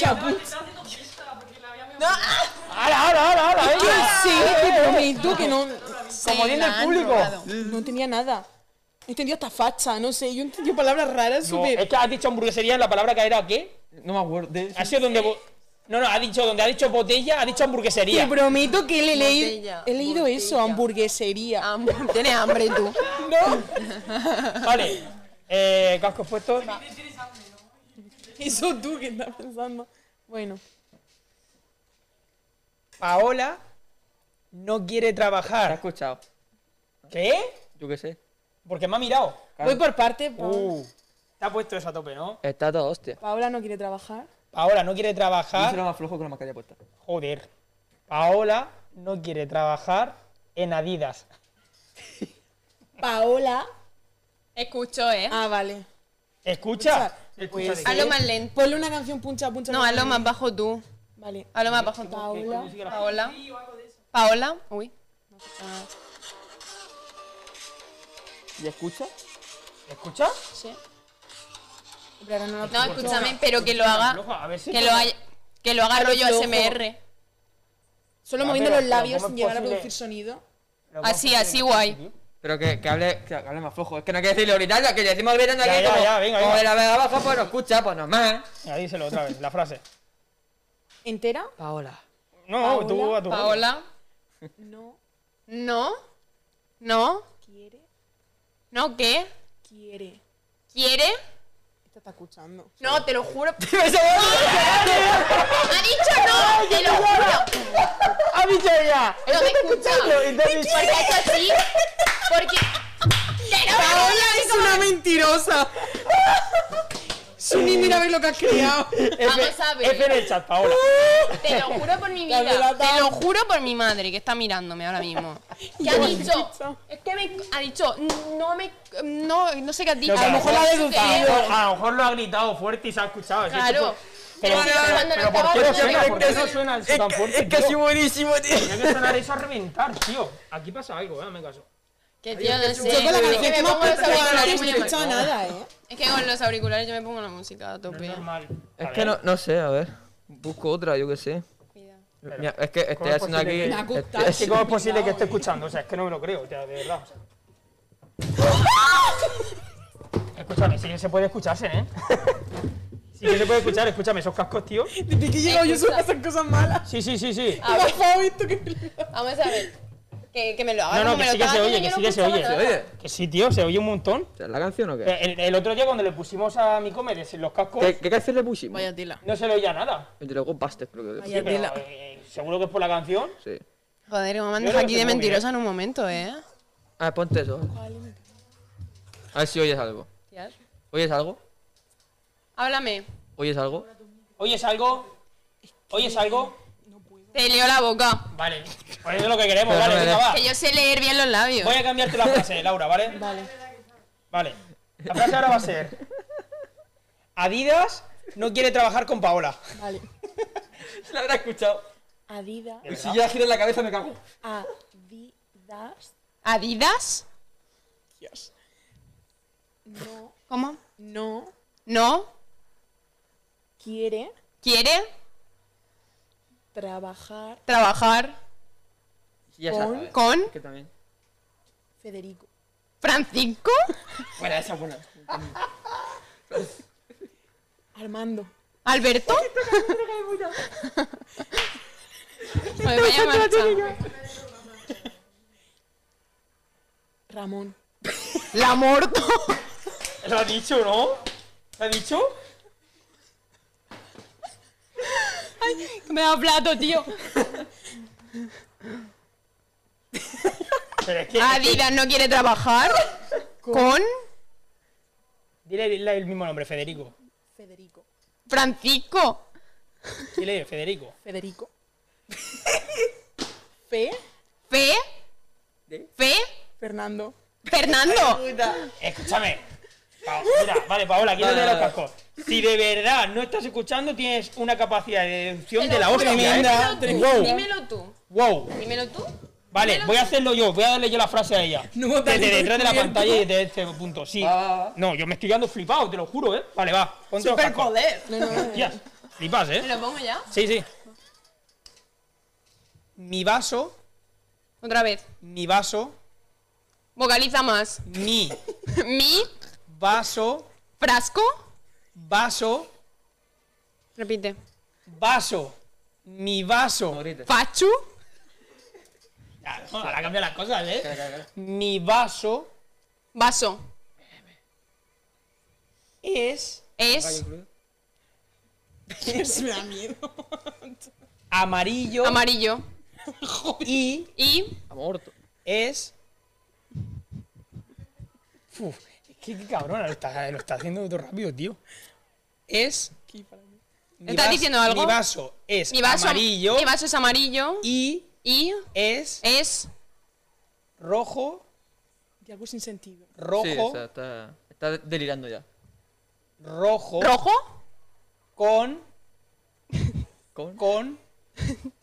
S3: Ahora, ahora, ahora, ahora.
S1: Yo ah, sí, te prometo que no,
S3: Como
S5: Se
S3: dice
S5: la
S3: el
S5: han
S3: público.
S5: robado.
S1: no tenía nada. Entendí hasta facha, no sé. Yo entendí palabras raras,
S3: No,
S1: súper.
S3: es que has dicho hamburguesería la palabra que era ¿qué?
S4: No me acuerdo. de-
S3: Ha sido donde. bo- No, no, ha dicho donde ha dicho botella, ha dicho
S1: Te
S3: hamburguesería.
S1: prometo que le he leído,
S5: Botella, Ah.
S1: he leído eso, hamburguesería.
S5: Am- Tienes hambre tú.
S1: ¿No?
S3: Vale. Eh, cascos puestos.
S1: Eso tú que estás pensando. Bueno.
S3: Paola no quiere
S4: ¿Te has
S3: trabajar.
S4: escuchado?
S3: ¿Qué?
S4: Yo qué sé.
S3: Porque me ha mirado.
S4: Claro.
S1: Voy por parte. Pa-
S3: Ah. Uh, Te ha puesto eso a tope, ¿no?
S4: Está todo hostia.
S1: Paola no quiere trabajar.
S3: Paola no quiere
S4: Yo
S3: trabajar.
S4: será más flojo con la mascarilla puesta.
S3: Joder. Paola no quiere trabajar en Adidas.
S1: Paola.
S5: Escucho, ¿eh?
S1: Ah, vale.
S3: ¿Escucha?
S1: Pues-
S3: Escucha.
S5: Hazlo más lento.
S1: Ponle una canción puncha puncha.
S5: No,
S1: puncha.
S5: hazlo más bajo tú.
S1: Vale.
S5: Hazlo más bajo tú.
S1: Paola.
S5: Paola. Paola. Uy.
S4: ¿Y escucha?
S3: ¿Escucha?
S5: Sí.
S1: Pero ahora no la
S5: No, escúchame, pero que lo haga.
S3: Floja, a ver si-
S5: Que lo, haya- que lo haga rollo
S1: flojo.
S5: SMR.
S1: Solo
S3: Ya,
S1: moviendo
S3: pero-
S1: los
S3: pero
S1: labios
S3: ¿cómo
S1: sin
S3: es
S1: llegar a
S3: posible?
S1: producir sonido.
S3: Lo más
S5: Así,
S3: fácil
S5: así
S3: es-
S5: guay.
S4: Pero que, que hable, que hable más flojo. Es que no hay que decirle gritando, que le decimos gritando
S3: Ya,
S4: aquí.
S3: ya,
S4: como,
S3: ya, venga,
S4: como
S3: venga.
S4: de la vega baja, pues no escucha, pues normal.
S3: Venga, díselo otra vez, la frase.
S1: ¿Entera?
S4: Paola.
S3: No,
S1: Paola,
S3: tú a tu
S5: Paola.
S1: No
S5: No. No.
S1: quiere,
S5: ¿No qué?
S1: quiere.
S5: ¿Quiere?
S1: Esta está escuchando.
S5: No, te lo juro. ¡Ha dicho no! ¡Te lo juro!
S3: ¡Ha dicho ¡Ah, ya!
S5: ¡No me escucha!
S3: Y te he dicho-
S5: Porque ha hecho así. Porque. ¡Te lo juro!
S1: ¡Paola es una mentirosa! Suni, mira a ver lo que has creado.
S5: Vamos a ver.
S3: F en el chat, Paola.
S5: Te lo juro por mi
S3: La
S5: vida.
S3: delatamos.
S5: Te lo juro por mi madre que está mirándome ahora mismo. Que ha dicho. Es que me ha dicho. No me. No, no sé qué has dicho.
S3: No, que a lo mejor la
S5: ha
S3: ha
S5: deducido.
S3: A lo mejor lo ha gritado fuerte y se ha escuchado. si
S5: Claro.
S3: esto fue- Pero,
S5: Pero
S3: pero,
S5: cuando
S3: pero
S5: lo
S3: ¿por qué no
S5: estaba
S3: suena?
S5: haciendo-
S3: ¿Por
S5: Es
S3: qué
S5: que-
S3: no suena eso
S4: Es
S3: tan
S4: que,
S3: fuerte,
S4: es que
S3: tío?
S4: es buenísimo, tío.
S3: Tiene que sonar eso a reventar, tío. Aquí pasa algo, eh, me caso.
S5: Que tío, no sé.
S1: Yo con la
S5: Es que
S1: canción
S5: me
S1: que hemos
S5: pongo los
S1: puesto no he
S5: auriculares muy
S1: escuchado
S5: mal.
S1: nada, ¿eh?
S5: Es que con los auriculares yo me pongo la música a
S3: No es
S5: tope.
S3: normal.
S4: Es
S3: A
S4: que
S3: ver,
S4: no, no sé, a ver. Busco otra, yo qué sé.
S5: Cuidado.
S4: Mira, es que estoy
S3: es
S4: haciendo aquí. este,
S3: posible que-
S1: La
S4: estoy-
S1: gusta,
S3: es que ¿Cómo Ah, es posible que esté escuchando? O sea, es que no me lo creo, o sea, de verdad. o sea. Escúchame, si se puede escucharse, ¿eh? Si se puede escuchar, escúchame, esos cascos, tío.
S1: Desde que he llegado yo suelo hacer cosas malas.
S3: Sí, sí, sí, sí.
S5: A ver,
S1: Por esto que...
S5: vamos a ver. Que, que me lo haga.
S3: No, no,
S5: como
S3: que
S5: me lo
S3: sí que
S5: estaba
S3: se oye, que
S5: haciendo, yo
S3: sí
S5: no
S3: que se
S5: escuchaba
S3: oye.
S4: ¿Se
S5: nada.
S4: oye?
S3: Que sí, tío, se oye un montón. Eh,
S4: ¿Esa ¿Es este, la canción o qué?
S3: El, el otro día cuando le pusimos a mi comedy los cascos,
S4: ¿Qué, qué canción le pusimos?
S6: Vaya tela.
S3: no se le oía nada.
S4: El de los Ghostbusters, creo que.
S3: Sí,
S6: Vaya
S3: pero,
S6: tela.
S3: eh, seguro que es por la canción.
S4: Sí.
S5: Joder, cómo me
S3: Yo
S5: andas
S3: creo
S5: aquí
S3: que
S5: de
S3: muy
S5: mentirosa en un momento, ¿eh?
S4: A ver, ponte eso. A ver si oyes algo.
S5: Hostias.
S4: ¿Oyes algo?
S5: Háblame.
S4: ¿Oyes algo?
S3: ¿Oyes algo? ¿Oyes algo?
S5: Te leo la boca.
S3: Vale, pues eso es lo que queremos,
S4: Pero
S3: vale,
S4: no me
S3: venga,
S4: deja.
S3: va.
S5: Que yo sé leer bien los labios.
S3: Voy a cambiarte la frase, Laura, ¿vale? Vale. Vale. La frase ahora va a ser... Adidas no quiere trabajar con Paola.
S1: Vale.
S4: La habrá escuchado.
S1: Adidas.
S4: Y si yo la giro en la cabeza me cago.
S1: Adidas.
S5: ¿Adidas?
S1: No.
S5: ¿Cómo?
S1: No.
S5: ¿No?
S1: Quiere
S5: ¿Quiere
S1: trabajar
S5: trabajar
S4: Y ya
S1: Con-
S4: sabes.
S5: con
S4: Que también.
S1: Federico.
S5: Francisco?
S4: Bueno, esa es buena.
S1: Armando.
S5: ¿Alberto? Joder, vaya marcha.
S1: Ramón.
S5: La morto.
S3: ¿Lo ha dicho, no? ¿Lo ha dicho?
S5: Me da plato, tío.
S3: Pero es que...
S5: Adidas no quiere trabajar con
S3: Dile, dile el mismo nombre, Federico.
S1: Federico.
S5: Francisco.
S3: Dile, Federico.
S1: Federico. Fe.
S5: Fe. Fe.
S1: Fernando.
S5: Fernando.
S3: Escúchame. Pa- mira, vale, Paola, quiero
S4: Vale,
S3: leer los
S4: vale,
S3: cascos. Si de verdad no estás escuchando, tienes una capacidad de deducción de la hostia. ¿eh?
S5: Dímelo tú,
S3: Wow,
S5: dímelo tú.
S3: wow.
S5: Dímelo tú.
S3: Vale,
S5: Dímelo
S3: voy a hacerlo yo, voy a darle yo la frase a ella.
S1: No, te
S3: desde
S1: has
S3: detrás de la
S1: descubierto.
S3: pantalla y desde este punto, sí. No, yo me estoy quedando flipado, te lo juro, ¿eh? Vale, va, ponte los cascos.
S6: Joder.
S3: Hostias, flipas,
S5: ¿Me
S3: ¿eh?
S5: lo pongo ya?
S3: Sí, sí. Mi vaso,
S5: Otra vez.
S3: mi vaso,
S5: Vocaliza más.
S3: mi
S5: Mi
S3: vaso,
S5: frasco.
S3: vaso,
S5: Repite.
S3: vaso, mi vaso.
S5: Fachu.
S3: Ah, Ahora cambian las cosas, ¿eh? Mi vaso
S5: Vaso.
S3: es
S5: Es
S1: Me da miedo.
S3: amarillo
S5: amarillo.
S3: y
S5: Y
S4: Amorto.
S3: es... Uf, es que qué cabrón, lo está, lo está haciendo todo rápido, tío. Es... mi
S5: ¿Estás
S3: vas-
S5: diciendo algo?
S3: Mi vaso es
S5: mi vaso.
S3: amarillo
S5: Mi vaso es amarillo.
S3: y
S5: Y
S3: es
S5: es
S3: rojo,
S1: De algo sin sentido.
S3: rojo,
S4: Sí, o sea, está, está delirando ya.
S3: rojo,
S5: rojo.
S3: con,
S4: Con.
S3: con,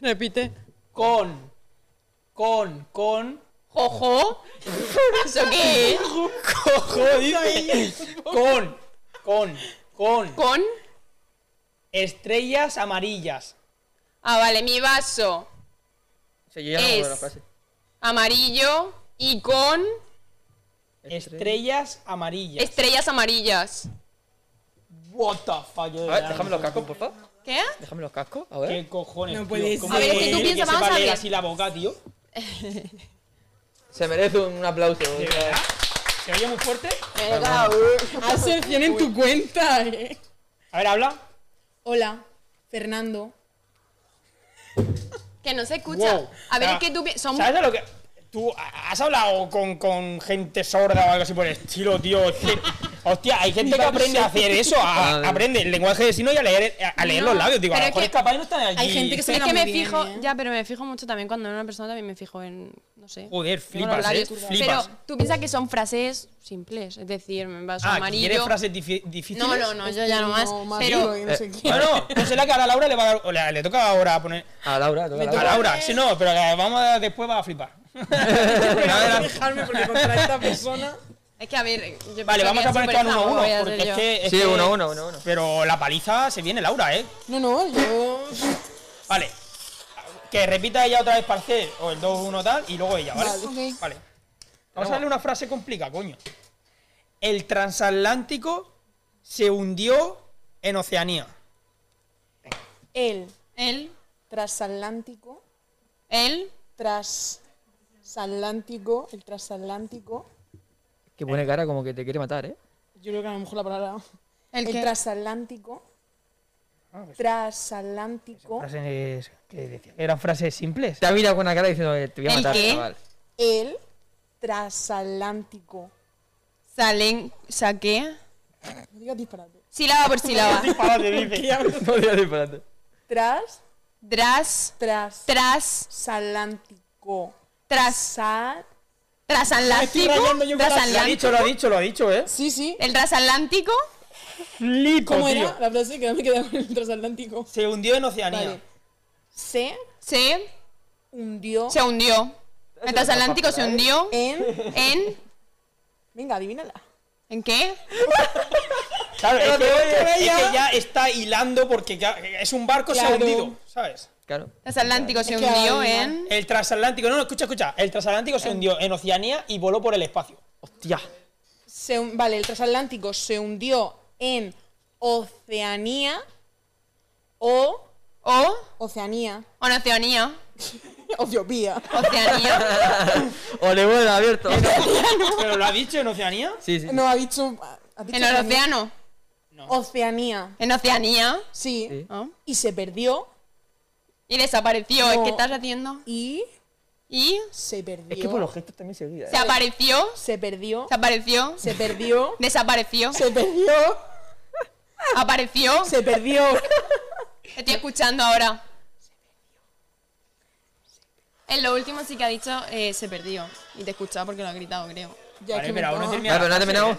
S6: Repite.
S3: con, con, con...
S5: Jojo. ¿Eso qué es?
S3: Cojo, dice. Con, con, con
S5: Con.
S3: estrellas amarillas.
S5: Ah, vale. Mi vaso.
S4: O sea, yo ya no me acuerdo de la
S5: Es.
S4: frase.
S5: Amarillo. Y con
S3: Estrellas amarillas.
S5: estrellas amarillas.
S3: What the fuck. yo de
S4: A ver,
S3: verdad
S4: déjame
S3: no
S4: los cascos, por favor.
S5: ¿Qué?
S4: Déjame los cascos, a ver.
S3: sé ¿Qué cojones?
S1: No
S3: tío?
S1: puede
S3: ¿Cómo
S5: ser. A ver, es que
S3: puede
S5: tú
S3: ser
S5: piensas,
S3: sepa
S5: vamos a
S3: leer
S5: ver.
S3: así la boca, tío?
S4: Se merece un aplauso. o sea,
S3: ¿Se oye muy fuerte?
S1: Haz selección en tu cuenta, eh.
S3: A ver, habla.
S1: Hola. Fernando.
S5: Que no se escucha.
S3: Wow.
S5: A ver,
S3: O sea,
S5: es que tú pi- son
S3: ¿Sabes de lo que.? ¿Tú has hablado con, con gente sorda o algo así por el estilo, tío? Es que Hostia, hay gente que aprende a hacer eso, a-
S4: A ver.
S3: aprende el lenguaje de signo y a leer, a, a leer
S5: No,
S3: los labios. Digo, a lo
S5: pero es
S3: mejor
S5: que-
S3: es capaz y no están allí.
S1: hay gente que se-
S5: Es
S1: Suena
S5: que
S1: muy
S5: me
S1: bien,
S5: fijo,
S1: ¿eh?
S5: ya, pero me fijo mucho también cuando veo una persona también me fijo en, no sé.
S3: Joder,
S5: tengo los
S3: flipas,
S5: labios.
S3: eh, flipas.
S5: Pero tú piensas que son frases simples, es decir, me vas a
S3: Ah, ¿quieres
S5: amarillo.
S3: frases difi- difíciles?
S5: No, no, no, yo ya no más.
S1: duro,
S5: Pero
S1: yo no sé qué.
S3: No, no, no sé la que ahora a Laura le va a dar- o le, le toca ahora poner.
S4: A Laura, toca a
S3: A
S4: Laura.
S3: Laura, sí, no, pero la vamos a, después va a flipar.
S1: Voy a dejarme porque contra esta persona.
S5: es que a ver, yo
S3: Vale,
S5: pensaba
S3: vamos
S5: que
S3: a poner
S5: era
S3: todo uno a
S5: superfamo,
S3: uno,
S5: voy a
S3: porque
S5: hacer
S3: es
S5: yo.
S3: que. es
S4: Sí,
S3: que-
S4: uno a uno, uno a uno.
S3: Pero la paliza se viene, Laura, ¿eh?
S1: No, no, yo.
S3: Vale. Que repita ella otra vez parcel o el 2-1 tal y luego ella, ¿vale?
S1: Vale, ok.
S3: Vale. Vamos a darle una frase complicada, coño. El transatlántico se hundió en Oceanía.
S1: El
S5: Él,
S1: transatlántico.
S5: él,
S1: Transatlántico. El transatlántico.
S4: Que
S3: Eh.
S4: pone cara como que te quiere matar, ¿eh?
S1: Yo creo que a lo mejor la palabra.
S5: ¿El
S1: El,
S5: qué?
S1: transatlántico. Transatlántico.
S3: Frases que decía. Eran frases simples.
S4: Te ha mirado con la cara diciendo que te voy a
S5: ¿El
S4: matar,
S5: qué?
S4: chaval.
S1: El transatlántico.
S5: salen, saqué,
S1: No digas disparate.
S5: sílaba por sílaba.
S4: No te voy a dispararte.
S1: Tras,
S5: Tras, tras,
S1: tras, transatlántico.
S5: tras,
S1: Sal.
S5: trasatlántico,
S3: Lo ha dicho,
S5: trasatlántico.
S3: lo ha dicho, lo ha dicho, ¿eh?
S1: Sí, sí.
S5: El trasatlántico,
S3: Flipo,
S1: ¿Cómo
S3: tío.
S1: era la frase que no me quedaba con el transatlántico?
S3: Se hundió en Oceanía.
S1: Vale. Se
S5: se,
S1: hundió
S5: se hundió. El trasatlántico se hundió
S3: ¿eh?
S1: en.
S5: en,
S1: Venga, adivínala.
S5: ¿en qué?
S3: Claro, es, que,
S4: te voy a-
S3: es que ya está hilando porque ya- es un barco se ha
S1: Claro.
S3: hundido, ¿sabes?
S4: Claro.
S5: Trasatlántico se
S1: Es que
S5: hundió
S1: adivina.
S5: en...
S3: El transatlántico, no, no, escucha, escucha. El transatlántico se hundió en Oceanía y voló por el espacio.
S4: Hostia.
S1: Se hun- vale, el transatlántico se hundió en Oceanía o
S5: O,
S1: Oceanía.
S5: o en Oceanía.
S1: Etiopía.
S5: Oceanía.
S4: Voleibol abierto.
S3: ¿Pero lo ha dicho en Oceanía?
S4: Sí, sí.
S1: No, ha dicho. ha dicho
S5: En el
S1: Oceanía.
S5: océano.
S1: Oceanía,
S5: En Oceanía.
S1: sí.
S4: Sí.
S5: ¿no?
S1: Y se perdió
S5: Y desapareció.
S1: No.
S5: ¿Qué estás haciendo?
S1: y
S5: Y
S1: se perdió.
S4: Es que por los gestos también se olvida. ¿eh?
S5: se apareció.
S1: Se perdió.
S5: Se apareció.
S1: Se perdió.
S5: Desapareció.
S1: Se perdió.
S5: Apareció.
S1: Se perdió.
S5: Te estoy escuchando ahora. En lo último sí que ha dicho eh, se perdió. Y te he escuchado porque lo ha gritado, creo.
S1: Ya
S3: Vale,
S1: que me
S3: pero aún no
S1: estaba-
S3: termina.
S4: Claro, pero no ha terminado.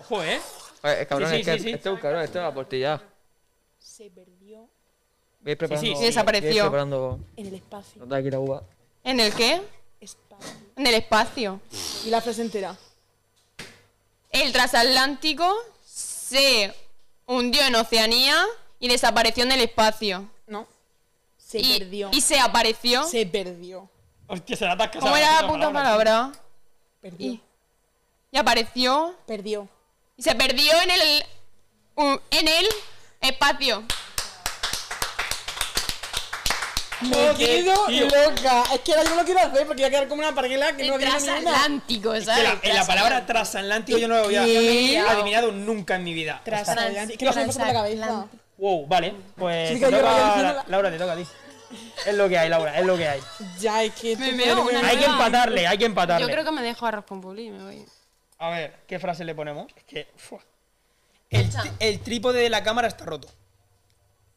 S3: Ojo, ¿eh?
S4: Joder, cabrón,
S3: Sí, sí,
S4: es que
S3: sí, sí.
S4: esto es un cabrón, esto es aportilla.
S1: Se perdió
S4: Voy preparando.
S3: sí, sí,
S4: voy
S5: desapareció.
S4: preparando.
S1: en el espacio.
S4: Nota aquí la uva.
S5: ¿En el qué?
S1: Espacio.
S5: En el espacio.
S1: Y la frase entera.
S5: El transatlántico se hundió en Oceanía y desapareció en el espacio.
S1: No. Se
S5: y,
S1: perdió.
S5: y se apareció.
S1: Se perdió.
S3: Hostia, se la atasca.
S5: ¿Cómo
S3: se
S5: era la
S3: atasca
S5: puta palabra?
S1: Perdió.
S5: Y, y apareció.
S1: Perdió.
S5: Y se perdió en el. u- en el espacio.
S1: Me
S3: Joder,
S1: quedo
S3: tío.
S1: Oh, loca. Es que ahora yo no quiero hacer porque voy a quedar como una parguela que
S5: El
S1: no tiene ninguna.
S5: transatlántico,
S3: Es que
S5: ¿sabes?
S3: la- en la palabra transatlántico yo no lo había
S1: ¿Qué?
S3: adivinado nunca en mi vida.
S1: Transatlántico. Es que no se me pasa por la cabeza.
S3: Wow, vale. Pues
S1: Chica,
S3: te
S1: yo
S3: toca-
S1: voy diciéndola.
S3: Laura, te toca a ti. Es lo que hay, Laura, es lo que hay.
S1: Ya, es que.
S5: Me
S1: esto
S5: veo
S1: fue-
S5: una-
S3: Hay que
S5: Nueva.
S3: empatarle, hay que empatarle.
S5: Yo creo que me dejo a Raspon y me voy.
S3: A ver, ¿qué frase le ponemos? Es que. fua. El, tri- el trípode de la cámara está roto.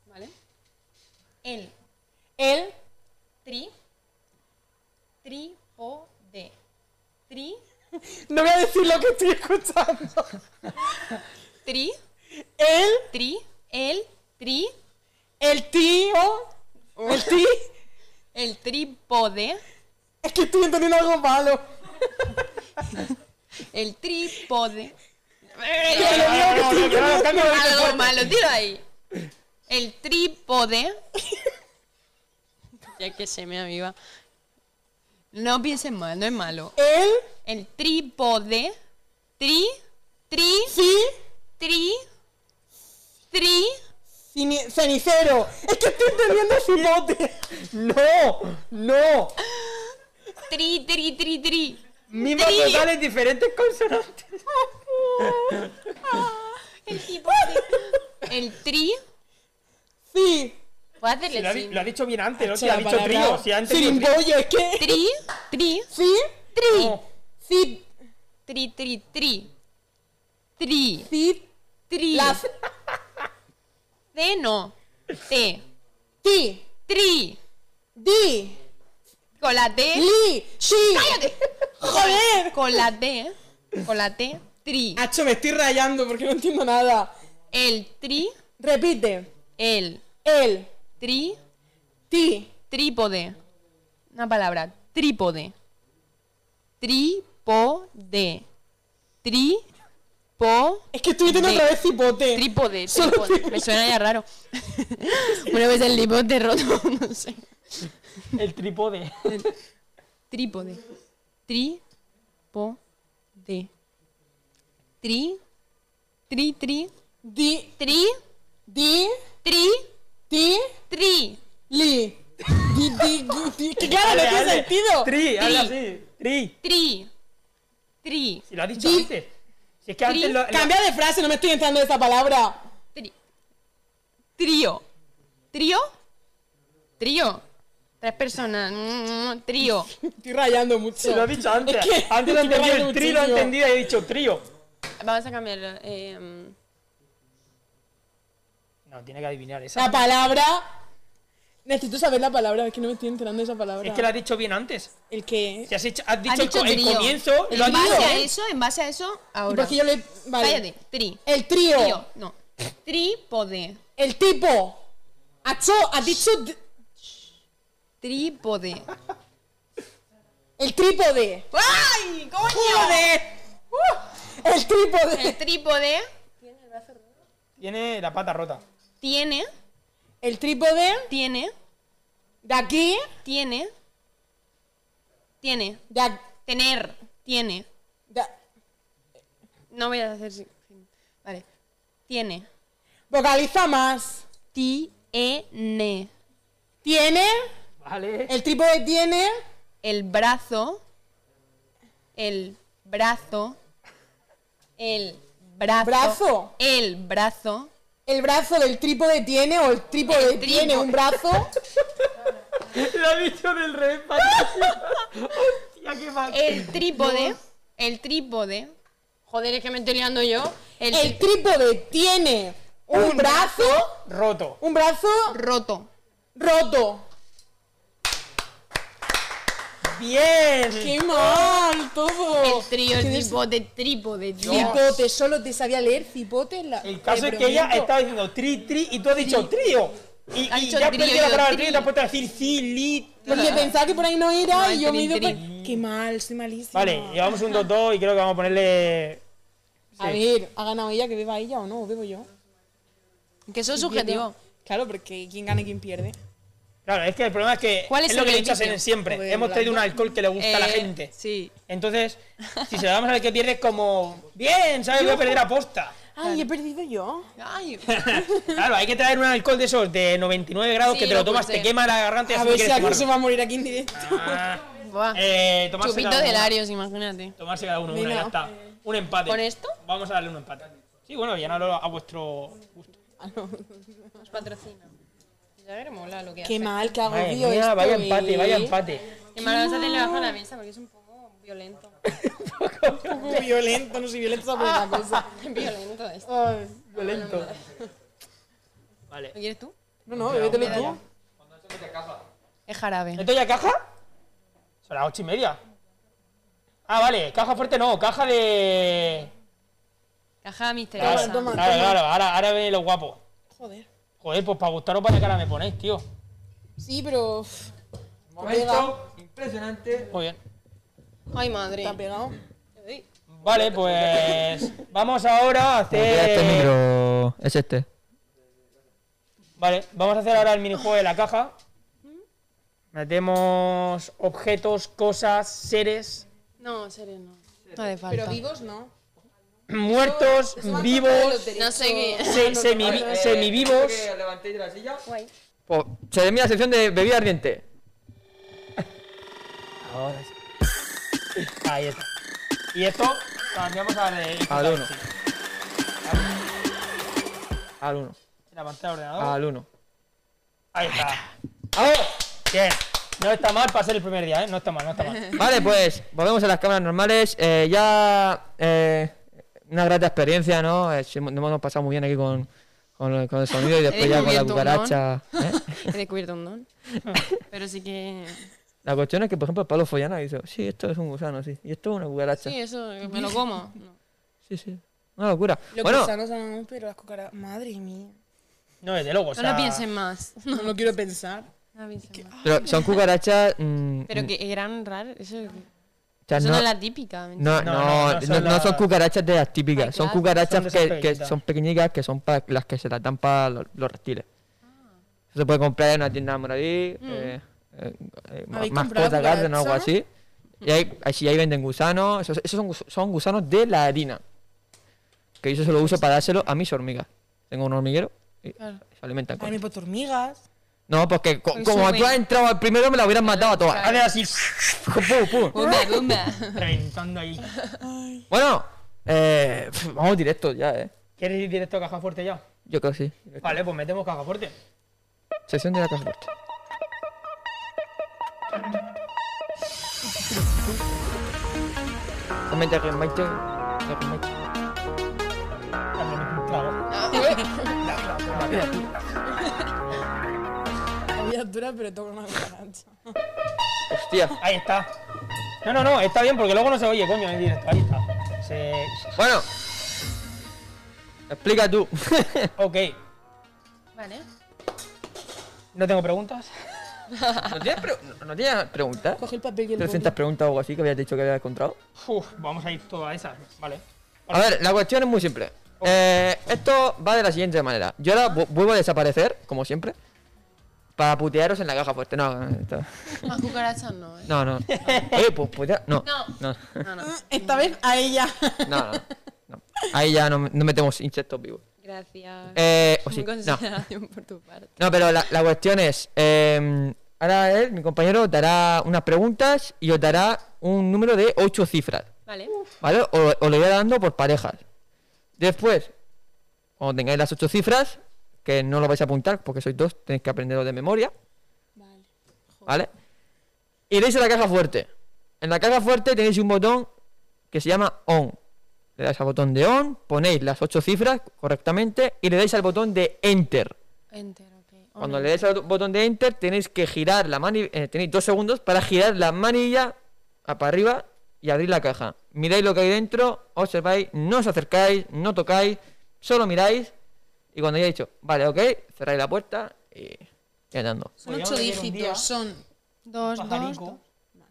S5: ¿Vale? El
S1: El
S5: tri. Trípode. Tri.
S1: No voy a decir lo que estoy escuchando.
S5: Tri.
S1: El,
S5: Tri. El tri.
S1: el tío,
S5: Oh.
S1: el ti.
S5: El trípode.
S1: Es que estoy entendiendo algo malo.
S5: El trípode. Algo
S3: Algo
S5: malo, tiro ahí. El trípode. Ya que se me aviva. No piensen mal, no es malo.
S1: El,
S5: El trípode. Tri. Tri. Tri. Tri.
S1: cini- cenicero. Es que estoy entendiendo cipote.
S4: ¡No! ¡No!
S5: Tri, tri, tri, tri.
S4: Mismas
S5: Sí.
S4: vocales, diferentes consonantes.
S5: Ah, El trípode. El tri.
S1: Sí.
S5: Puedo
S3: Lo ha,
S5: hacerle
S3: di-
S5: así.
S3: lo ha dicho bien antes, ¿no?
S1: Che,
S3: Si ha
S1: la
S3: dicho
S1: palabra
S3: trío. Si antes dijo trío.
S1: Cirimbollo, es que.
S5: Tri. Tri.
S1: Sí.
S5: Tri.
S3: No.
S1: Sí.
S5: Tri, tri, tri. Tri. Tri.
S1: Las
S5: C no. T.
S1: ti,
S5: Tri.
S1: di,
S5: Con la T.
S1: li, shi. ¡Joder!
S5: ¿Eh? Con la T. Con la T. Tri.
S1: Hacho, me estoy rayando porque no entiendo nada.
S5: El tri.
S1: Repite.
S5: El
S1: El,
S5: tri.
S1: ti,
S5: Trípode. Una palabra. Trípode. Trípode. Tri. Po.
S1: Es que estoy metiendo
S5: Ve.
S1: otra vez cipote.
S5: Trípode.
S1: Solo
S5: trípode. Me suena ya raro. Una vez el lipote roto, no sé.
S3: El trípode.
S5: Trípode. Tri. Po. De. Tri. Tri, tri.
S1: Di,
S5: Tri.
S1: di,
S5: Tri.
S1: ti,
S5: Tri.
S1: li. Di, di, di, di. Que claro, no tiene sentido.
S3: Tri, habla
S5: Tri.
S3: así. Tri.
S5: Tri. Tri.
S3: Si lo has dicho
S1: Tri.
S3: antes. Si es que antes
S5: Tri.
S3: lo. lo-
S1: Cambia de frase, no me estoy entrando de esa palabra.
S5: Tri- Trío. ¿Trío? Trío. Tres personas. Mm, mm, Trío.
S1: Estoy rayando mucho.
S3: si lo has dicho antes.
S1: Es que
S3: antes lo he
S1: me
S3: entendido.
S1: rayo
S3: El tri lo he
S1: muchísimo.
S3: entendido y he dicho trío.
S5: Vamos a cambiar. eh,
S3: No, tiene que adivinar esa.
S1: La palabra. Necesito saber la palabra, es que no me estoy enterando de esa palabra.
S3: Es que lo has dicho bien antes.
S1: El que.
S3: Si has, hecho- has dicho,
S5: has
S3: el co-
S5: dicho
S3: el
S5: trío.
S3: comienzo,
S5: En
S3: lo ¿eh? has
S5: base
S3: dicho.
S5: a eso, en base a eso, ahora.
S1: Porque yo le. Vale.
S5: Cállate. Tri.
S1: El trío.
S5: Trío. No. Trípode.
S1: El tipo. Acho, has dicho. d-
S5: Trípode.
S1: El trípode.
S5: ¡Ay! ¡Coño!
S1: ¡Uh! El
S5: El
S1: trípode.
S5: trípode
S3: Tiene la pata rota.
S5: tiene,
S1: El trípode.
S5: tiene,
S1: De aquí.
S5: tiene, tiene,
S1: De ac-
S5: tener, tiene.
S1: de-
S5: No voy a hacer. si- Vale. Tiene.
S1: Vocaliza más.
S5: Tiene.
S1: Tiene.
S3: Vale.
S1: El trípode tiene.
S5: El brazo. El brazo. El brazo.
S1: Brazo.
S5: El brazo.
S1: El brazo del trípode tiene. O el trípode
S5: El
S1: tiene
S5: trípode.
S1: un brazo.
S3: Lo has dicho del revés, Hostia, qué mal.
S5: El trípode. El trípode. Joder, es que me estoy liando yo. El,
S1: El trípode tiene un brazo.
S3: Roto.
S1: Un brazo
S5: roto.
S1: roto.
S3: Bien.
S1: ¡Qué mal todo!
S5: El trío, el trípode, trípode, trípode.
S1: Cipote, solo te sabía leer cipote en la...
S3: El caso
S1: Te
S3: es que ella
S1: prometo.
S3: estaba diciendo tri, tri, y tú has dicho trío. Y,
S5: Ha
S3: y
S5: dicho
S3: ya has
S5: trío,
S3: perdido la
S5: yo,
S3: palabra
S5: tri.
S3: trío y te has puesto a decir ci, li.
S1: Porque pensaba que por ahí no era
S5: No,
S1: y yo me he ido pues,
S5: trin,
S1: por-
S5: trin.
S7: Qué mal, soy malísima.
S3: Vale, eh, llevamos un 2-2 y creo que vamos a ponerle.
S1: A ver, ¿ha ganado ella que beba ella o no? ¿O bebo yo?
S5: Que eso es subjetivo.
S7: Claro, porque quien gana y quien pierde.
S3: Claro, es que el problema es que
S5: ¿Cuál es
S3: lo
S5: el
S3: que le he dicho a
S5: beneficio?
S3: Senen siempre.
S7: Joder,
S3: Hemos traído un
S7: blanco.
S3: alcohol que le gusta a la
S5: Eh,
S3: gente.
S5: Sí.
S3: Entonces, si se lo damos a ver que pierde, es como. Bien, ¿sabes? Voy a perder aposta.
S1: Ay, he perdido yo.
S5: Ay,
S3: Claro, hay que traer un alcohol de esos de 99 grados
S5: Sí,
S3: que te
S5: lo
S3: lo tomas,
S5: puse.
S3: te quema la garganta y
S7: A
S3: así
S7: ver si
S3: quieres
S7: alguien se
S3: tomarlo.
S7: va a morir aquí en directo.
S3: Ah,
S5: Buah.
S3: eh, tomarse
S5: Chupito
S3: cada
S5: de
S3: uno.
S5: Larios, imagínate.
S3: Tomarse cada uno una,
S1: Venga. Eh.
S3: ya está. Un empate.
S5: ¿Con esto?
S3: Vamos a darle un empate. Sí, bueno, llenarlo a vuestro gusto.
S5: Nos patrocina. Ya veremos la lo que
S1: Qué
S5: hace.
S1: mal, qué
S3: Madre
S1: agobio
S3: mía,
S1: esto,
S3: vaya
S1: ¿eh?
S3: empate, vaya empate.
S5: Qué malo vas a tener bajo la mesa porque es un poco violento.
S1: Un poco violento, no soy violento, esa buena cosa.
S5: violento esto.
S1: Ay,
S3: Violento. Vale.
S5: ¿Lo quieres tú?
S1: No, no, bébetelo
S3: Ya, ya.
S1: tú.
S5: Es jarabe.
S3: ¿Esto ya caja? Son las ocho y media. Ah, vale, caja fuerte no, caja de.
S5: Caja
S3: Claro,
S5: misteriosa.
S1: Toma, toma,
S3: claro,
S1: toma.
S3: claro, ahora, ahora viene lo guapo.
S1: Joder.
S3: Joder, pues para gustar o para cara me ponéis, tío.
S1: Sí, pero... uf,
S4: Momento impresionante.
S3: Muy bien.
S5: Ay,
S1: Te ha
S5: madre.
S1: pegado.
S5: Ay.
S3: Vale, pues. Vamos ahora a
S4: Este
S3: hacer.
S4: micro es este.
S3: Vale, vamos a hacer ahora el minijuego de la caja. Metemos objetos, cosas, seres,
S5: No, serio, no. No hace falta.
S1: Pero vivos no.
S3: muertos, vivos,
S5: No sé qué.
S3: se- semi- semivivos.
S4: levantéis de la silla. Pues, se termina la sección de bebida ardiente.
S3: Ahora sí. Ahí está. Y esto cambiamos al de.
S4: Al uno. Al 1.
S3: La pantalla del ordenador.
S4: Al 1.
S3: Ahí está. Bien. No está mal para ser el primer día, ¿eh? No está mal, no está mal.
S4: Vale, pues volvemos a las cámaras normales. Eh, ya eh, una grata experiencia, ¿no? Eh, se- Nos hemos pasado muy bien aquí con, con, con el sonido y después ya con la
S5: descubierto un don.
S4: cucaracha. ¿eh?
S5: He descubierto un don. Pero sí que.
S4: La cuestión es que, por ejemplo, Pablo Follana dice, sí, esto es un gusano, sí, y esto es una cucaracha.
S5: Sí, eso, eh, me lo como. No.
S4: Sí, sí. Una locura.
S1: Los
S4: bueno,
S1: gusanos sabemos, pero las cucarachas. Madre mía.
S3: No, desde luego, o
S5: No
S3: sea,
S5: lo piensen más. No
S6: No, no quiero pensar.
S5: lo piensen más.
S4: pero son cucarachas. mm,
S5: Pero
S4: mm,
S5: que eran raras. Eso, eso
S4: o sea,
S5: no
S4: no,
S5: es la típica.
S4: no,
S5: mentira.
S4: no,
S3: No, no, no
S4: no-
S3: son
S4: no son
S3: las-
S4: cucarachas de las típicas,
S5: Ay,
S4: son
S5: claro,
S3: son
S4: cucarachas
S3: de esas
S4: que, que
S3: pequeñitas.
S4: son pequeñicas, que son para las que se las dan para los, los reptiles. Eso se puede comprar en una tienda de Moradí, eh, eh, eh, ma-
S6: ¿Habéis comprado
S4: mascota garden o algo
S6: cucarachas?
S4: así. Y ahí, así ahí venden gusanos, esos, esos son, gus- son gusanos de la harina. Que yo solo uso para dárselo a mis hormigas. Tengo un hormiguero y se alimentan
S1: A
S4: con
S1: mí, pues hormigas.
S4: No, porque co-
S5: Con
S4: como
S5: su
S4: tú has
S5: wing.
S4: entrado al primero me la hubieran matado a todas.
S3: Hace así,
S4: Pum, pum.
S5: Bumba, bumba.
S3: reventando ahí.
S4: Bueno, eh, pf, vamos directo ya, eh.
S3: ¿Quieres ir directo a caja fuerte ya?
S4: Yo creo que sí.
S3: Vale, pues metemos caja fuerte.
S4: Sesión de la caja fuerte. Comenta que Mike. que Mike.
S3: Claro.
S6: Había dura, pero toco una cucaracha.
S4: Hostia.
S3: Ahí está. No, no, no, está bien porque luego no se oye, coño, en directo. Ahí está. Se...
S4: Bueno. Explica tú.
S3: Ok,
S5: Vale.
S3: no tengo preguntas.
S4: ¿No tienes, pre- no- no tienes preguntas?
S6: Coge el papel y el
S4: 300 preguntas o algo así que habías dicho que habías encontrado.
S3: Uf, vamos a ir todas esas, vale.
S4: A ver, la cuestión es muy simple. Eh, esto va de la siguiente manera. Yo ahora vu- vuelvo a desaparecer, como siempre, para putearos en la caja fuerte. No, no, esto-
S5: Las cucarachas Ah, no, ¿eh?
S4: no. no. Oye, pues putea- No, no, no,
S5: No, no.
S6: Ah, Esta vez a ella.
S4: no, no. Ahí ya no, no metemos insectos vivos.
S5: Gracias.
S4: Eh, o sí,
S5: Muy
S4: no.
S5: consideración por tu parte.
S4: No, pero la, la cuestión es, eh, ahora él, mi compañero, os dará unas preguntas y os dará un número de ocho cifras.
S5: Vale.
S4: ¿Vale? O, o lo voy dando por parejas. Después, cuando tengáis las ocho cifras, que no lo vais a apuntar porque sois dos, tenéis que aprenderlo de memoria. Vale. Iréis a la caja fuerte. En la caja fuerte tenéis un botón que se llama on. Le dais al botón de on, ponéis las ocho cifras correctamente y le dais al botón de enter.
S5: Enter, ok.
S4: Cuando le dais al botón de enter, tenéis que girar la manilla. tenéis dos segundos para girar la manilla a para arriba y abrir la caja. Miráis lo que hay dentro, observáis, no os acercáis, no tocáis, solo miráis. Y cuando ya he dicho, vale, ok, cerráis la puerta y. y andando.
S6: Son
S3: Podríamos
S6: ocho
S3: leer un día
S6: dígitos, son...
S5: Dos, dos,
S3: Pajarico.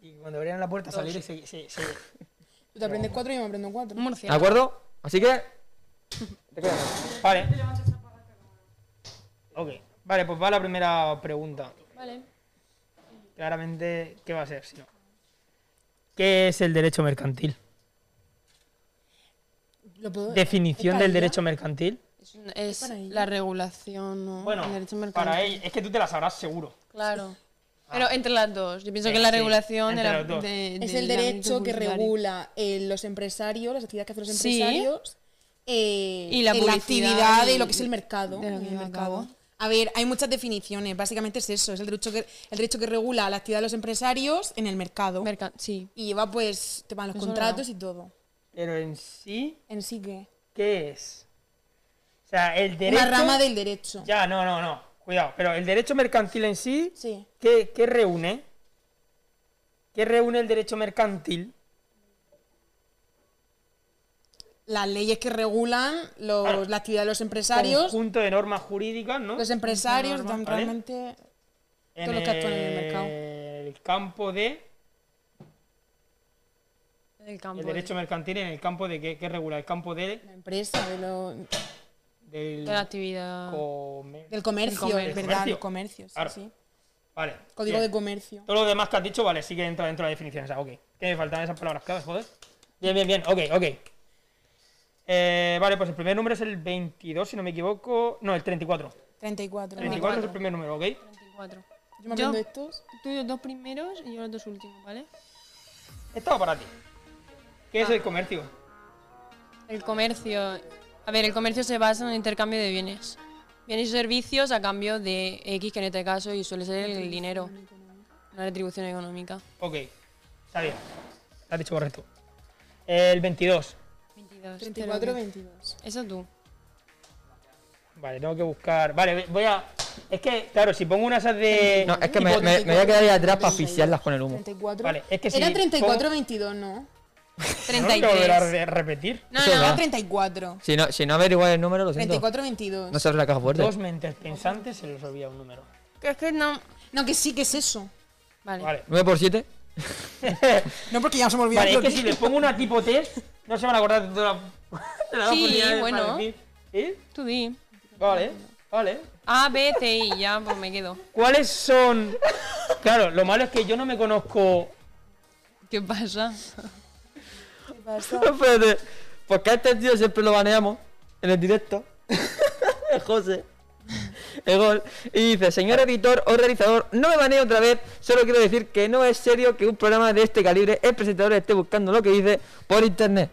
S3: Y cuando abrieran la puerta salir y se, se- se-
S6: Tú te aprendes cuatro y yo me aprendo cuatro.
S4: ¿De
S5: Murcia.
S4: acuerdo? Así que. te quedas.
S3: Vale. Ok. Vale, pues va la primera pregunta.
S5: Vale.
S3: Claramente, ¿qué va a ser? Si no? ¿Qué es el derecho mercantil?
S6: ¿Lo puedo?
S3: ¿Definición
S6: ¿Es
S3: del
S6: para
S3: derecho mercantil?
S5: Es, una- es
S6: para ella?
S5: la regulación, ¿no? El derecho mercantil.
S3: para él, es que tú te la sabrás seguro.
S5: Claro. Pero entre las dos. Yo pienso
S3: Sí,
S5: que la
S3: sí,
S5: regulación
S3: entre
S5: era
S3: los dos.
S5: de-
S6: Es
S5: Eh, del
S6: el
S5: ámbito
S6: derecho que
S5: cultural.
S6: regula eh, los empresarios, las actividades que hacen los
S5: Sí.
S6: empresarios, eh,
S5: Y la
S6: en
S5: publicidad
S6: actividad
S5: y-
S6: y lo que es el mercado.
S5: de lo que
S6: el
S5: lleva a
S6: mercado.
S5: cabo.
S6: A ver, hay muchas definiciones, básicamente es eso, es el derecho que, el derecho que regula la actividad de los empresarios en el mercado.
S5: Merca- sí.
S6: y lleva pues tema de los
S5: Eso es
S6: contratos y todo.
S3: Pero en sí,
S6: En sí que.
S3: ¿qué es? O sea, el derecho.
S6: Una rama del derecho.
S3: Ya, no, no, no. Cuidado. Pero el derecho mercantil en sí,
S6: Sí.
S3: ¿qué, qué reúne? ¿Qué reúne el derecho mercantil?
S6: Las leyes que regulan los,
S3: Claro.
S6: la actividad de los empresarios.
S3: Conjunto de normas jurídicas, ¿no?
S6: Los empresarios
S3: Normas,
S6: dan
S3: ¿vale?
S6: realmente. todo lo que actúan en el mercado.
S3: el campo de.
S5: El campo.
S3: El
S5: de-
S3: derecho mercantil en el campo de qué, qué regula, el campo de,
S6: La empresa, de lo-
S3: del
S5: de la actividad.
S3: comer-
S6: del comercio,
S5: comercio.
S6: es verdad,
S3: Comercio.
S6: el comercio, sí,
S3: Claro.
S6: sí.
S3: Vale.
S6: Código de
S3: bien.
S6: comercio.
S3: Todo lo demás que has dicho, vale, sí que entra dentro de la definición. O sea, ok. Que me faltan esas palabras claves, joder. Bien, bien, bien. Ok, ok. Eh, vale, pues el primer número es el 22, si no me equivoco. No, el 34.
S6: 34.
S3: 34 es el primer número, ¿ok?
S5: 34.
S6: Yo me aprendo
S5: Yo-
S6: estos.
S5: Tú los dos primeros y yo los dos últimos, ¿vale?
S3: Estaba para ti. ¿Qué es el comercio?
S5: El comercio. A ver, el comercio se basa en el intercambio de bienes. Bienes y servicios a cambio de X, que en este caso y suele ser el dinero. Una retribución económica.
S3: Ok. Está bien. Lo has dicho correcto. El 22.
S5: 22. 22.
S8: 34,
S5: creo
S8: 22.
S5: que- Eso tú.
S3: Vale, tengo que buscar. Vale, voy a. Es que, claro, si pongo unas de.
S4: No, es que me, me- me voy a quedar ahí atrás para asfixiarlas con el humo.
S1: 34.
S3: Vale, es que si
S1: Eran 34,
S3: pongo-
S1: 22, ¿no?
S3: No lo volver a
S5: 33.
S3: re- repetir.
S5: No,
S4: Eso
S5: no.
S6: Ah,
S4: va.
S1: Eran 34.
S4: Si no, si no averiguáis el número, lo siento.
S1: 34, 22.
S4: No se abre la caja fuerte.
S3: Dos mentes pensantes se les olvida un número.
S5: Que Es que no.
S1: No, que sí, que es eso.
S5: Vale.
S3: Vale.
S4: 9 por 7.
S1: No, porque ya se me olvidó.
S3: Vale, es que si les pongo una tipo test, no se van a acordar de toda la. de las
S5: Sí,
S3: oportunidades
S5: bueno.
S3: para decir. ¿Eh?
S5: Tú di.
S3: Vale, vale.
S5: A, B, T, I. Ya, pues me quedo.
S3: ¿Cuáles son.? Claro, lo malo es que yo no me conozco.
S5: ¿Qué pasa?
S4: Espérate. Porque a este tío siempre lo baneamos en el directo. El José. El gol. Y dice, señor editor o realizador, no me banee otra vez. Solo quiero decir que no es serio que un programa de este calibre, el presentador esté buscando lo que dice por internet.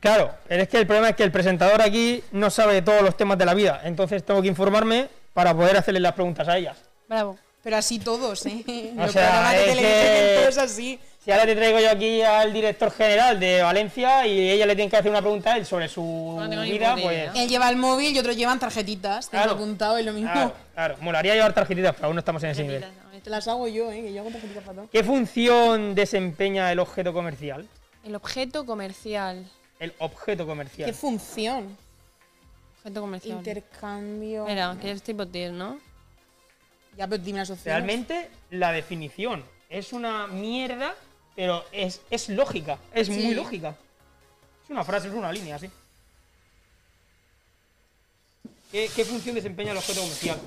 S3: Claro, pero es que el problema es que el presentador aquí no sabe todos los temas de la vida. Entonces tengo que informarme para poder hacerle las preguntas a ellas.
S5: Bravo.
S1: Pero así todos, ¿eh?
S3: O
S1: Los
S3: sea,
S1: programas de
S3: es que-
S1: televisión todos así.
S3: Si ahora te traigo yo aquí al director general de Valencia y ella le tiene que hacer una pregunta a él sobre su
S5: No tengo ni
S3: vida,
S5: puta
S3: pues.
S5: idea.
S1: Él lleva el móvil y otros llevan tarjetitas. Tengo
S3: Claro.
S1: apuntado y lo mismo.
S3: Claro, claro. Molaría llevar tarjetitas, pero aún no estamos en ese nivel.
S5: este
S1: Te las hago yo, ¿eh? Que yo hago tarjetitas para todo.
S3: ¿Qué función desempeña el objeto comercial?
S5: El objeto comercial.
S3: El objeto
S1: ¿Qué
S3: comercial.
S1: función?
S5: Objeto comercial.
S1: Intercambio.
S5: Mira, que es tipo TIR, ¿no?
S1: Ya, pero dime las opciones.
S3: Realmente, la definición es una mierda, pero es, es lógica. Es muy lógica. Es una frase, es una línea, sí. ¿Qué, qué función desempeña el objeto comercial?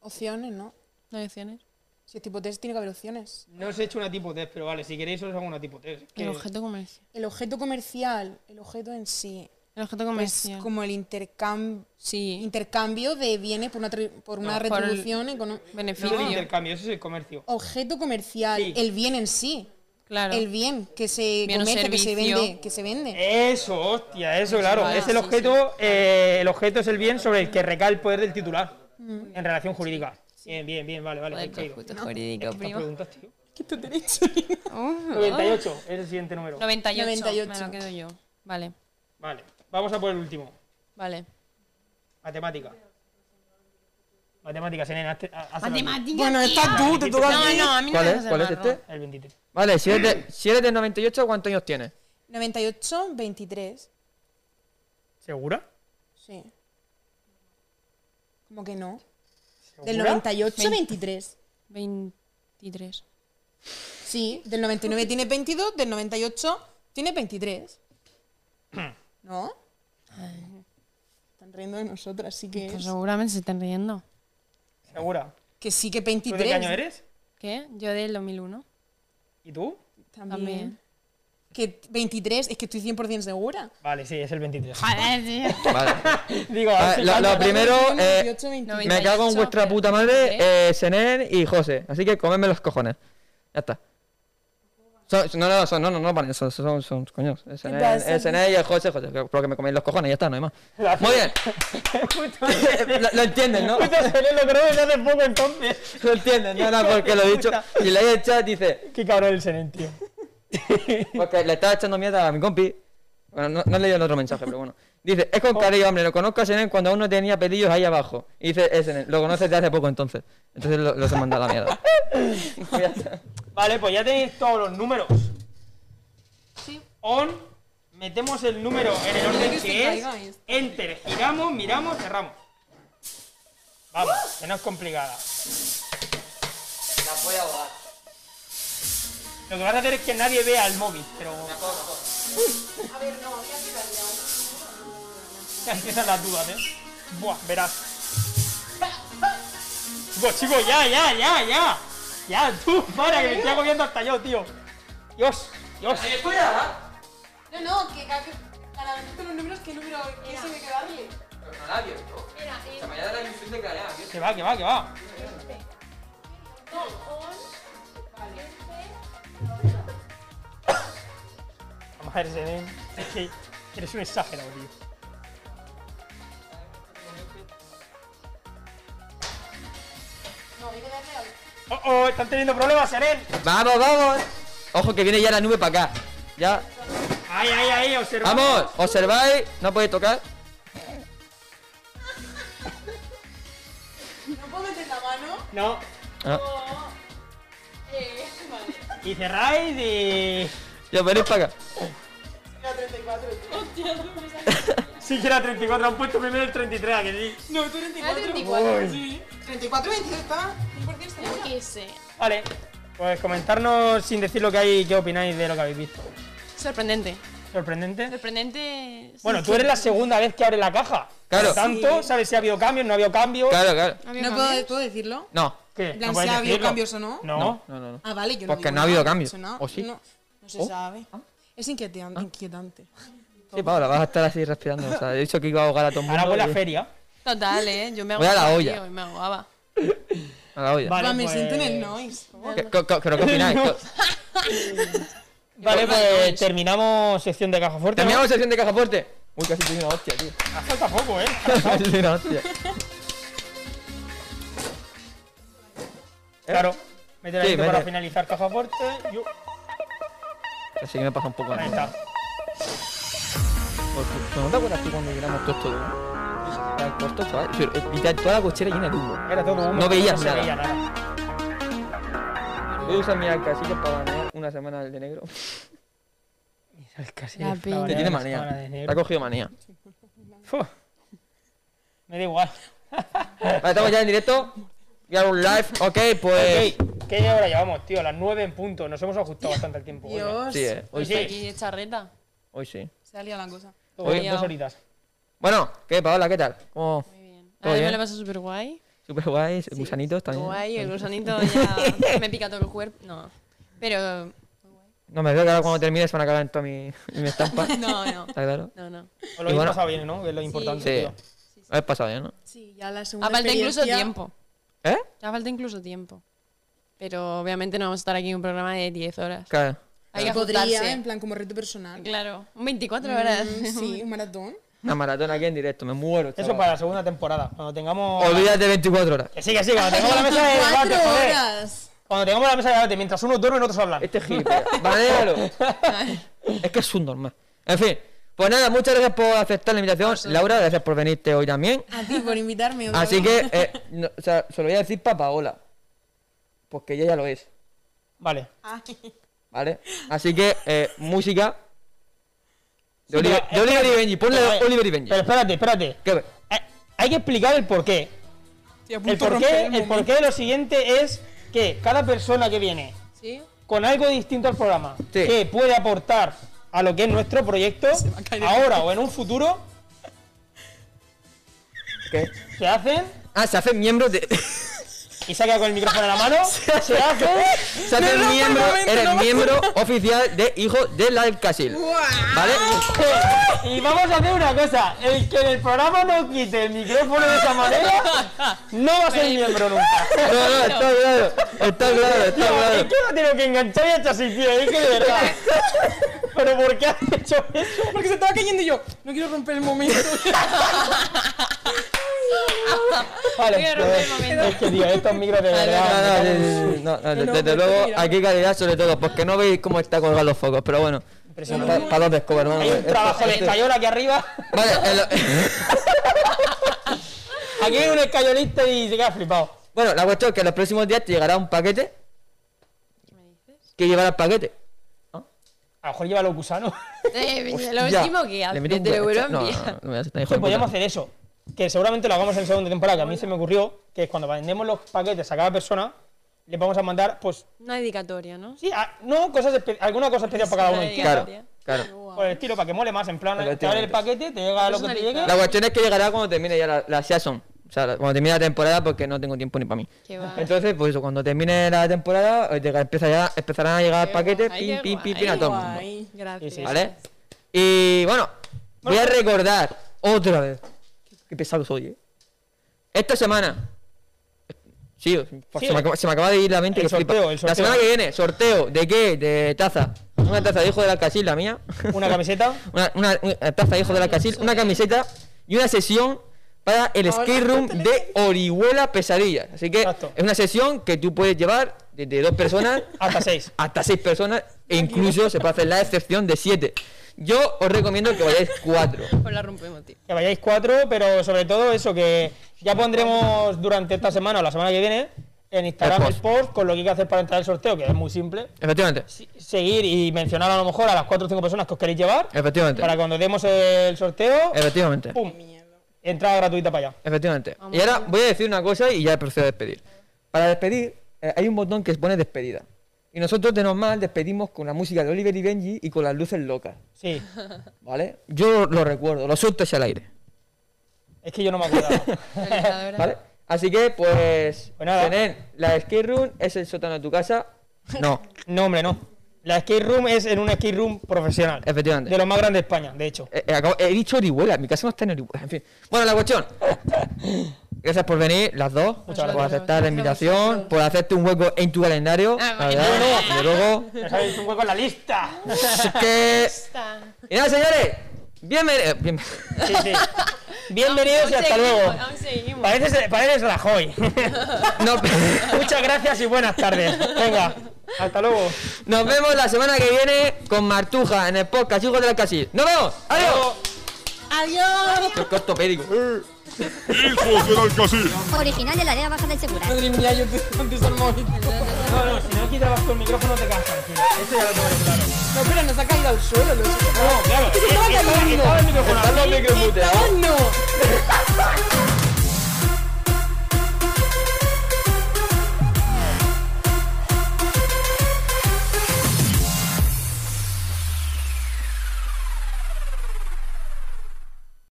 S1: Opciones, ¿no?
S5: No hay opciones.
S1: Si es tipo test, tiene que haber opciones.
S3: No os he hecho una tipo test, pero vale, si queréis os hago una tipo test. Es que-
S5: El objeto comercial.
S1: El objeto comercial, el objeto en sí,
S5: El objeto
S1: es
S5: comercial.
S1: como el intercambio,
S5: Sí.
S1: intercambio de bienes por una, tri- por una
S5: No, por el-
S1: retribución económica.
S3: No es
S5: Beneficio.
S3: intercambio, eso es el comercio.
S1: Objeto comercial,
S3: Sí.
S1: el bien en sí,
S5: Claro.
S1: el bien que se
S5: Bien o
S1: comercia, que se
S5: servicio.
S1: vende, que se
S5: Eh,
S1: vende.
S3: Eso, hostia, eso, claro.
S5: vale.
S3: Es el
S5: Pues Sí,
S3: objeto, eh, el objeto es el bien sobre el que recae el poder del titular
S5: Mm.
S3: en relación jurídica. Bien, bien, bien, vale, vale.
S5: Joder,
S3: bien caído.
S5: qué puto
S3: Es
S5: jurídico,
S3: que estas
S5: primo.
S3: preguntas, tío.
S5: Ah. Uh,
S3: 98 es el siguiente número.
S5: 98.
S1: 98.
S5: Me lo quedo yo. Vale.
S3: Vale, vamos a por el último.
S5: Vale.
S3: Matemática. Matemáticas, Elena. hazte- ha- hazte la
S1: Bueno, estás tú, te toca a
S5: No,
S1: ti.
S5: no, a mí no
S4: ¿Cuál
S5: me
S4: es?
S5: hagas el
S4: ¿Cuál es
S5: marrón.
S4: este?
S3: tuya. El 23.
S4: Vale, si eres, de, si eres del 98, ¿cuántos años tienes?
S1: 98, 23.
S3: ¿Segura?
S1: Sí. ¿Cómo que no? Del
S3: ¿Segura?
S1: 98, 23.
S5: 23.
S1: Sí, del 99 tiene 22, del 98 tiene 23. ¿No? Están riendo de nosotras, así que.
S5: Pues
S1: es-
S5: seguramente se están riendo.
S3: ¿Segura?
S1: Que sí que
S3: ¿Tú
S1: 23.
S3: de qué año eres?
S5: ¿Qué? Yo del 2001.
S3: ¿Y tú?
S1: También.
S5: También.
S1: Que 23, es que estoy 100% segura.
S3: Vale, sí, es el 23.
S4: Ah, Vale.
S3: Digo,
S4: Vale,
S3: hace-
S4: lo, lo primero, eh,
S1: 98, 23.
S4: me cago en vuestra puta madre, eh, Senén y José. Así que comedme los cojones. Ya está. Son- son- no, no, son, no, no, no, vale, son, son, son, coños. El Senén, el Senén y el José, José. Porque me coméis los cojones, ya está, no hay más. Muy bien. lo, lo entienden, ¿no?
S3: Puto seré, lo creo desde hace poco entonces.
S4: Lo entienden, no, no, porque lo he dicho. Y leí el chat, dice,
S3: Qué cabrón el Senen, tío.
S4: Porque le estaba echando mierda a mi compi. Bueno, no, no he leído el otro mensaje, pero bueno. Dice, es con cariño, hombre, lo conozco a Senen cuando aún no tenía pelillos ahí abajo. Y dice, "Eh, Senen, lo conoces de hace poco entonces. Entonces lo, lo se manda a la mierda. Pues ya está.
S3: Vale, pues ya tenéis todos los números.
S5: Sí.
S3: On, metemos el número en el orden
S1: que se
S3: que es.
S1: caiga esto.
S3: Enter, giramos, miramos, cerramos. Vamos, que no es complicada. Lo que vas a hacer es que nadie vea el móvil, pero. A ver, no, voy a Ya empiezan las dudas, ¿eh? Buah, verás. Chicos, chicos, ya, ya, ya, ya. Ya, tú, para, que me estoy agobiando hasta yo, tío. Dios, Dios.
S1: No, no, que cada vez con los números, ¿qué número qué se me que darle?
S3: Que va, que va, que va. Madre de Ben, es que eres un exagerado, tío. Oh, oh,
S4: eh.
S3: están teniendo problemas, Seren.
S4: Vamos, vamos. Ojo que viene ya la nube para acá. Ya.
S3: Ahí, ahí, ahí, observa.
S4: Vamos, observáis, no podéis tocar.
S6: ¿No puedo meter la mano?
S3: No.
S4: Ah,
S3: Y cerráis y.
S4: ya venís para acá.
S3: Sí, que era 34, han puesto primero el 33, ¿a que sí.
S6: No, tú 34.
S5: 34.
S6: Ah, Sí. 34 22 está. 100% segura.
S5: Yo qué sé.
S3: Vale. Pues comentarnos sin decir lo que hay, qué opináis de lo que habéis visto.
S5: Sorprendente.
S3: Sorprendente.
S5: Sorprendente. sí.
S3: Bueno, tú eres la segunda vez que abres la caja.
S4: Claro.
S3: Por tanto, sabes si ha habido cambios, no ha habido cambios.
S4: Claro, claro.
S5: ¿Ha habido
S6: ¿No
S5: cambios?
S6: puedo, puedo decirlo?
S4: No.
S3: ¿Qué?
S6: plan,
S3: puedes
S6: si ha habido
S3: decirlo?
S6: cambios o no.
S3: No.
S4: No, no, no. no.
S6: Ah, vale, yo no
S4: Porque
S6: digo
S4: no ha habido
S6: nada,
S4: cambios.
S6: eso no,
S4: ¿O sí? ¿Oh?
S6: No,
S4: ¿Ah?
S6: no se
S4: ¿O?
S6: sabe. Es inquietante. inquietante.
S4: Sí, Paula, vas a estar así respirando. O sea, he dicho que iba a ahogar a todo el mundo.
S3: Ahora voy a
S4: y-
S3: la feria.
S5: Total, eh. Yo me
S4: Voy a la
S5: ahogaba,
S4: olla.
S5: tío, y me ahogaba.
S4: a la olla.
S3: Vale,
S6: Va, me
S3: pues-
S6: siento en el noise.
S4: ¿Qué- qué- qué- ¿Pero qué opináis?
S3: Vale, pues terminamos sección de caja fuerte. ¿no?
S4: Terminamos sesión de caja fuerte. Uy, casi te di una hostia, tío.
S3: Falta poco, ¿eh?
S4: Casi te di una hostia.
S3: Claro. Mete la
S4: Sí,
S3: intro para
S4: mete.
S3: finalizar caja fuerte. Yo-
S4: Así que me pasa un poco.
S3: Ahí está.
S4: Porque- ¿No te acuerdas tú cuando llegamos todo esto de humo? Era corto, chaval. Sí, eh, y ta- Toda la cochera llena de humo.
S3: Era todo humo.
S4: No veías
S3: se
S4: nada.
S3: veía nada.
S4: Voy a usar mi alcasillo para ganar una semana del de negro.
S5: La
S3: Estaba
S4: Que
S3: en
S4: tiene
S3: la sábana
S4: manía.
S3: de
S4: Te ha
S3: negro.
S4: cogido manía.
S3: Fu. Me da igual.
S4: Vale, estamos ya en directo. Ya un live. Ok, pues.
S3: Ok, ¿Qué hora llevamos, tío? Las 9 en punto. Nos hemos ajustado bastante al tiempo. coño.
S6: Dios.
S4: Sí, eh. Hoy
S3: Sí.
S4: sí.
S5: Aquí es charreta.
S4: Hoy sí.
S6: Salía la cosa.
S3: Todo bien,
S5: Oye.
S3: dos horitas.
S4: Bueno, ¿qué, Paola? ¿Qué tal? ¿Cómo?
S5: Muy bien.
S4: ¿Todo
S5: Ahora me
S4: bien?
S5: lo paso súper guay.
S4: Súper guay, gusanitos también.
S5: Guay, el gusanito ya me pica todo el cuerpo. No. Pero.
S4: No me veo que ahora cuando termine se van a cagar en toda mi, en mi estampa.
S5: No, no.
S4: ¿Está claro?
S5: No, no.
S3: Os lo
S4: Y
S3: habéis
S4: bueno.
S3: pasado bien, ¿no? Que es lo importante,
S4: Sí.
S3: tío.
S4: Lo has pasado ya, ¿no?
S6: Sí, ya la segunda
S5: Ha Ah, falta incluso
S6: experiencia-
S5: tiempo.
S4: ¿Eh?
S5: Ya falta incluso tiempo. Pero obviamente no vamos a estar aquí en un programa de 10 horas.
S4: Claro.
S5: Hay que
S6: Se podría,
S5: ajustarse.
S6: en plan, como reto personal.
S5: Claro. Un 24 horas.
S6: Mm, Sí, un maratón.
S4: Una maratona aquí en directo, me muero.
S3: Eso
S4: chaval.
S3: para la segunda temporada. Cuando tengamos.
S4: Olvídate 24 horas.
S3: Que sí, que sí, cuando tengamos la mesa de debate,
S6: Cuatro
S3: joder.
S6: horas.
S3: Cuando tengamos la mesa de debate, mientras unos duermen, otros hablan.
S4: Este gil, banealo. es que es un normal. En fin, pues nada, muchas gracias por aceptar la invitación. Laura, gracias por venirte hoy también.
S3: Ah,
S6: A ti por invitarme. otra
S4: Así
S6: vez.
S4: que, eh, no, o sea, se lo voy a decir para Paola. Porque ella ya lo es,
S3: Vale.
S6: Ay,
S4: ¿vale? Así que, eh, música. De
S3: Sí,
S4: Oliver,
S3: pero
S4: de Oliver y
S3: espérate.
S4: Benji, ponle
S3: Pero,
S4: Oliver y Benji.
S3: Pero espérate, espérate.
S4: ¿Qué?
S3: Eh, Hay que explicar el porqué.
S6: estoy a punto
S3: El
S6: de romper
S3: porqué,
S6: el
S3: el
S6: momento.
S3: porqué de lo siguiente es que cada persona que viene
S6: Sí.
S3: con algo distinto al programa
S4: Sí.
S3: que puede aportar a lo que es nuestro proyecto,
S6: va a caer el-
S3: ahora o en un futuro,
S4: ¿Qué?
S3: se hacen
S4: Ah, se hacen miembros de.
S3: y saca con el micrófono en la mano, se hacen.
S4: se hacen
S6: rompa el
S4: miembro.
S6: momento,
S4: eres
S6: no me-
S4: miembro oficial de Hijo del Alcasil. ¿Vale?
S3: Y vamos a hacer una cosa, el que en el programa no quite el micrófono de esa manera, no va a ser miembro nunca.
S4: No, no, está claro. Está claro, está
S3: No,
S4: claro.
S3: es que lo tengo que enganchar y hasta así, tío, es que de verdad. Pero ¿por qué has hecho eso?
S6: Porque se estaba cayendo y yo, no quiero romper el momento.
S3: Vale,
S5: Voy a romper el
S3: pues,
S5: momento.
S3: es que tío, estos micros de verdad. me
S4: No, no,
S3: cago en-
S4: sí, sí, sí, no, no, de-
S6: no,
S4: desde
S6: pero
S4: luego,
S6: mira.
S4: aquí calidad sobre todo, porque no veis cómo está colgado los focos, pero bueno.
S3: Impresionante.
S4: Para dos de escoba, hermano.
S3: Hay un
S4: Esto-
S3: trabajo de
S4: esto-
S3: escayola aquí arriba.
S4: Vale, en lo-
S3: Aquí hay un escayolista y se queda flipado.
S4: bueno, la cuestión es que en los próximos días te llegará un paquete. ¿Qué llevará el paquete?
S3: A lo mejor lleva los gusanos.
S5: Eh, lo
S4: Ya.
S5: último que hace,
S4: Le meto un
S5: te lo vuelvo a
S4: buen- No, no,
S5: enviar.
S4: no, no me hagas esta hijo
S3: Que
S4: de
S3: podíamos
S4: puta.
S3: Pues hacer eso. Que seguramente lo hagamos en segunda temporada, que a mí se me ocurrió, que es cuando vendemos los paquetes a cada persona, le vamos a mandar, pues,
S5: Una dedicatoria, ¿no?
S3: sí, a- no, cosas espe- alguna cosa especial para cada uno.
S5: Sí,
S4: Claro,
S5: Claro.
S4: claro.
S3: Por el estilo, para que mole más, en plan, te abre el
S4: Efectivamente.
S3: paquete, te llega lo que te llegue.
S4: La cuestión es que llegará cuando termine ya la, la season. O sea, la- cuando termine la temporada, porque no tengo tiempo ni para mí.
S5: Qué va.
S4: Entonces, pues eso, cuando termine la temporada, eh, llega- empieza ya, empezarán a llegar
S5: Qué
S4: paquetes,
S5: guay,
S4: pim,
S5: qué
S4: pim, pim,
S5: guay.
S4: pim, a todo el mundo.
S6: Guay.
S5: Gracias.
S3: Sí, sí,
S4: ¿Vale? Y bueno, voy a recordar otra vez. Qué pesado soy, ¿eh? Esta semana. Sí,
S3: Sí.
S4: Se, me acaba, se me acaba de ir la mente
S3: El
S4: que flipa.
S3: sorteo, el
S4: La
S3: sorteo.
S4: semana que viene, sorteo. ¿De qué? De taza. Una taza de hijo de la casil, la mía.
S3: Una camiseta.
S4: Una, una- una taza de hijo de la casil, una camiseta y una sesión para el skate room de Orihuela Pesadilla. Así que
S3: Exacto.
S4: es una sesión que tú puedes llevar desde dos personas
S3: Hasta seis.
S4: hasta seis personas e incluso se puede hacer la excepción de siete. Yo os recomiendo que vayáis cuatro.
S5: Pues la rompemos, tío.
S3: Que vayáis cuatro, pero sobre todo eso, que ya pondremos durante esta semana o la semana que viene en Instagram
S4: El
S3: el
S4: post.
S3: post, con lo que hay que hacer para entrar al sorteo, que es muy simple.
S4: Efectivamente.
S3: Si- Seguir y mencionar a lo mejor a las cuatro o cinco personas que os queréis llevar.
S4: Efectivamente.
S3: Para cuando demos el sorteo,
S4: Efectivamente.
S3: ¡pum! Entrada gratuita para allá.
S4: Efectivamente. Y ahora voy a decir una cosa y ya procedo a despedir. Para despedir, eh, hay un botón que pone despedida. Y nosotros de normal despedimos con la música de Oliver y Benji y con las luces locas.
S3: Sí,
S4: ¿Vale? Yo lo recuerdo, lo suelto hacia el aire.
S3: es que yo no me acuerdo.
S5: Realizadora.
S4: ¿Vale? Así que, pues.
S3: Pues nada.
S4: Tened la skate room, es el sótano de tu casa. No,
S3: no, hombre, no. La skate room es en un skate room profesional.
S4: efectivamente.
S3: De los más grandes de España, de hecho.
S4: Eh, eh, acabo- he dicho Orihuela, mi casa no está en Orihuela. En fin. Bueno, la cuestión. Gracias por venir, las dos. Por aceptar la invitación, por hacerte un hueco en tu calendario.
S5: Ah,
S4: la verdad.
S5: bueno.
S4: Y luego.
S3: Ya sabéis, un hueco en la lista.
S4: Así que.
S5: Está.
S4: Y nada, señores. Bienvenidos. Bien...
S3: Sí, sí. Bienvenidos y
S5: Aún
S3: hasta
S5: seguimos,
S3: luego.
S5: aún seguimos.
S3: Pareces, pareces Rajoy.
S4: No.
S3: Muchas gracias y buenas tardes. Venga, hasta luego.
S4: Nos vemos la semana que viene con Martuja en el podcast Hijos de la Casi. ¡Nos vemos! ¡Adiós!
S6: ¡Adiós!
S4: Qué ortopédico.
S9: Hijos del Alcacil.
S2: Original de la área baja del Segura.
S6: Madre mía, yo te antes al móvil.
S3: No, no, si no quitabas con el micrófono te cansas. Esto ya lo tengo claro.
S6: No, pero nos ha caído al suelo. Lo siento.
S3: No, claro.
S6: estaba
S3: estaba-
S6: cayendo.
S3: estaba el micrófono
S4: Están los micromuteados.
S6: ¡No!